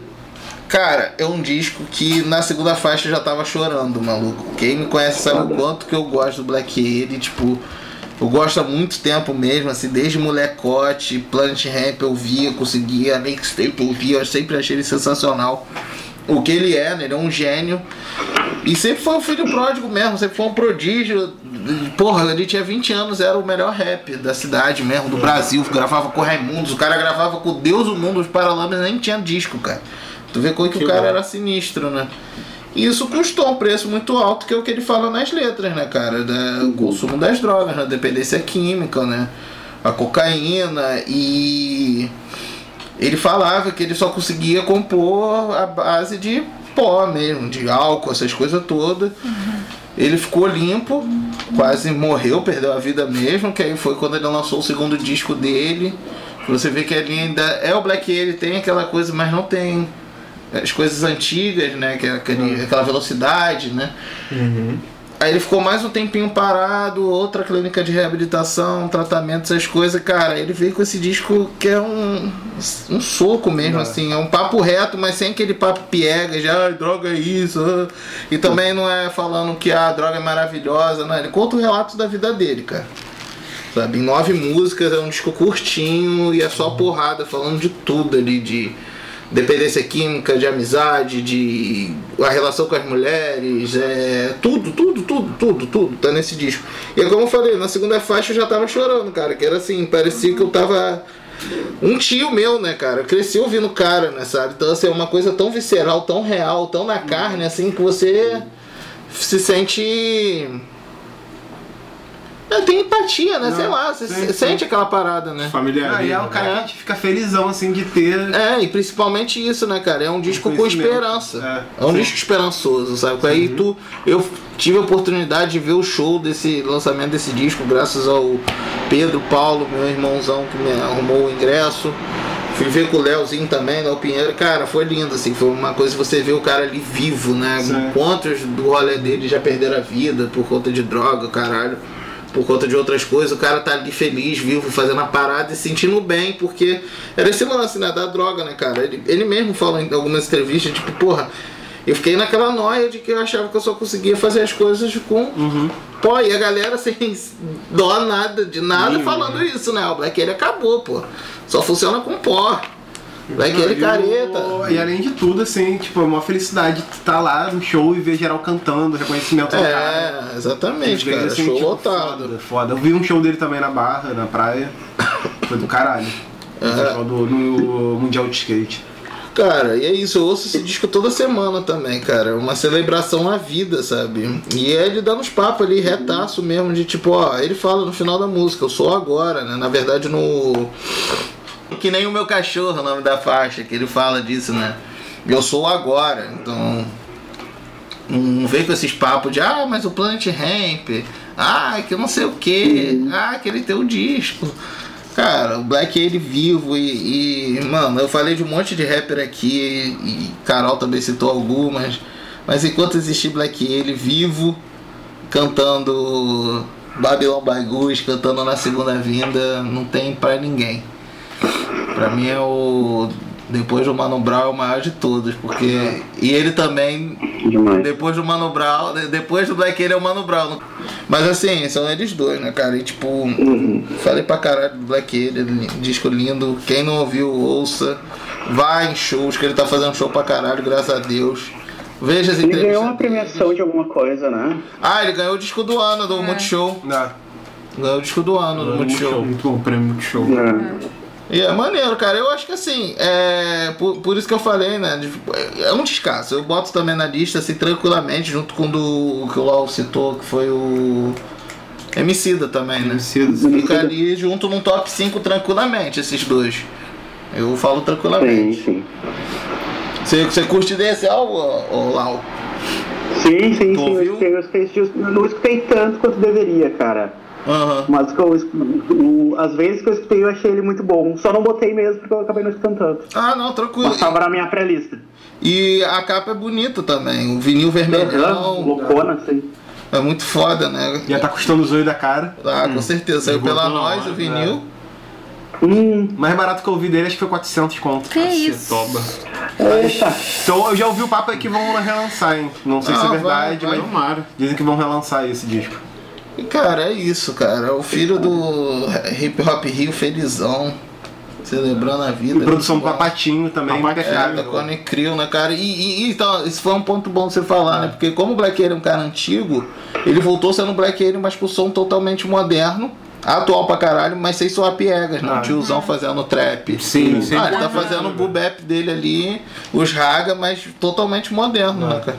D: cara, é um disco que na segunda faixa eu já tava chorando, maluco. Quem me conhece sabe o quanto que eu gosto do Black Alien, tipo, eu gosto há muito tempo mesmo, assim, desde Molecote, Planet Ramp eu via, conseguia, Mixtape eu via, eu sempre achei ele sensacional. O que ele é, né? Ele é um gênio. E sempre foi um filho pródigo mesmo, sempre foi um prodígio. Porra, ele tinha 20 anos, era o melhor rap da cidade mesmo, do Brasil. Gravava com Raimundos, o cara gravava com Deus o Mundo, os Paralamas nem tinha disco, cara. Tu vê como é que, o cara era sinistro, né? E isso custou um preço muito alto, que é o que ele fala nas letras, né, cara? Da, o consumo das drogas, né? Dependência química, né? A cocaína e. Ele falava que ele só conseguia compor a base de pó mesmo, de álcool, essas coisas todas. Ele ficou limpo, quase morreu, perdeu a vida mesmo, que aí foi quando ele lançou o segundo disco dele. Você vê que ali ainda é o Black ele tem aquela coisa, mas não tem as coisas antigas, né? Que é aquele- aquela velocidade, né? Aí ele ficou mais um tempinho parado, outra clínica de reabilitação, tratamento, essas coisas, cara. Ele veio com esse disco que é um, um soco mesmo, assim, é um papo reto, mas sem aquele papo piega, já, ah, droga é isso. ah." E também não é falando que ah, a droga é maravilhosa, não. Ele conta o relato da vida dele, cara. Sabe, em nove músicas, é um disco curtinho e é só porrada, falando de tudo ali, de dependência química, de amizade, de a relação com as mulheres, é tudo, tudo, tudo, tudo, tudo, tá nesse disco. E é como eu falei, na segunda faixa eu já tava chorando, cara, que era assim, parecia que eu tava um tio meu, né, cara? Eu cresci ouvindo o cara, né, sabe? Então, assim, é uma coisa tão visceral, tão real, tão na carne, assim, que você se sente. É, Tem empatia, né? Sei lá, você se- sente aquela parada, né?
B: Familiar. Aí é um cara que a gente fica felizão, assim, de ter.
D: É, e principalmente isso, né, cara? É um disco com
B: conhecimento.
D: esperança.
B: É. Uhum.
D: É, um
B: Sim.
D: disco esperançoso, sabe? Porque Aí tu. Eu tive a oportunidade de ver o show desse lançamento desse disco, graças ao Pedro Paulo, meu irmãozão que me arrumou o ingresso. Fui ver com o Léozinho também, Léo Pinheiro. Cara, foi lindo, assim. Foi uma coisa você ver o cara ali vivo, né?
B: Sim.
D: Quantos do rolê dele já perderam a vida por conta de droga, caralho. Por conta de outras coisas, o cara tá ali feliz, vivo, fazendo a parada e se sentindo bem, porque era esse lance, né? Da droga, né, cara? Ele, ele mesmo falou em algumas entrevistas, tipo, porra, eu fiquei naquela noia de que eu achava que eu só conseguia fazer as coisas com pó. E a galera (laughs) sem dó nada, de nada, falando isso, né? O Black ele acabou, pô. Só funciona com pó. Black ele careta.
B: E além de tudo, assim, tipo, é uma felicidade de estar lá no show e ver geral cantando, reconhecimento ao cara.
D: É, exatamente,
B: Às
D: cara.
B: vezes, assim,
D: Show
B: tipo,
D: lotado.
B: Foda, foda. Eu vi um show dele também na Barra, na praia. Foi do
D: (coughs)
B: caralho. Foi
D: É.
B: show do- no Mundial de Skate.
D: Cara, e é isso, eu ouço esse disco toda semana também, cara. É Uma celebração à vida, sabe? E é ele dá uns papos ali, retaço mesmo, de tipo, ó, ele fala no final da música, eu sou agora, né? Na verdade, no. Que nem o meu cachorro, o nome da faixa, que ele fala disso, né? Eu sou agora, então. Não vem com esses papos de, ah, mas o Planet Ramp, ah, que eu não sei o que, ah, que ele tem um disco. Cara, o Black ele vivo e, e, mano, eu falei de um monte de rapper aqui e Carol também citou algumas, mas enquanto existir Black ele vivo, cantando Babylon Bagus, cantando na segunda vinda, não tem pra ninguém. Pra mim é o. Depois do Mano Brown é o maior de todos, porque. E ele também
F: Demais.
D: depois do Mano Brown, de- depois do Black ele é o Mano Brown. Mas assim, são eles dois, né, cara? E tipo,
F: Uhum.
D: falei pra caralho do Black ele, li- disco lindo. Quem não ouviu, ouça. Vai em shows, que ele tá fazendo show pra caralho, graças a Deus. Veja as
F: Ele
D: entrevistas.
F: ganhou uma
D: dele.
F: premiação de alguma coisa, né?
D: Ah, ele ganhou o disco do ano do Multishow.
B: Na,
D: É. Ganhou o disco do ano do Multishow.
A: Muito bom, prêmio de show.
F: É.
D: E é maneiro, cara. Eu acho que assim, é. Por, por isso que eu falei, né? de- É um descasso. Eu boto também na lista, assim, tranquilamente, junto com o do, o que o Lau citou, que foi o. Emicida também, né? Fica ali junto num top 5 tranquilamente, esses dois. Eu falo
F: É, Sim,
D: tranquilamente.
F: sim.
D: Você, você curte desse álbum, ô- ô Lau?
F: Sim, sim,
D: Tu
F: sim. Eu
D: ouviu?
F: escutei, eu escutei, eu não escutei tanto quanto deveria, cara.
D: Aham.
F: Mas que eu, escu- o- as vezes que eu escutei, eu achei ele muito bom. Só não botei mesmo porque eu acabei não escutando tanto.
D: Ah, não, tranquilo.
F: Mas tá tava na minha pré-lista.
D: E a capa é bonita também. O vinil vermelhão.
F: Loucona, assim.
D: É muito foda, né?
B: Já tá custando os olhos da cara.
D: Ah, com certeza. Saiu pela
B: Esgotou na
D: nós,
B: hora,
D: o vinil.
B: O mais barato que eu ouvi dele acho que foi 400 conto.
E: Que isso?
B: Toba.
F: Eita,
B: Então eu já ouvi o papo aí que vão relançar, hein? Não sei se
D: Ah,
B: é
D: vai,
B: verdade,
D: vai.
B: mas tomara. Dizem que vão relançar esse disco.
D: E, Cara, é isso, cara. O filho do Hip Hop Rio, felizão. Celebrando a vida.
B: E produção do
D: Muito bom.
B: Papatinho também.
D: É,
B: impecável.
D: da Cone Crew, né, cara? E, e- e, então, isso foi um ponto bom você falar, né? Porque como o Black Alien é um cara antigo, ele voltou sendo um Black Alien, mas com som totalmente moderno, atual pra caralho, mas sem soar piegas, né? Um
B: Ah.
D: tiozão fazendo trap.
B: Sim, sim.
D: Ah, ele tá fazendo o boobap dele ali, os raga, mas totalmente moderno,
B: Ah.
D: né, cara?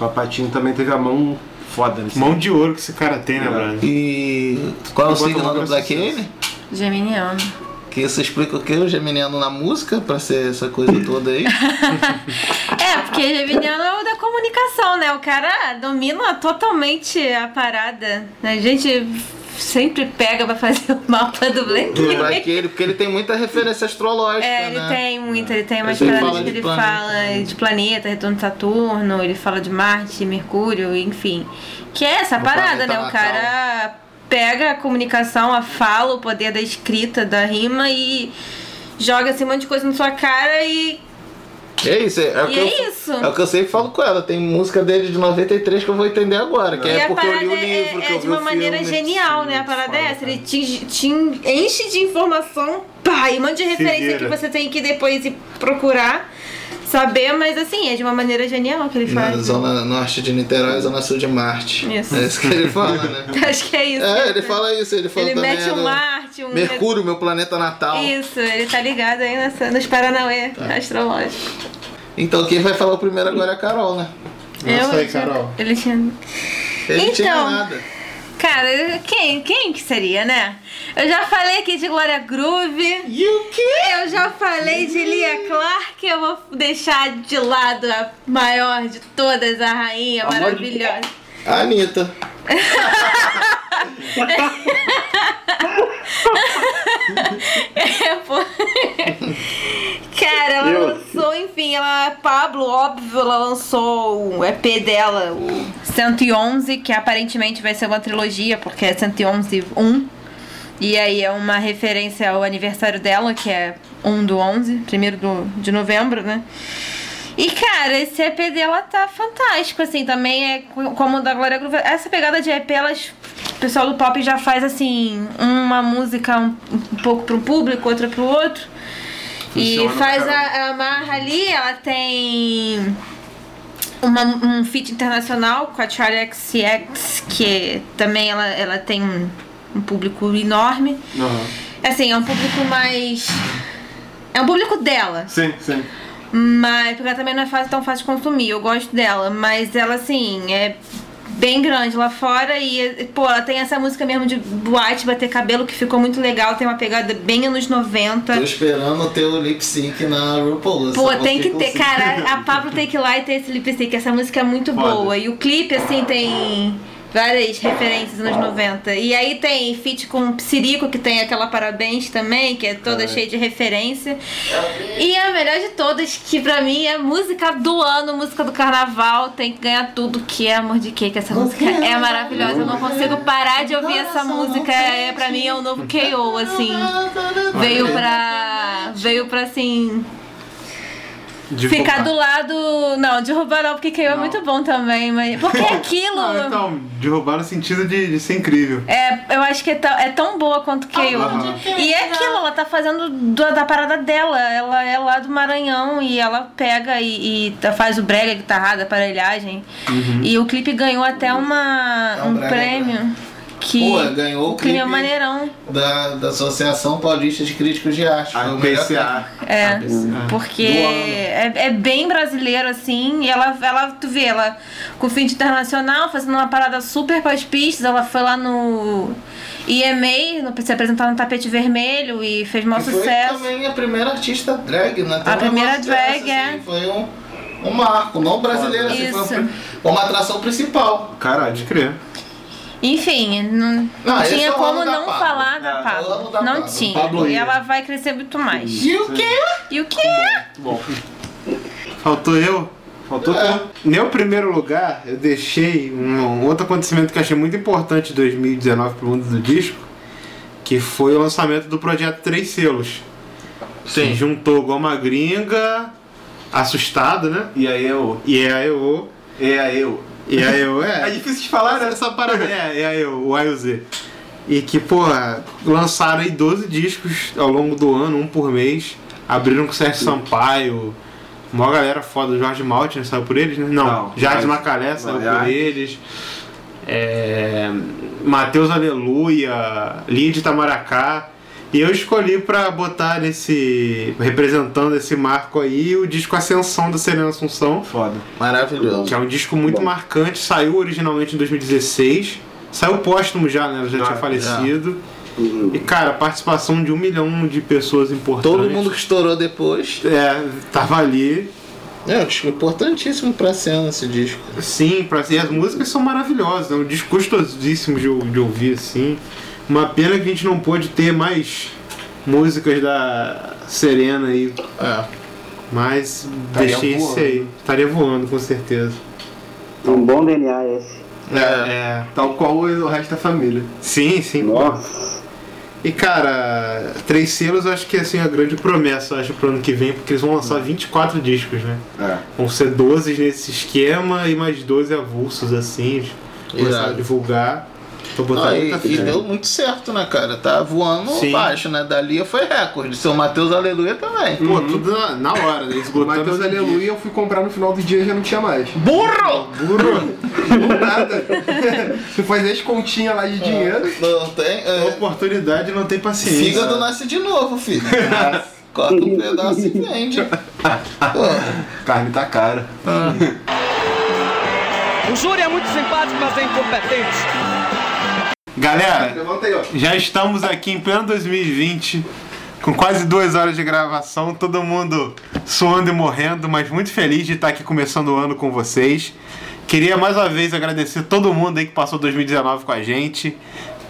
B: Papatinho também teve a mão foda nesse
A: Mão de ouro que esse cara tem,
B: É.
A: né, Brian?
D: E qual é o
A: Enquanto
D: signo
A: logo
D: do Black
A: sucesso.
D: Alien?
E: Geminiano.
D: Que isso explica o que? O geminiano na música, pra ser essa coisa toda
E: (laughs)
D: aí.
E: É, porque geminiano é o da comunicação, né? O cara domina totalmente a parada. né? A gente sempre pega pra fazer o mapa do Black.
D: Do Black Alien, porque ele tem muita referência astrológica,
E: É, ele
D: né?
E: tem muito, ele tem umas
D: Ele
E: paradas
D: fala
E: que
D: de
E: ele
D: planeta.
E: fala de planeta, retorno de Saturno, ele fala de Marte, Mercúrio, enfim. Que é essa parada,
D: planeta
E: né?
D: natal.
E: O cara pega a comunicação, a fala, o poder da escrita, da rima e joga assim um monte de coisa na sua cara e.
D: É isso, é, o
E: E
D: que
E: é
D: eu,
E: isso.
D: É o que eu sempre falo com ela. Tem música dele de 93 que eu vou entender agora, que
E: e
D: é
E: a
D: porque eu
E: parada
D: li o
E: é-
D: livro, que
E: é,
D: eu vi
E: de
D: o
E: uma maneira
D: filme.
E: genial, né? A parada é essa, ele te, te enche de informação, pá, e um monte de referência que
A: vira.
E: você tem que depois ir procurar, saber, mas assim, é de uma maneira genial que ele
D: Na
E: faz.
D: zona norte de Niterói, zona sul de Marte.
E: Isso.
D: É isso que ele fala, né?
E: (laughs) Acho que é (laughs) isso.
D: É, ele fala isso, ele fala
E: Ele
D: também.
E: mete um
D: do
E: Marte, um.
D: Mercúrio, meu planeta natal.
E: Isso, ele tá ligado aí nessa, nos Paranauê
D: Tá.
E: astrológicos.
D: Então quem vai falar o primeiro agora é a Carol, né?
E: Eu,
A: aí,
E: ele tinha-
A: Carol.
E: Ele tinha.
D: Ele não tinha
E: Então.
D: nada.
E: Cara, quem, quem que seria, né? Eu já falei aqui de Glória Groove. E o quê? Eu já falei de Lia Clark. Eu vou deixar de lado a maior de todas, a rainha maravilhosa.
D: A Anitta.
E: É, pô. Cara, ela
F: Eu-
E: lançou, enfim, ela, é Pablo, óbvio, ela lançou o EP dela, o 111, que aparentemente vai ser uma trilogia, porque é 111 1. E aí é uma referência ao aniversário dela, que é 1 do 11, 1 do, de novembro, né? E, cara, esse EP dela tá fantástico, assim, também é co- como o da Glória Groove. Essa pegada de EP, elas, o pessoal do pop já faz, assim, uma música um, um pouco pro público, outra pro outro.
B: Funciona
E: e
B: pra
E: faz
B: caramba.
E: a, a amarra ali, ela tem uma, um feat internacional com a Charlie XCX, que também ela, ela tem um, um público enorme.
B: Aham.
E: Assim, é um público mais... É um público dela,
B: Sim, sim.
E: mas porque ela também não é fácil, tão fácil de consumir. Eu gosto dela, mas ela assim é bem grande lá fora e pô, ela tem essa música mesmo de boate bater cabelo que ficou muito legal, tem uma pegada bem anos 90.
D: Tô esperando ter o lip sync na RuPaul.
E: Tá. Pô,
D: só vou
E: tem que ter,
D: consigo.
E: cara, a Pablo tem que ir lá e ter esse lip sync, essa música é muito
B: Foda.
E: boa. E o clipe, assim, tem várias referências nos 90. E aí tem feat com o Psirico, que tem aquela Parabéns também, que é toda cheia de referência. E a melhor de todas, que pra mim é música do ano, música do carnaval, tem que ganhar tudo, que é Amor de Quê, que essa música é maravilhosa. Eu não consigo parar de ouvir essa música, é, pra mim é um novo KO, assim. Veio pra... veio pra, assim...
A: De focar.
E: Ficar do lado. Não, derrubar não, porque caiu é muito bom também,
A: (laughs)
E: mas. Porque aquilo.
A: Ah, então, de roubar no sentido de, de ser incrível.
E: É, eu acho que é tão, é tão boa quanto Keio.
A: Aham.
E: E é aquilo, ela tá fazendo do- da parada dela. Ela é lá do Maranhão e ela pega e, e tá- faz o brega, guitarrada, aparelhagem. E o clipe ganhou até uma,
D: É um
E: um,
D: brega,
E: prêmio. Que
D: Pô, ganhou o
E: o clipe é
D: clipe.
E: maneirão.
D: Da, da Associação Paulista de Críticos de Arte.
B: A
D: Foi o melhor
B: PCA.
E: É, porque é, é bem brasileiro, assim, e ela, ela, tu vê, ela com fim de internacional, fazendo uma parada super com as pistas, ela foi lá no EMA, no, se apresentar no tapete vermelho e fez maior
D: E foi
E: sucesso.
D: também a primeira artista drag, né? Tem
E: A
D: um
E: primeira
D: negócio dessa,
E: drag, é.
D: assim, Foi um, um marco, não brasileiro, assim, foi um
E: Isso.
D: pri- foi uma atração principal.
B: Caralho, de crer.
E: Enfim, não,
D: Não, esse é
E: tinha
D: o
E: como
D: ano da
E: não
D: Pablo.
E: falar da
D: É, o ano
E: Pablo.
D: da
E: não
D: Pablo.
E: tinha.
B: Pablo
E: e
B: ia.
E: ela vai crescer muito mais.
D: E o quê?
E: E o quê?
B: Muito bom.
A: Faltou eu?
B: Faltou tempo.
A: Meu primeiro lugar, eu deixei um, um outro acontecimento que eu achei muito importante em 2019 pro mundo do disco, que foi o lançamento do projeto Três Selos.
D: Sim.
A: Que Juntou Goma Gringa, Assustado, né?
B: E aí eu.
A: E a EO.
B: E aí eu.
A: E a EO
B: É
A: é.
B: difícil de falar, né?
A: essa
B: (laughs)
A: parada. É, é a EO, o AEOZ. E que, porra, lançaram aí 12 discos ao longo do ano, um por mês. Abriram com o Sérgio Sampaio. Mó galera foda, o Jorge Maltin saiu por eles, né? Não,
B: Não,
A: Jade
B: Jorge-
A: Macalé saiu
B: Jorge.
A: por eles. É, Matheus Aleluia, Linha de Itamaracá. E eu escolhi pra botar nesse. representando esse marco aí o disco Ascensão da Serena Assunção.
B: Foda.
A: Que
D: Maravilhoso.
A: é um disco muito marcante, saiu originalmente em 2016, saiu póstumo já, né? Ela já
B: Já,
A: tinha falecido. E cara, a participação de um milhão de pessoas importantes.
D: Uhum. Todo mundo que estourou depois.
A: É, tava ali.
D: É um disco importantíssimo pra cena esse disco.
A: Sim, pra... e as músicas são maravilhosas, é um disco gostosíssimo de, ou- de ouvir, assim. Uma pena que a gente não pôde ter mais músicas da Serena aí,
D: É.
A: mas
B: Estaria
A: deixei esse
B: voando.
A: aí. Estaria voando, com certeza.
F: Um bom DNA esse.
D: É.
A: É.
B: Tal qual o resto da família.
A: Sim, sim.
F: Nossa.
A: E cara, Três Selos eu acho que é assim, a grande promessa, eu acho, pro ano que vem, porque eles vão
D: É.
A: lançar 24 discos, né?
B: É.
A: Vão ser 12 nesse esquema e mais 12 avulsos, assim, começar a
D: Irado.
A: divulgar. Tô botando
D: Não, e,
A: muita
D: e
A: fé.
D: deu muito certo, né, cara? Tá voando
A: Sim.
D: baixo, né? Dali foi recorde. Seu Matheus Aleluia também.
A: Pô, tudo na, na hora,
D: (laughs)
A: né?
B: O
A: Esgotando
B: Matheus
A: esse disco.
B: Aleluia eu fui comprar no final do dia e já não tinha mais.
D: Burro!
A: Burro!
B: Nada. (laughs) Fui fazer as continhas lá de dinheiro.
D: Não tem. É,
A: Oportunidade não tem paciência.
D: fígado nasce de
A: (laughs)
D: novo, filho. Corta um pedaço e vende. Pô,
B: Carne tá cara.
I: O júri é muito simpático, mas é incompetente.
A: Galera,
B: Levanta aí, ó.
A: já estamos aqui em pleno 2020. Com quase duas horas de gravação, todo mundo suando e morrendo, mas muito feliz de estar aqui começando o ano com vocês. Queria mais uma vez agradecer todo mundo aí que passou 2019 com a gente.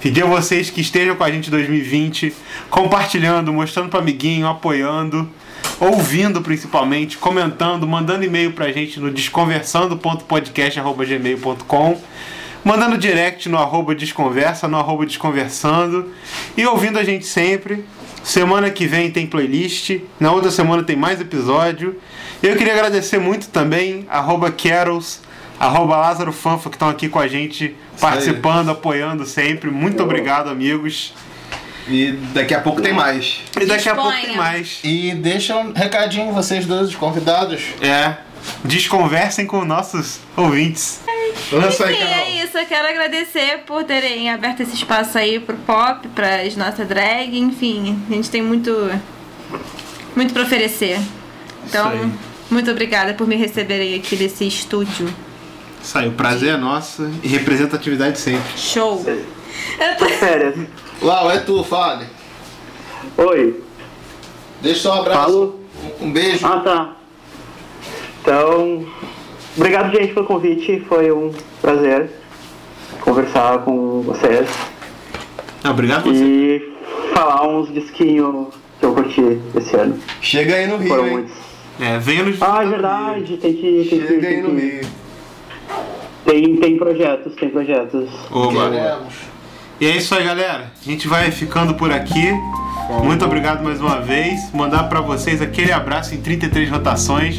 A: Pedir a vocês que estejam com a gente em 2020, compartilhando, mostrando para amiguinho, apoiando, ouvindo principalmente, comentando, mandando e-mail pra gente no desconversando.podcast@gmail.com mandando direct no arroba desconversa, no arroba desconversando e ouvindo a gente sempre. Semana que vem tem playlist, na outra semana tem mais episódio. Eu queria agradecer muito também, arroba Carols, arroba Lázaro Fanfa, que estão aqui com a gente, participando, apoiando sempre. Muito obrigado, amigos.
B: E daqui a pouco tem mais.
A: E daqui a pouco tem
E: Disponha.
A: mais.
D: e deixa um recadinho, vocês dois, os convidados.
A: É. Desconversem com nossos ouvintes. Lança aí,
E: Enfim, é
A: Carol.
E: isso. Eu quero agradecer por terem aberto esse espaço aí pro pop, pras nossas drag, enfim. A gente tem muito, muito pra oferecer. Então,
A: Isso aí.
E: muito obrigada por me receberem aqui nesse estúdio.
A: Isso aí, o prazer é nosso e representatividade sempre.
E: Show! Eu tô-
F: Férias.
D: Lau, é tu, fale.
F: Oi.
D: Deixa só um abraço.
F: Falou.
D: Um um beijo.
F: Ah, tá. Então, obrigado, gente, pelo convite. Foi um prazer conversar com vocês
A: Obrigado você.
F: e falar uns disquinhos que eu curti esse ano.
B: Chega aí no Rio,
F: Foram
B: hein?
F: muitos.
A: É, venha nos
F: Ah, é verdade. Tem que. Tem, que,
B: Chega aí
F: tem,
B: no
F: que
B: Rio.
F: tem, tem projetos, tem projetos.
A: Oba.
D: Queremos.
A: E é isso aí, galera. A gente vai ficando por aqui. Muito obrigado mais uma vez. Mandar pra vocês aquele abraço em 33 rotações.